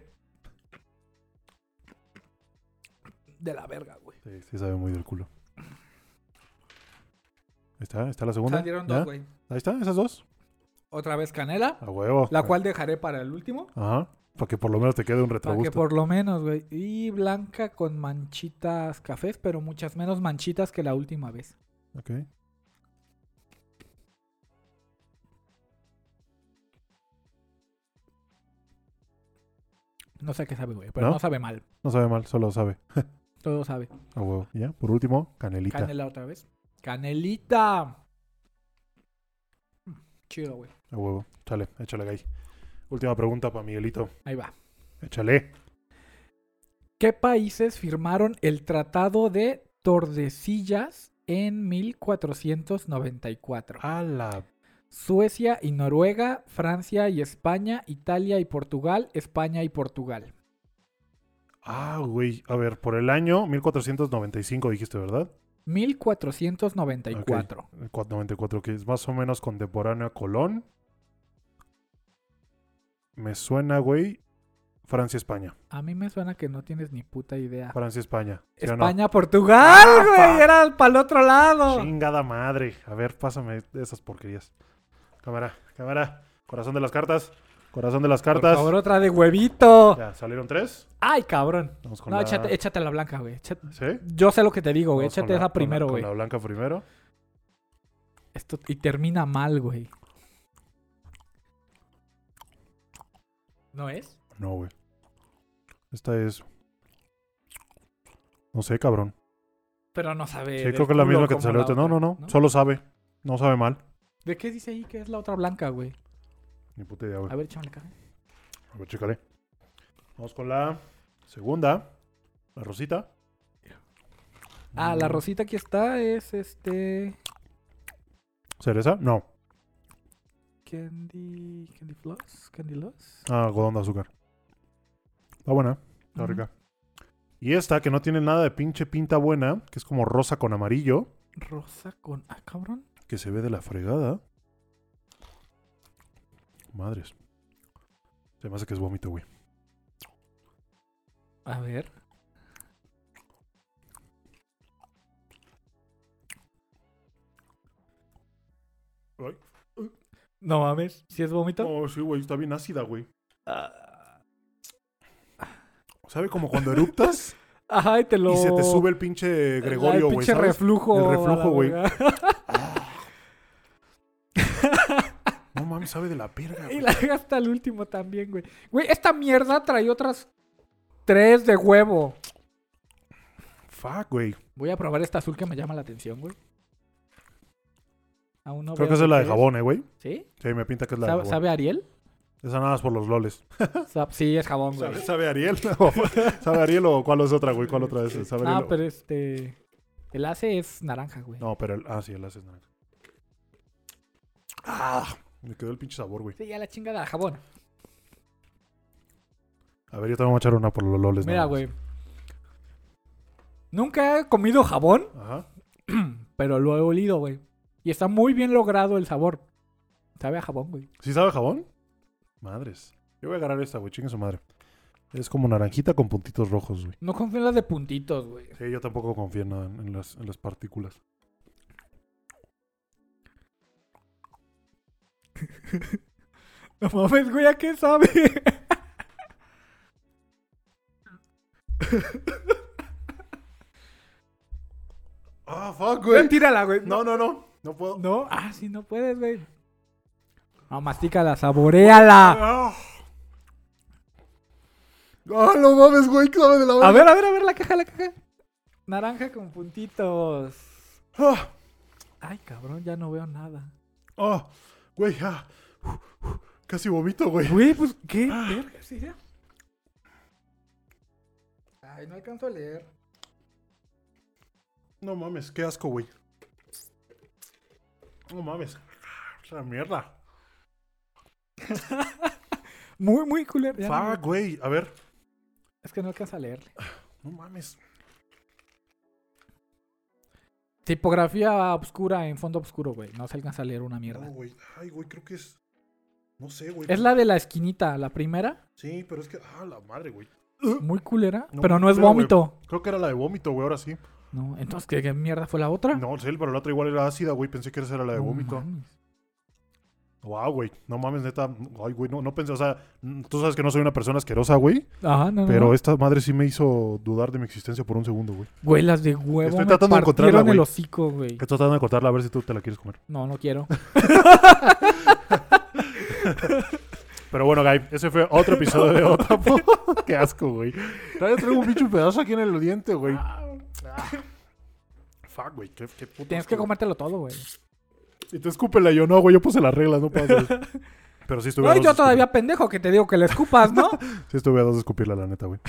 De la verga, güey.
Sí, sí sabe muy del culo. Ahí está, está la segunda.
Salieron
¿Ya?
dos, güey.
Ahí está, esas dos.
Otra vez Canela,
A huevo.
la cual dejaré para el último.
Ajá. Para que por lo menos te quede un
Para que
retrogusto.
por lo menos, güey. Y blanca con manchitas cafés, pero muchas menos manchitas que la última vez.
Ok.
No sé a qué sabe, güey, pero
¿No?
¿No? sabe mal.
No sabe mal, solo sabe.
Todo sabe.
A huevo. Y ya, por último, canelita.
Canela otra vez. ¡Canelita! Mm, Chido, güey.
A huevo. Chale, échale gay. Última pregunta para Miguelito.
Ahí va.
Échale.
¿Qué países firmaron el Tratado de Tordesillas en 1494?
A la.
Suecia y Noruega, Francia y España, Italia y Portugal, España y Portugal.
Ah, güey. A ver, por el año 1495 dijiste, ¿verdad?
1494.
El 494, que es más o menos contemporáneo a Colón. Me suena, güey. Francia-España.
A mí me suena que no tienes ni puta idea.
Francia-España. ¿sí o no?
España, Portugal,
Ah,
güey,
pa-
era para el otro lado.
Chingada madre. A ver, pásame esas porquerías. Cámara, cámara. Corazón de las cartas. Corazón de las
Por
cartas.
favor, otra de huevito.
Ya, salieron tres.
Ay, cabrón.
Vamos con
No,
la...
échate, échate la blanca, güey. Echa-
¿Sí?
Yo sé lo que te digo, güey.
Vamos con
Échate
la-
esa
con la-
primero,
con
güey.
La blanca primero.
Esto y termina mal, güey. ¿No es?
No, güey. Esta es... No sé, cabrón.
Pero no sabe.
Sí,
Eh, del
creo que es la
culo
misma que te
como
salió.
la
antes. No,
otra,
no, no, Solo sabe. No sabe mal.
¿De qué dice ahí que es la otra blanca, güey?
Ni puta idea, güey.
A ver, échame la cara.
A ver, chécale. Vamos con la segunda. La rosita.
Ah, la
Mm.
rosita que está es este.
¿Cereza? No.
Candy. Candy Floss. Candy Loss.
Ah, algodón de azúcar. Está buena. Está
Ujú.
rica. Y esta, que no tiene nada de pinche pinta buena, que es como rosa con amarillo,
Mm, Rosa con. Ah, cabrón.
que se ve de la fregada. Madres. Se me hace que es vómito, güey.
A ver.
Ay.
No mames. Si es vómito.
Oh, sí, güey, está bien ácida, güey.
Ah,
¿Sabe como cuando eruptas
Ajá, y te lo.
y se te sube el pinche Gregorio,
el
güey?
pinche
¿sabes?
reflujo.
El
a la
reflujo, güey.
verga.
No mames, sabe de la verga,
Y
güey.
la dejé hasta el último también, güey. Güey, esta mierda trae otras tres de huevo.
Fuck, güey.
Voy a probar esta azul que me llama la atención, güey. Aún no
Creo
veo
que esa es la de
qué
jabón, eh, güey.
¿Sí?
Sí, me pinta que es la de
¿Sabe,
jabón.
sabe a Ariel?
Esa nada más por los loles.
Sab- sí, es jabón, güey.
¿Sabe, sabe Ariel? ¿O- ¿Sabe Ariel o cuál es otra, güey? ¿Cuál otra es? ¿Sabe
Ah,
Ariel o-
pero este. El ace es naranja, güey.
No, pero el... Ah, sí, el haces naranja. Ah, me quedó el pinche sabor, güey.
Sí, ya la chingada, jabón.
A ver, yo también voy a echar una por los loles.
Mira,
nada más.
güey. Nunca he comido jabón,
Ajá.
pero lo he olido, güey. Y está muy bien logrado el sabor. Sabe a jabón, güey.
¿Sí sabe a jabón? Madres. Yo voy a agarrar esta, güey. Chingue su madre. Es como naranjita con puntitos rojos, güey.
No confío en las de puntitos, güey.
Sí, yo tampoco confío en, nada, en las, en las partículas.
No mames, güey, ¿a qué sabe?
Ah, fuck,
Tírala, güey.
No, no, no. No puedo.
No, ah, sí, no puedes, güey. No, mastícala, saboreala.
Ah, Ah, no mames, güey. que sabe de la
A
verga.
ver, a ver, a ver, la caja, la caja. Naranja con puntitos.
Ah,
Ay, cabrón, ya no veo nada.
ah, güey, ah. Uf, uf, Casi vomito, güey.
Güey, pues, ¿qué? verga es esa? Ay, no alcanzo a leer.
No mames, qué asco, güey. No mames. La mierda.
Muy, muy culero. ya no-
Fuck, güey. A ver.
es que no alcanza a leerle.
No mames.
Tipografía obscura en fondo oscuro, güey. No se alcanza a leer una
No,
mierda.
güey. Ay, güey, creo que es. No sé, güey.
Es la de la esquinita, la primera.
Sí, pero es que. Ah, la madre, güey.
Muy culera,
Uh. No,
pero
muy
no es
culera, güey.
vómito.
Creo que era la de vómito, güey, ahora sí.
No, entonces, ¿qué, qué mierda fue la otra?
No, sí, pero la otra igual era ácida, güey. Pensé que esa era la de
No
vómito.
mames.
Wow, güey. No mames, neta. Ay, güey, no, no pensé. O sea, mm, tú sabes que no soy una persona asquerosa, güey.
Ajá, no, no,
Pero
no.
esta madre sí me hizo dudar de mi existencia por un segundo, güey.
Güey, las de huevo
Estoy
me
tratando de encontrarla,
partieron el
güey.
hocico, güey.
Estoy tratando de cortarla a ver si tú te la quieres comer.
No, no quiero.
Pero bueno, Guy, ese fue otro episodio de Otapo. Qué asco, güey. Todavía traigo un pinche pedazo aquí en el diente, güey. ah. Fuck, güey. Qué, qué puto
Tienes
asco,
que
güey.
comértelo todo, güey.
Y tú escúpela. Yo no, güey. Yo puse las reglas, no pasa. Pero sí estuve
No,
a
y
dos
yo
de
todavía pendejo que te digo que le escupas, ¿no?
escupir- Sí estuve a dos de escupirla, la neta, güey.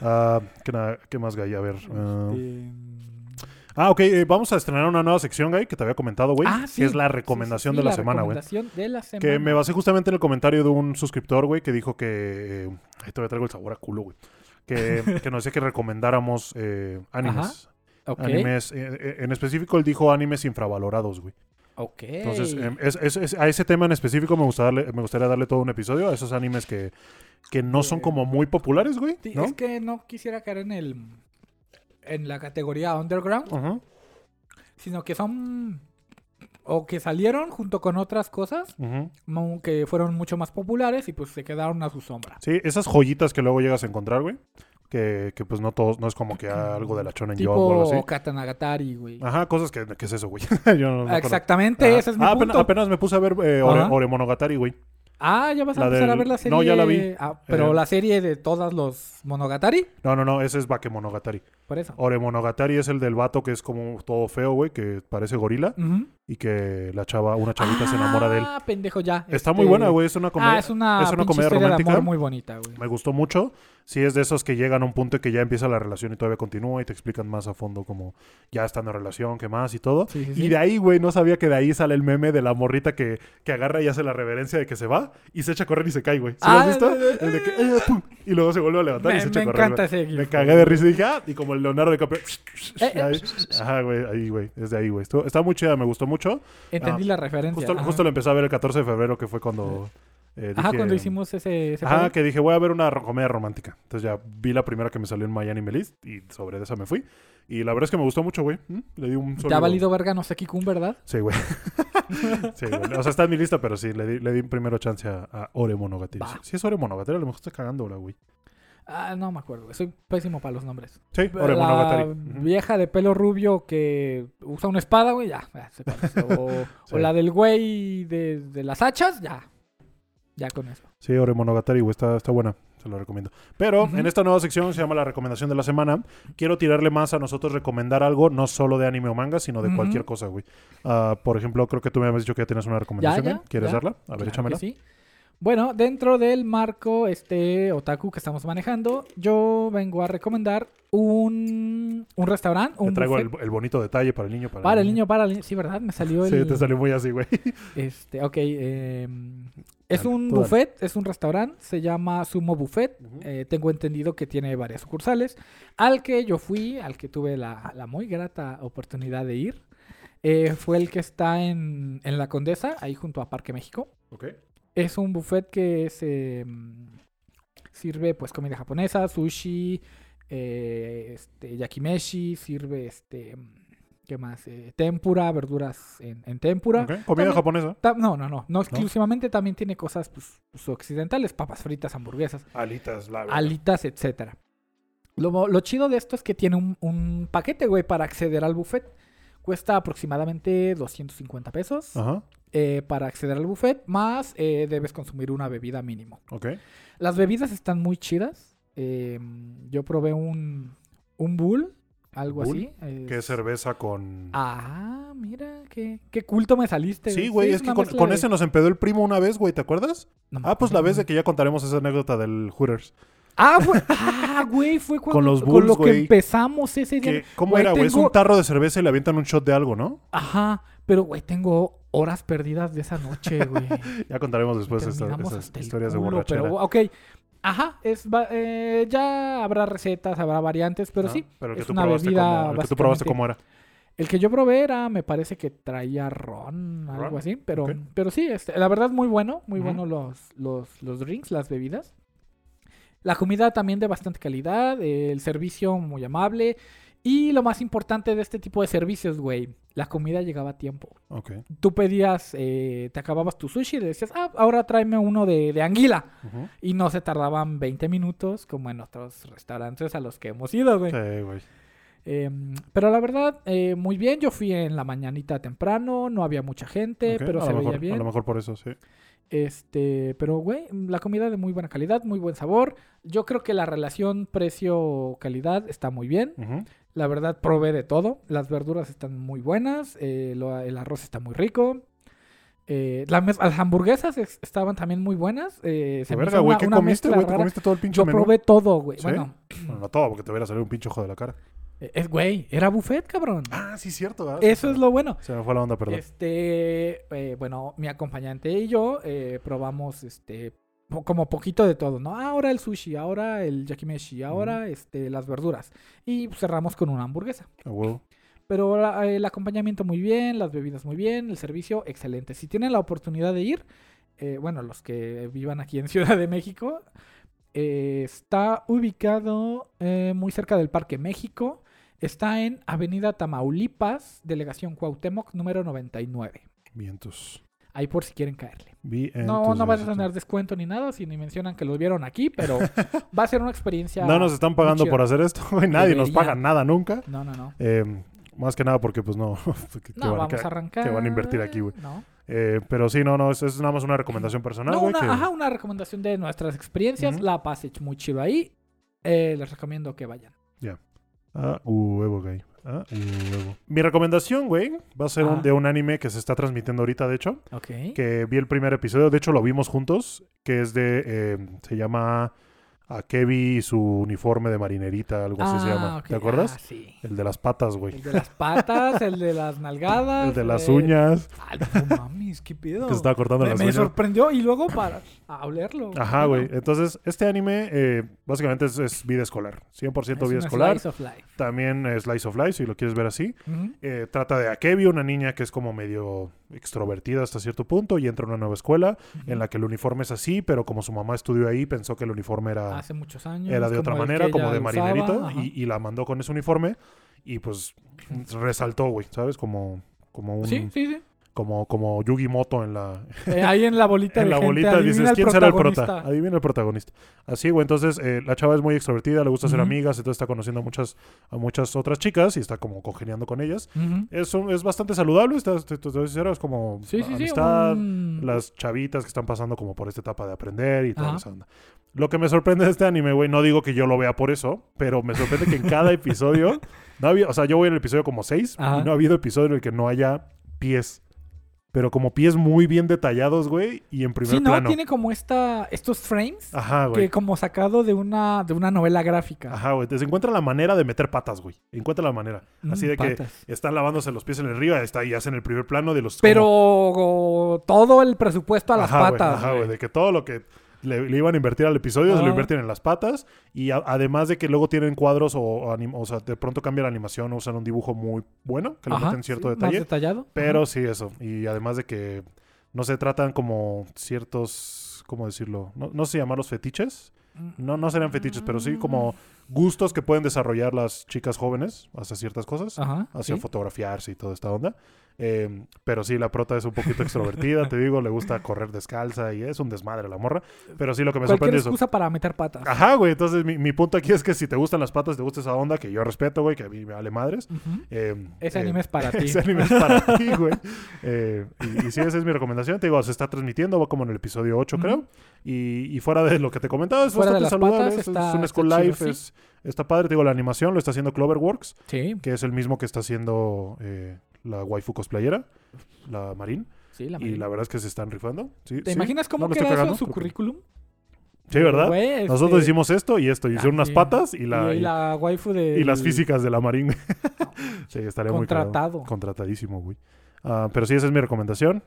Ah, ¿qué, nada- qué más, Guy? A ver. ah,
Este,
Ah, ok. eh, vamos a estrenar una nueva sección, Guy, que te había comentado, güey.
Ah, sí.
Que es la recomendación
sí, sí,
de la, semana, güey.
recomendación de la semana.
Que me basé justamente en el comentario de un suscriptor, güey, que dijo que. eh, Ahí todavía traigo el sabor a culo, güey. Que, que nos decía que recomendáramos eh, animes.
Ok,
Animes. eh, eh, en específico, él dijo animes infravalorados, güey.
ok.
Entonces, em, es- es- es- a ese tema en específico me, gusta darle- me gustaría darle todo un episodio. A esos animes que, que no son
Eh,
como muy populares, güey.
Sí,
¿No?
Es que no quisiera caer en el... En la categoría underground,
Ajá.
sino que son... O que salieron junto con otras cosas
ujú.
mo- que fueron mucho más populares y pues se quedaron a su sombra.
Sí, esas joyitas que luego llegas a encontrar, güey. Que, que pues no todos, no es como que algo de la Shonen Jump o algo
Tipo
así.
Katanagatari, güey.
Ajá, cosas que, que es eso, güey. Yo no, no
Ah,
conozco.
Exactamente,
Ajá.
ese es mi
Ah, apenas,
punto.
apenas me puse a ver eh, Ore,
Ajá.
Ore Monogatari, güey.
Ah, ya vas a
La
empezar a
del-
ver la serie.
No, ya la vi.
Ah, pero
Eh.
la serie de todas los Monogatari,
No, no, no, ese es Bake Monogatari.
por eso.
Ore Monogatari es el del vato que es como todo feo, güey, que parece gorila
Ujú.
y que la chava, una chavita se enamora de él.
Ah, pendejo, ya.
Está
Este-
muy buena, güey, es una comedia.
ah, es una,
es una
pinche
comedia
historia de
romántica.
amor muy bonita, güey.
Me gustó mucho. Sí, es de esos que llegan a un punto en que ya empieza la relación y todavía continúa y te explican más a fondo como ya estando en relación, qué más y todo.
Sí, sí,
Y
sí.
de ahí, güey, no sabía que de ahí sale el meme de la morrita que, que agarra y hace la reverencia de que se va y se echa a correr y se cae, güey. ¿Sí lo
Ah,
has visto?
de- de-
El de que, eh, pum, y luego se vuelve a levantar y
Me,
se
me
echa a correr. güey.
encanta ese gif.
Me cagué de risa y dije, ah, y como el Leonardo de Caprio.
Eh, eh.
Ajá, güey, ahí, güey, es de ahí, güey. Estuvo- Está muy chida, me gustó mucho.
Entendí
Ah,
la referencia.
Justo,
ajá.
justo lo empecé a ver el 14 de febrero, que fue cuando. eh,
Ajá,
dije-
cuando hicimos ese... ese
Ajá,
pedo.
que dije, voy a ver una ro- comedia romántica. Entonces ya vi la primera que me salió en Miami Melis y sobre esa me fui. Y la verdad es que me gustó mucho, güey. ¿Mm? Le di un
Te ha
sólido-
valido verga, no sé, Kikun, ¿verdad?
Sí, güey. sí, güey. O sea, está en mi lista, pero sí, le di, le di un primero chance a, a Ore Monogatari.
Va.
Si es Ore Monogatari, a lo mejor estoy cagando ahora, güey.
Ah, no me acuerdo, güey, soy pésimo para los nombres.
Sí, Ore
la
Monogatari. Ujú.
vieja de pelo rubio que usa una espada, güey, ya. ya sé cuál es. O,
Sí.
o la del güey de, de las hachas, ya. Ya con eso.
Sí, Ore Monogatari, güey, está, está buena. Se lo recomiendo. Pero
Ujú.
en esta nueva sección se llama la recomendación de la semana. Quiero tirarle más a nosotros recomendar algo, no solo de anime o manga, sino de
Ujú.
cualquier cosa, güey. Ah, por ejemplo, creo que tú me habías dicho que ya tienes una recomendación.
ya,
Ben. ¿Quieres
ya.
darla? A ver,
Claro que
échamela.
sí. Bueno, dentro del marco este otaku que estamos manejando, yo vengo a recomendar un, un restaurante,
Te
un
traigo
buffet
el, el bonito detalle para el niño. Para,
para el
niña.
niño, para el niño. Sí, ¿verdad? Me salió el...
Sí, te salió muy así, güey.
Este, ok. em, es
Dale,
un
tú dale.
buffet, es un restaurante, se llama Sumo Buffet.
Ujú.
eh, tengo entendido que tiene varias sucursales. Al que yo fui, al que tuve la, la muy grata oportunidad de ir, eh, fue el que está en, en La Condesa, ahí junto a Parque México.
Ok.
Es un buffet que se mm, sirve pues comida japonesa, sushi, eh, este, yakimeshi, sirve este, mm, ¿qué más? Eh, tempura, verduras en, en tempura.
Ok. Comida
También-
japonesa.
Ta- No, no, no, no exclusivamente también tiene cosas pues, pues, occidentales, papas fritas, hamburguesas,
Alitas, la verdad.
alitas, etcétera. Lo, mo- lo chido de esto es que tiene un, un paquete, güey, para acceder al buffet. Cuesta aproximadamente 250 pesos
Ajá.
eh, para acceder al buffet, más eh, debes consumir una bebida mínimo.
Ok.
Las bebidas están muy chidas. eh, yo probé un, un bull, algo
¿Bull?
así. eh,
Que es cerveza con.
Ah, mira, qué, qué culto me saliste.
Sí, güey, es que
una
con,
mezcla
con
de-
ese nos empedó el primo una vez, güey, ¿te acuerdas?
No me
Ah, pues la
acuerdo.
vez de que ya contaremos esa anécdota del Hooters.
Ah, güey. Ah, güey, fue cuando
Con los
con lo
Bulls, güey.
que empezamos ese día.
Que, ¿Cómo
Güey,
era, güey? Es
tengo-
un tarro de cerveza y le avientan un shot de algo, ¿no?
Ajá, pero güey, tengo horas perdidas de esa noche, güey.
Ya contaremos después esta-
Terminamos
esas
hasta el
historias de
culo,
borrachera.
Pero ok. Ajá, es va- eh, ya habrá recetas, habrá variantes, pero
Ah,
sí.
Pero el que
es
tú
una
probaste
bebida
cómo- el que tú probaste
básicamente-
cómo era.
El que yo probé era, me parece que traía ron, algo
Ron,
así, pero,
ok.
pero sí, este, la verdad muy bueno, muy
Ujú.
bueno los, los, los drinks, las bebidas. La comida también de bastante calidad, eh, el servicio muy amable y lo más importante de este tipo de servicios, güey, la comida llegaba a tiempo.
Ok.
Tú pedías, eh, te acababas tu sushi y le decías, ah, ahora tráeme uno de, de anguila.
Ujú.
Y no se tardaban 20 minutos como en otros restaurantes a los que hemos ido, güey.
Sí, güey.
Eh, pero la verdad, eh, muy bien. Yo fui en la mañanita temprano, no había mucha gente,
Ok,
pero
a
se
lo
veía
mejor- A lo
bien.
mejor por eso, sí.
Este, pero güey, la comida de muy buena calidad, muy buen sabor. Yo creo que la relación precio-calidad está muy bien.
Ujú.
La verdad, probé de todo. Las verduras están muy buenas, eh, lo- el arroz está muy rico. Eh, la mez- las hamburguesas es- estaban también muy buenas. Eh, se
Qué
me
verga,
hizo
güey.
una-
¿Qué
una
comiste,
mezcla
güey? Te
rara.
comiste todo el pinche
Yo
menú.
probé todo, güey.
¿Sí?
Bueno,
Bueno, no todo, porque te hubiera salido un pinche ojo de la cara.
eh, es güey, era buffet, cabrón.
Ah, sí, cierto. ¿verdad?
Eso es lo bueno.
Se me fue la onda, perdón.
Este, eh, bueno, mi acompañante y yo eh, probamos este po- como poquito de todo, ¿no? Ahora el sushi, ahora el yakimeshi, ahora este las verduras y cerramos con una hamburguesa.
A huevo.
Pero la- eh, el acompañamiento muy bien, las bebidas muy bien, el servicio excelente. Si tienen la oportunidad de ir, eh, bueno, los que vivan aquí en Ciudad de México, eh, está ubicado eh, muy cerca del Parque México. Está en Avenida Tamaulipas, Delegación Cuauhtémoc, número 99.
Vientos.
Ahí por si quieren caerle.
Vientos.
No, no van a
vientos.
tener descuento ni nada, si ni mencionan que los vieron aquí, pero va a ser una experiencia...
No nos están pagando
Muy
por
chido.
hacer esto, güey. Nadie nos
Deberían.
paga nada nunca.
No, no, no.
Eh, más que nada porque, pues, no. ¿Qué- qué
No,
van a-
vamos
qué-
a arrancar.
van a invertir aquí, güey?
No.
Eh, pero sí, no, no. Es, es nada más una recomendación personal,
No,
güey.
una,
que-
ajá, una recomendación de nuestras experiencias.
Ujú.
La pasé muy chido ahí. Eh, les recomiendo que vayan.
Ah, huevo, güey. Ah, huevo. Mi recomendación, güey, va a ser un-
Ah.
de un anime que se está transmitiendo ahorita, de hecho.
Ok.
Que vi el primer episodio, de hecho lo vimos juntos, que es de. eh, se llama. A Kevin y su uniforme de marinerita, algo así se llama.
ok.
¿Te acuerdas?
Ah, sí.
El de las patas, güey.
El de las patas, el de las nalgadas.
El de las
eh,
uñas.
ah, no mames, qué pedo.
Que se estaba cortando
me
las
me
uñas.
sorprendió y luego para a olerlo.
Ajá, güey. Entonces, este anime eh, básicamente es, es vida escolar. 100%
Es
vida
una
escolar.
slice of life.
También eh, Slice of Life, si lo quieres ver así.
Ujú.
Eh, trata de Akebi, una niña que es como medio extrovertida hasta cierto punto y entra a una nueva escuela en la que el uniforme es así, pero como su mamá estudió ahí, pensó que el uniforme era,
Hace muchos años.
Ah. era de otra
Ah, como el
manera,
que
como
ella
de
usaba,
marinerita,
ajá.
y, y la mandó con ese uniforme y pues resaltó, güey, ¿sabes? Como, como un...
Sí, sí, sí.
como, como Yugi Moto en la,
Eh, ahí en la bolita
en
de
la
gente,
bolita
adivina
dices,
el
¿quién será el prota?
protagonista.
Adivina el protagonista. Así, güey, entonces eh, la chava es muy extrovertida, le gusta hacer
Ujú.
amigas, entonces está conociendo a muchas, a muchas otras chicas y está como congeniando con ellas.
Ujú.
Es, un- es bastante saludable, está, te, te- te voy a ser sincero, es como
Sí, sí, sí.
amistad,
un-
las chavitas que están pasando como por esta etapa de aprender y toda
Ajá.
esa onda. Lo que me sorprende de este anime, güey, no digo que yo lo vea por eso, pero me sorprende que en cada episodio, no había, o sea, yo voy en el episodio como 6 y
Ajá.
no ha habido episodio en el que no haya pies. Pero como pies muy bien detallados, güey, y en primer
Sí, no,
plano.
tiene como esta, estos frames
Ajá,
que
güey.
como sacado de una, de una novela gráfica.
Ajá, güey. Entonces encuentra la manera de meter patas, güey. Encuentra la manera.
Mm,
Así de
patas.
que están lavándose los pies en el río, ahí está, y hacen el primer plano de los.
Pero
como-
o, todo el presupuesto a las
Ajá, güey,
patas.
ajá, güey.
güey.
De que todo lo que le, le iban a invertir al episodio se lo
Ajá.
invierten en las patas. Y a- además de que luego tienen cuadros o, o anim- o sea, de pronto cambia la animación o usan un dibujo muy bueno, que le
Ajá,
meten cierto
sí,
detalle.
Más detallado.
Pero sí, eso. Y además de que no se tratan como ciertos. ¿Cómo decirlo? No, no sé llamarlos fetiches.
Ajá.
No, no serán fetiches, pero sí como
Mm.
gustos que pueden desarrollar las chicas jóvenes hacia ciertas cosas,
Ajá,
hacia
sí.
fotografiarse y toda esta onda. Eh, pero sí, la prota es un poquito extrovertida, te digo, le gusta correr descalza y es un desmadre la morra. Pero sí, lo que me
Cualquier
sorprende es eso. Ah.
excusa para meter patas.
Ajá, güey, entonces mi, mi punto aquí es que si te gustan las patas, te gusta esa onda, que yo respeto, güey, que a mí me vale madres.
Ujú.
eh,
Ese
eh,
anime es para ti.
ese anime es para ti, güey. Eh, y, y sí, esa es mi recomendación. Te digo, se está transmitiendo, va como en el episodio 8,
Ujú.
creo. Y, y fuera de lo que te comentaba, es
Fuera de
bastante
las
saludable.
patas,
es-
está-
es un
está
school
chido,
life,
sí.
es- está padre. Te digo, la animación lo está haciendo Cloverworks,
Sí,
que es el mismo que está haciendo eh, la waifu cosplayera, la Marín.
sí, la
Y
mayoría.
la verdad es que se están rifando. Sí,
¿Te
sí.
imaginas cómo
No lo
queda
estoy
eso en
cagando,
su
creo que-
currículum?
Sí, ¿verdad?
Güey, este,
Nosotros hicimos esto y esto. Hicieron unas
sí.
patas y
y
la...
la,
y-
waifu de.
y las físicas de la Marín. güey. sí, estaría muy cagado.
Contratado.
Contratadísimo, güey. Ah, pero sí, esa es mi recomendación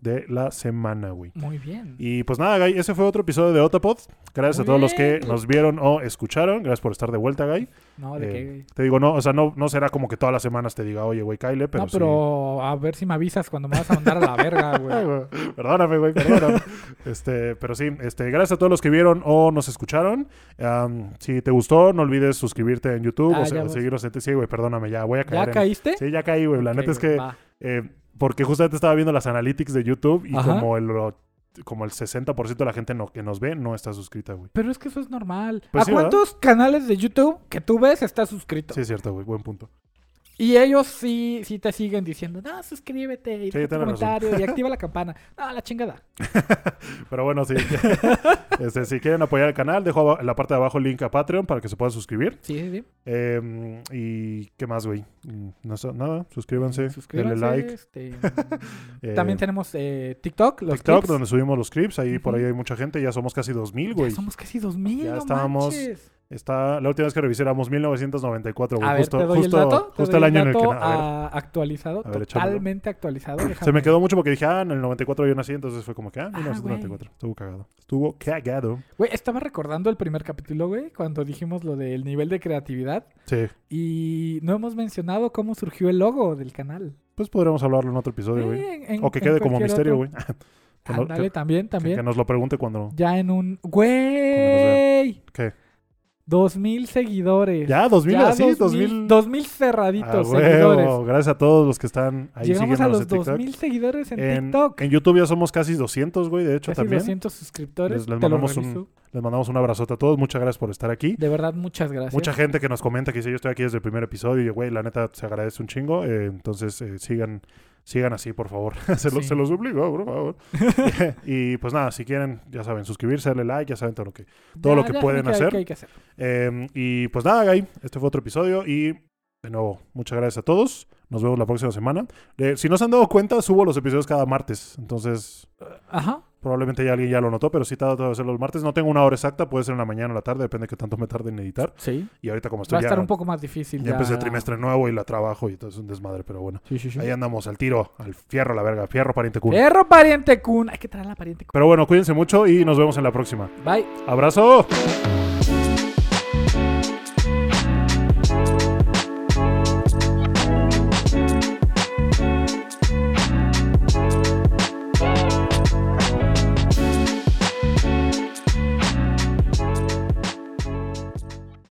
de la semana, güey.
Muy bien.
Y pues nada, Guy, ese fue otro episodio de Otapod. Gracias
Muy
a todos los que
bien.
nos vieron o escucharon. Gracias por estar de vuelta, Guy.
No, de
Eh,
qué. güey.
Te digo, no, o sea, no, no será como que todas las semanas te diga, oye, güey, Kyle, pero,
no, pero a ver si me avisas cuando me vas a mandar a la verga,
sí. Ay,
güey.
güey, Perdóname, güey, perdóname. este, pero sí, este, gracias a todos los que vieron o nos escucharon. Am, si te gustó, no olvides suscribirte en YouTube
Ah,
o, se-
ya
o
vas.
seguirnos en... Sí, güey, perdóname, ya voy a caer
¿Ya
en-
caíste?
Sí, ya caí, güey. La
Ok,
neta es
güey,
que...
va.
Eh, porque justamente estaba viendo las analytics de YouTube y
Ajá.
como el, lo- como el 60% de la gente no, que nos ve no está suscrita, güey.
Pero es que eso es normal.
Pues
¿A
sí, ¿verdad?
cuántos canales de YouTube que tú ves estás suscrito?
Sí, es cierto, güey. Buen punto.
Y ellos sí, sí te siguen diciendo, no, suscríbete, y deja tu
tienes razón.
comentario, y activa la campana. No, la chingada.
Pero bueno, sí. Este, si quieren apoyar el canal, dejo aba- en la parte de abajo el link a Patreon para que se puedan suscribir.
Sí, sí, sí.
Eh, ¿Y qué más, güey? Mm, No, sé, nada, suscríbanse,
Suscríbanse.
denle like.
este,
Eh,
También tenemos eh, TikTok, los
TikTok,
clips.
donde subimos los clips. Ahí por
Ujú.
ahí hay mucha gente. Ya somos casi 2.000,
Ya
güey.
somos casi 2000,
Ya
no
estábamos-
manches.
Está, la última vez que revisé éramos 1994, güey.
A ver,
Justo,
te doy
justo,
el dato. te
justo el
doy
año en el que...
dato,
na- a ver.
ah, actualizado,
A ver, échamelo.
totalmente actualizado.
Se me
déjame-
quedó mucho porque dije, ah, en el 94 yo nací, entonces fue como que, ah,
Ah,
1994. Estuvo cagado. Estuvo cagado.
Güey, estaba recordando el primer capítulo, güey, cuando dijimos lo del nivel de creatividad.
Sí.
Y no hemos mencionado cómo surgió el logo del canal.
Pues podremos hablarlo en otro episodio, güey.
Eh, en-
o que
en
quede como
cualquier
misterio,
otro.
güey. Que no-
Ándale,
que-
también,
Que,
también.
que nos lo pregunte cuando.
Ya en un... ¡Güey!
¿Qué?
2000 seguidores.
Ya, 2000,
Ya
así, 2000.
2000
Ah,
cerraditos
huevo.
seguidores.
Gracias a todos los que están ahí
Llegamos a
siguiéndonos
los
en TikTok.
2000 seguidores en,
En,
TikTok.
en YouTube ya somos casi 200, güey. De hecho,
Casi
también
200 suscriptores.
Les- les
Te lo
mandamos un-
reviso.
les mandamos un abrazote a todos. Muchas gracias por estar aquí.
De verdad, muchas gracias.
Mucha gente que nos comenta que dice, yo estoy aquí desde el primer episodio y, güey, la neta, se agradece un chingo. Eh, entonces, eh, sigan sigan así, por favor. se, los
Sí.
se los suplico, por favor. y pues nada, si quieren, ya saben, suscribirse, darle like, ya saben todo lo que... todo lo que pueden
hay
hacer.
hay que hacer.
Eh, y pues nada, Guy, este fue otro episodio y, de nuevo, muchas gracias a todos. Nos vemos la próxima semana. Eh, si no se han dado cuenta, subo los episodios cada martes. Entonces,
Ajá.
probablemente ya alguien ya lo notó, pero sí trato de hacerlo los martes. No tengo una hora exacta, puede ser en la mañana o en la tarde, depende de qué tanto me tarde en editar.
Sí.
Y ahorita como estoy
Va a
ya-
estar un poco más difícil.
ya empecé trimestre nuevo y la trabajo y todo es un desmadre, pero bueno.
Sí, sí, Eh. sí.
Ahí andamos, al tiro, al fierro, a la verga, fierro, pariente culo.
Perro pariente Kun. Hay que traer la pariente Kun.
Pero bueno, cuídense mucho y nos vemos en la próxima.
Bye.
¡Abrazo!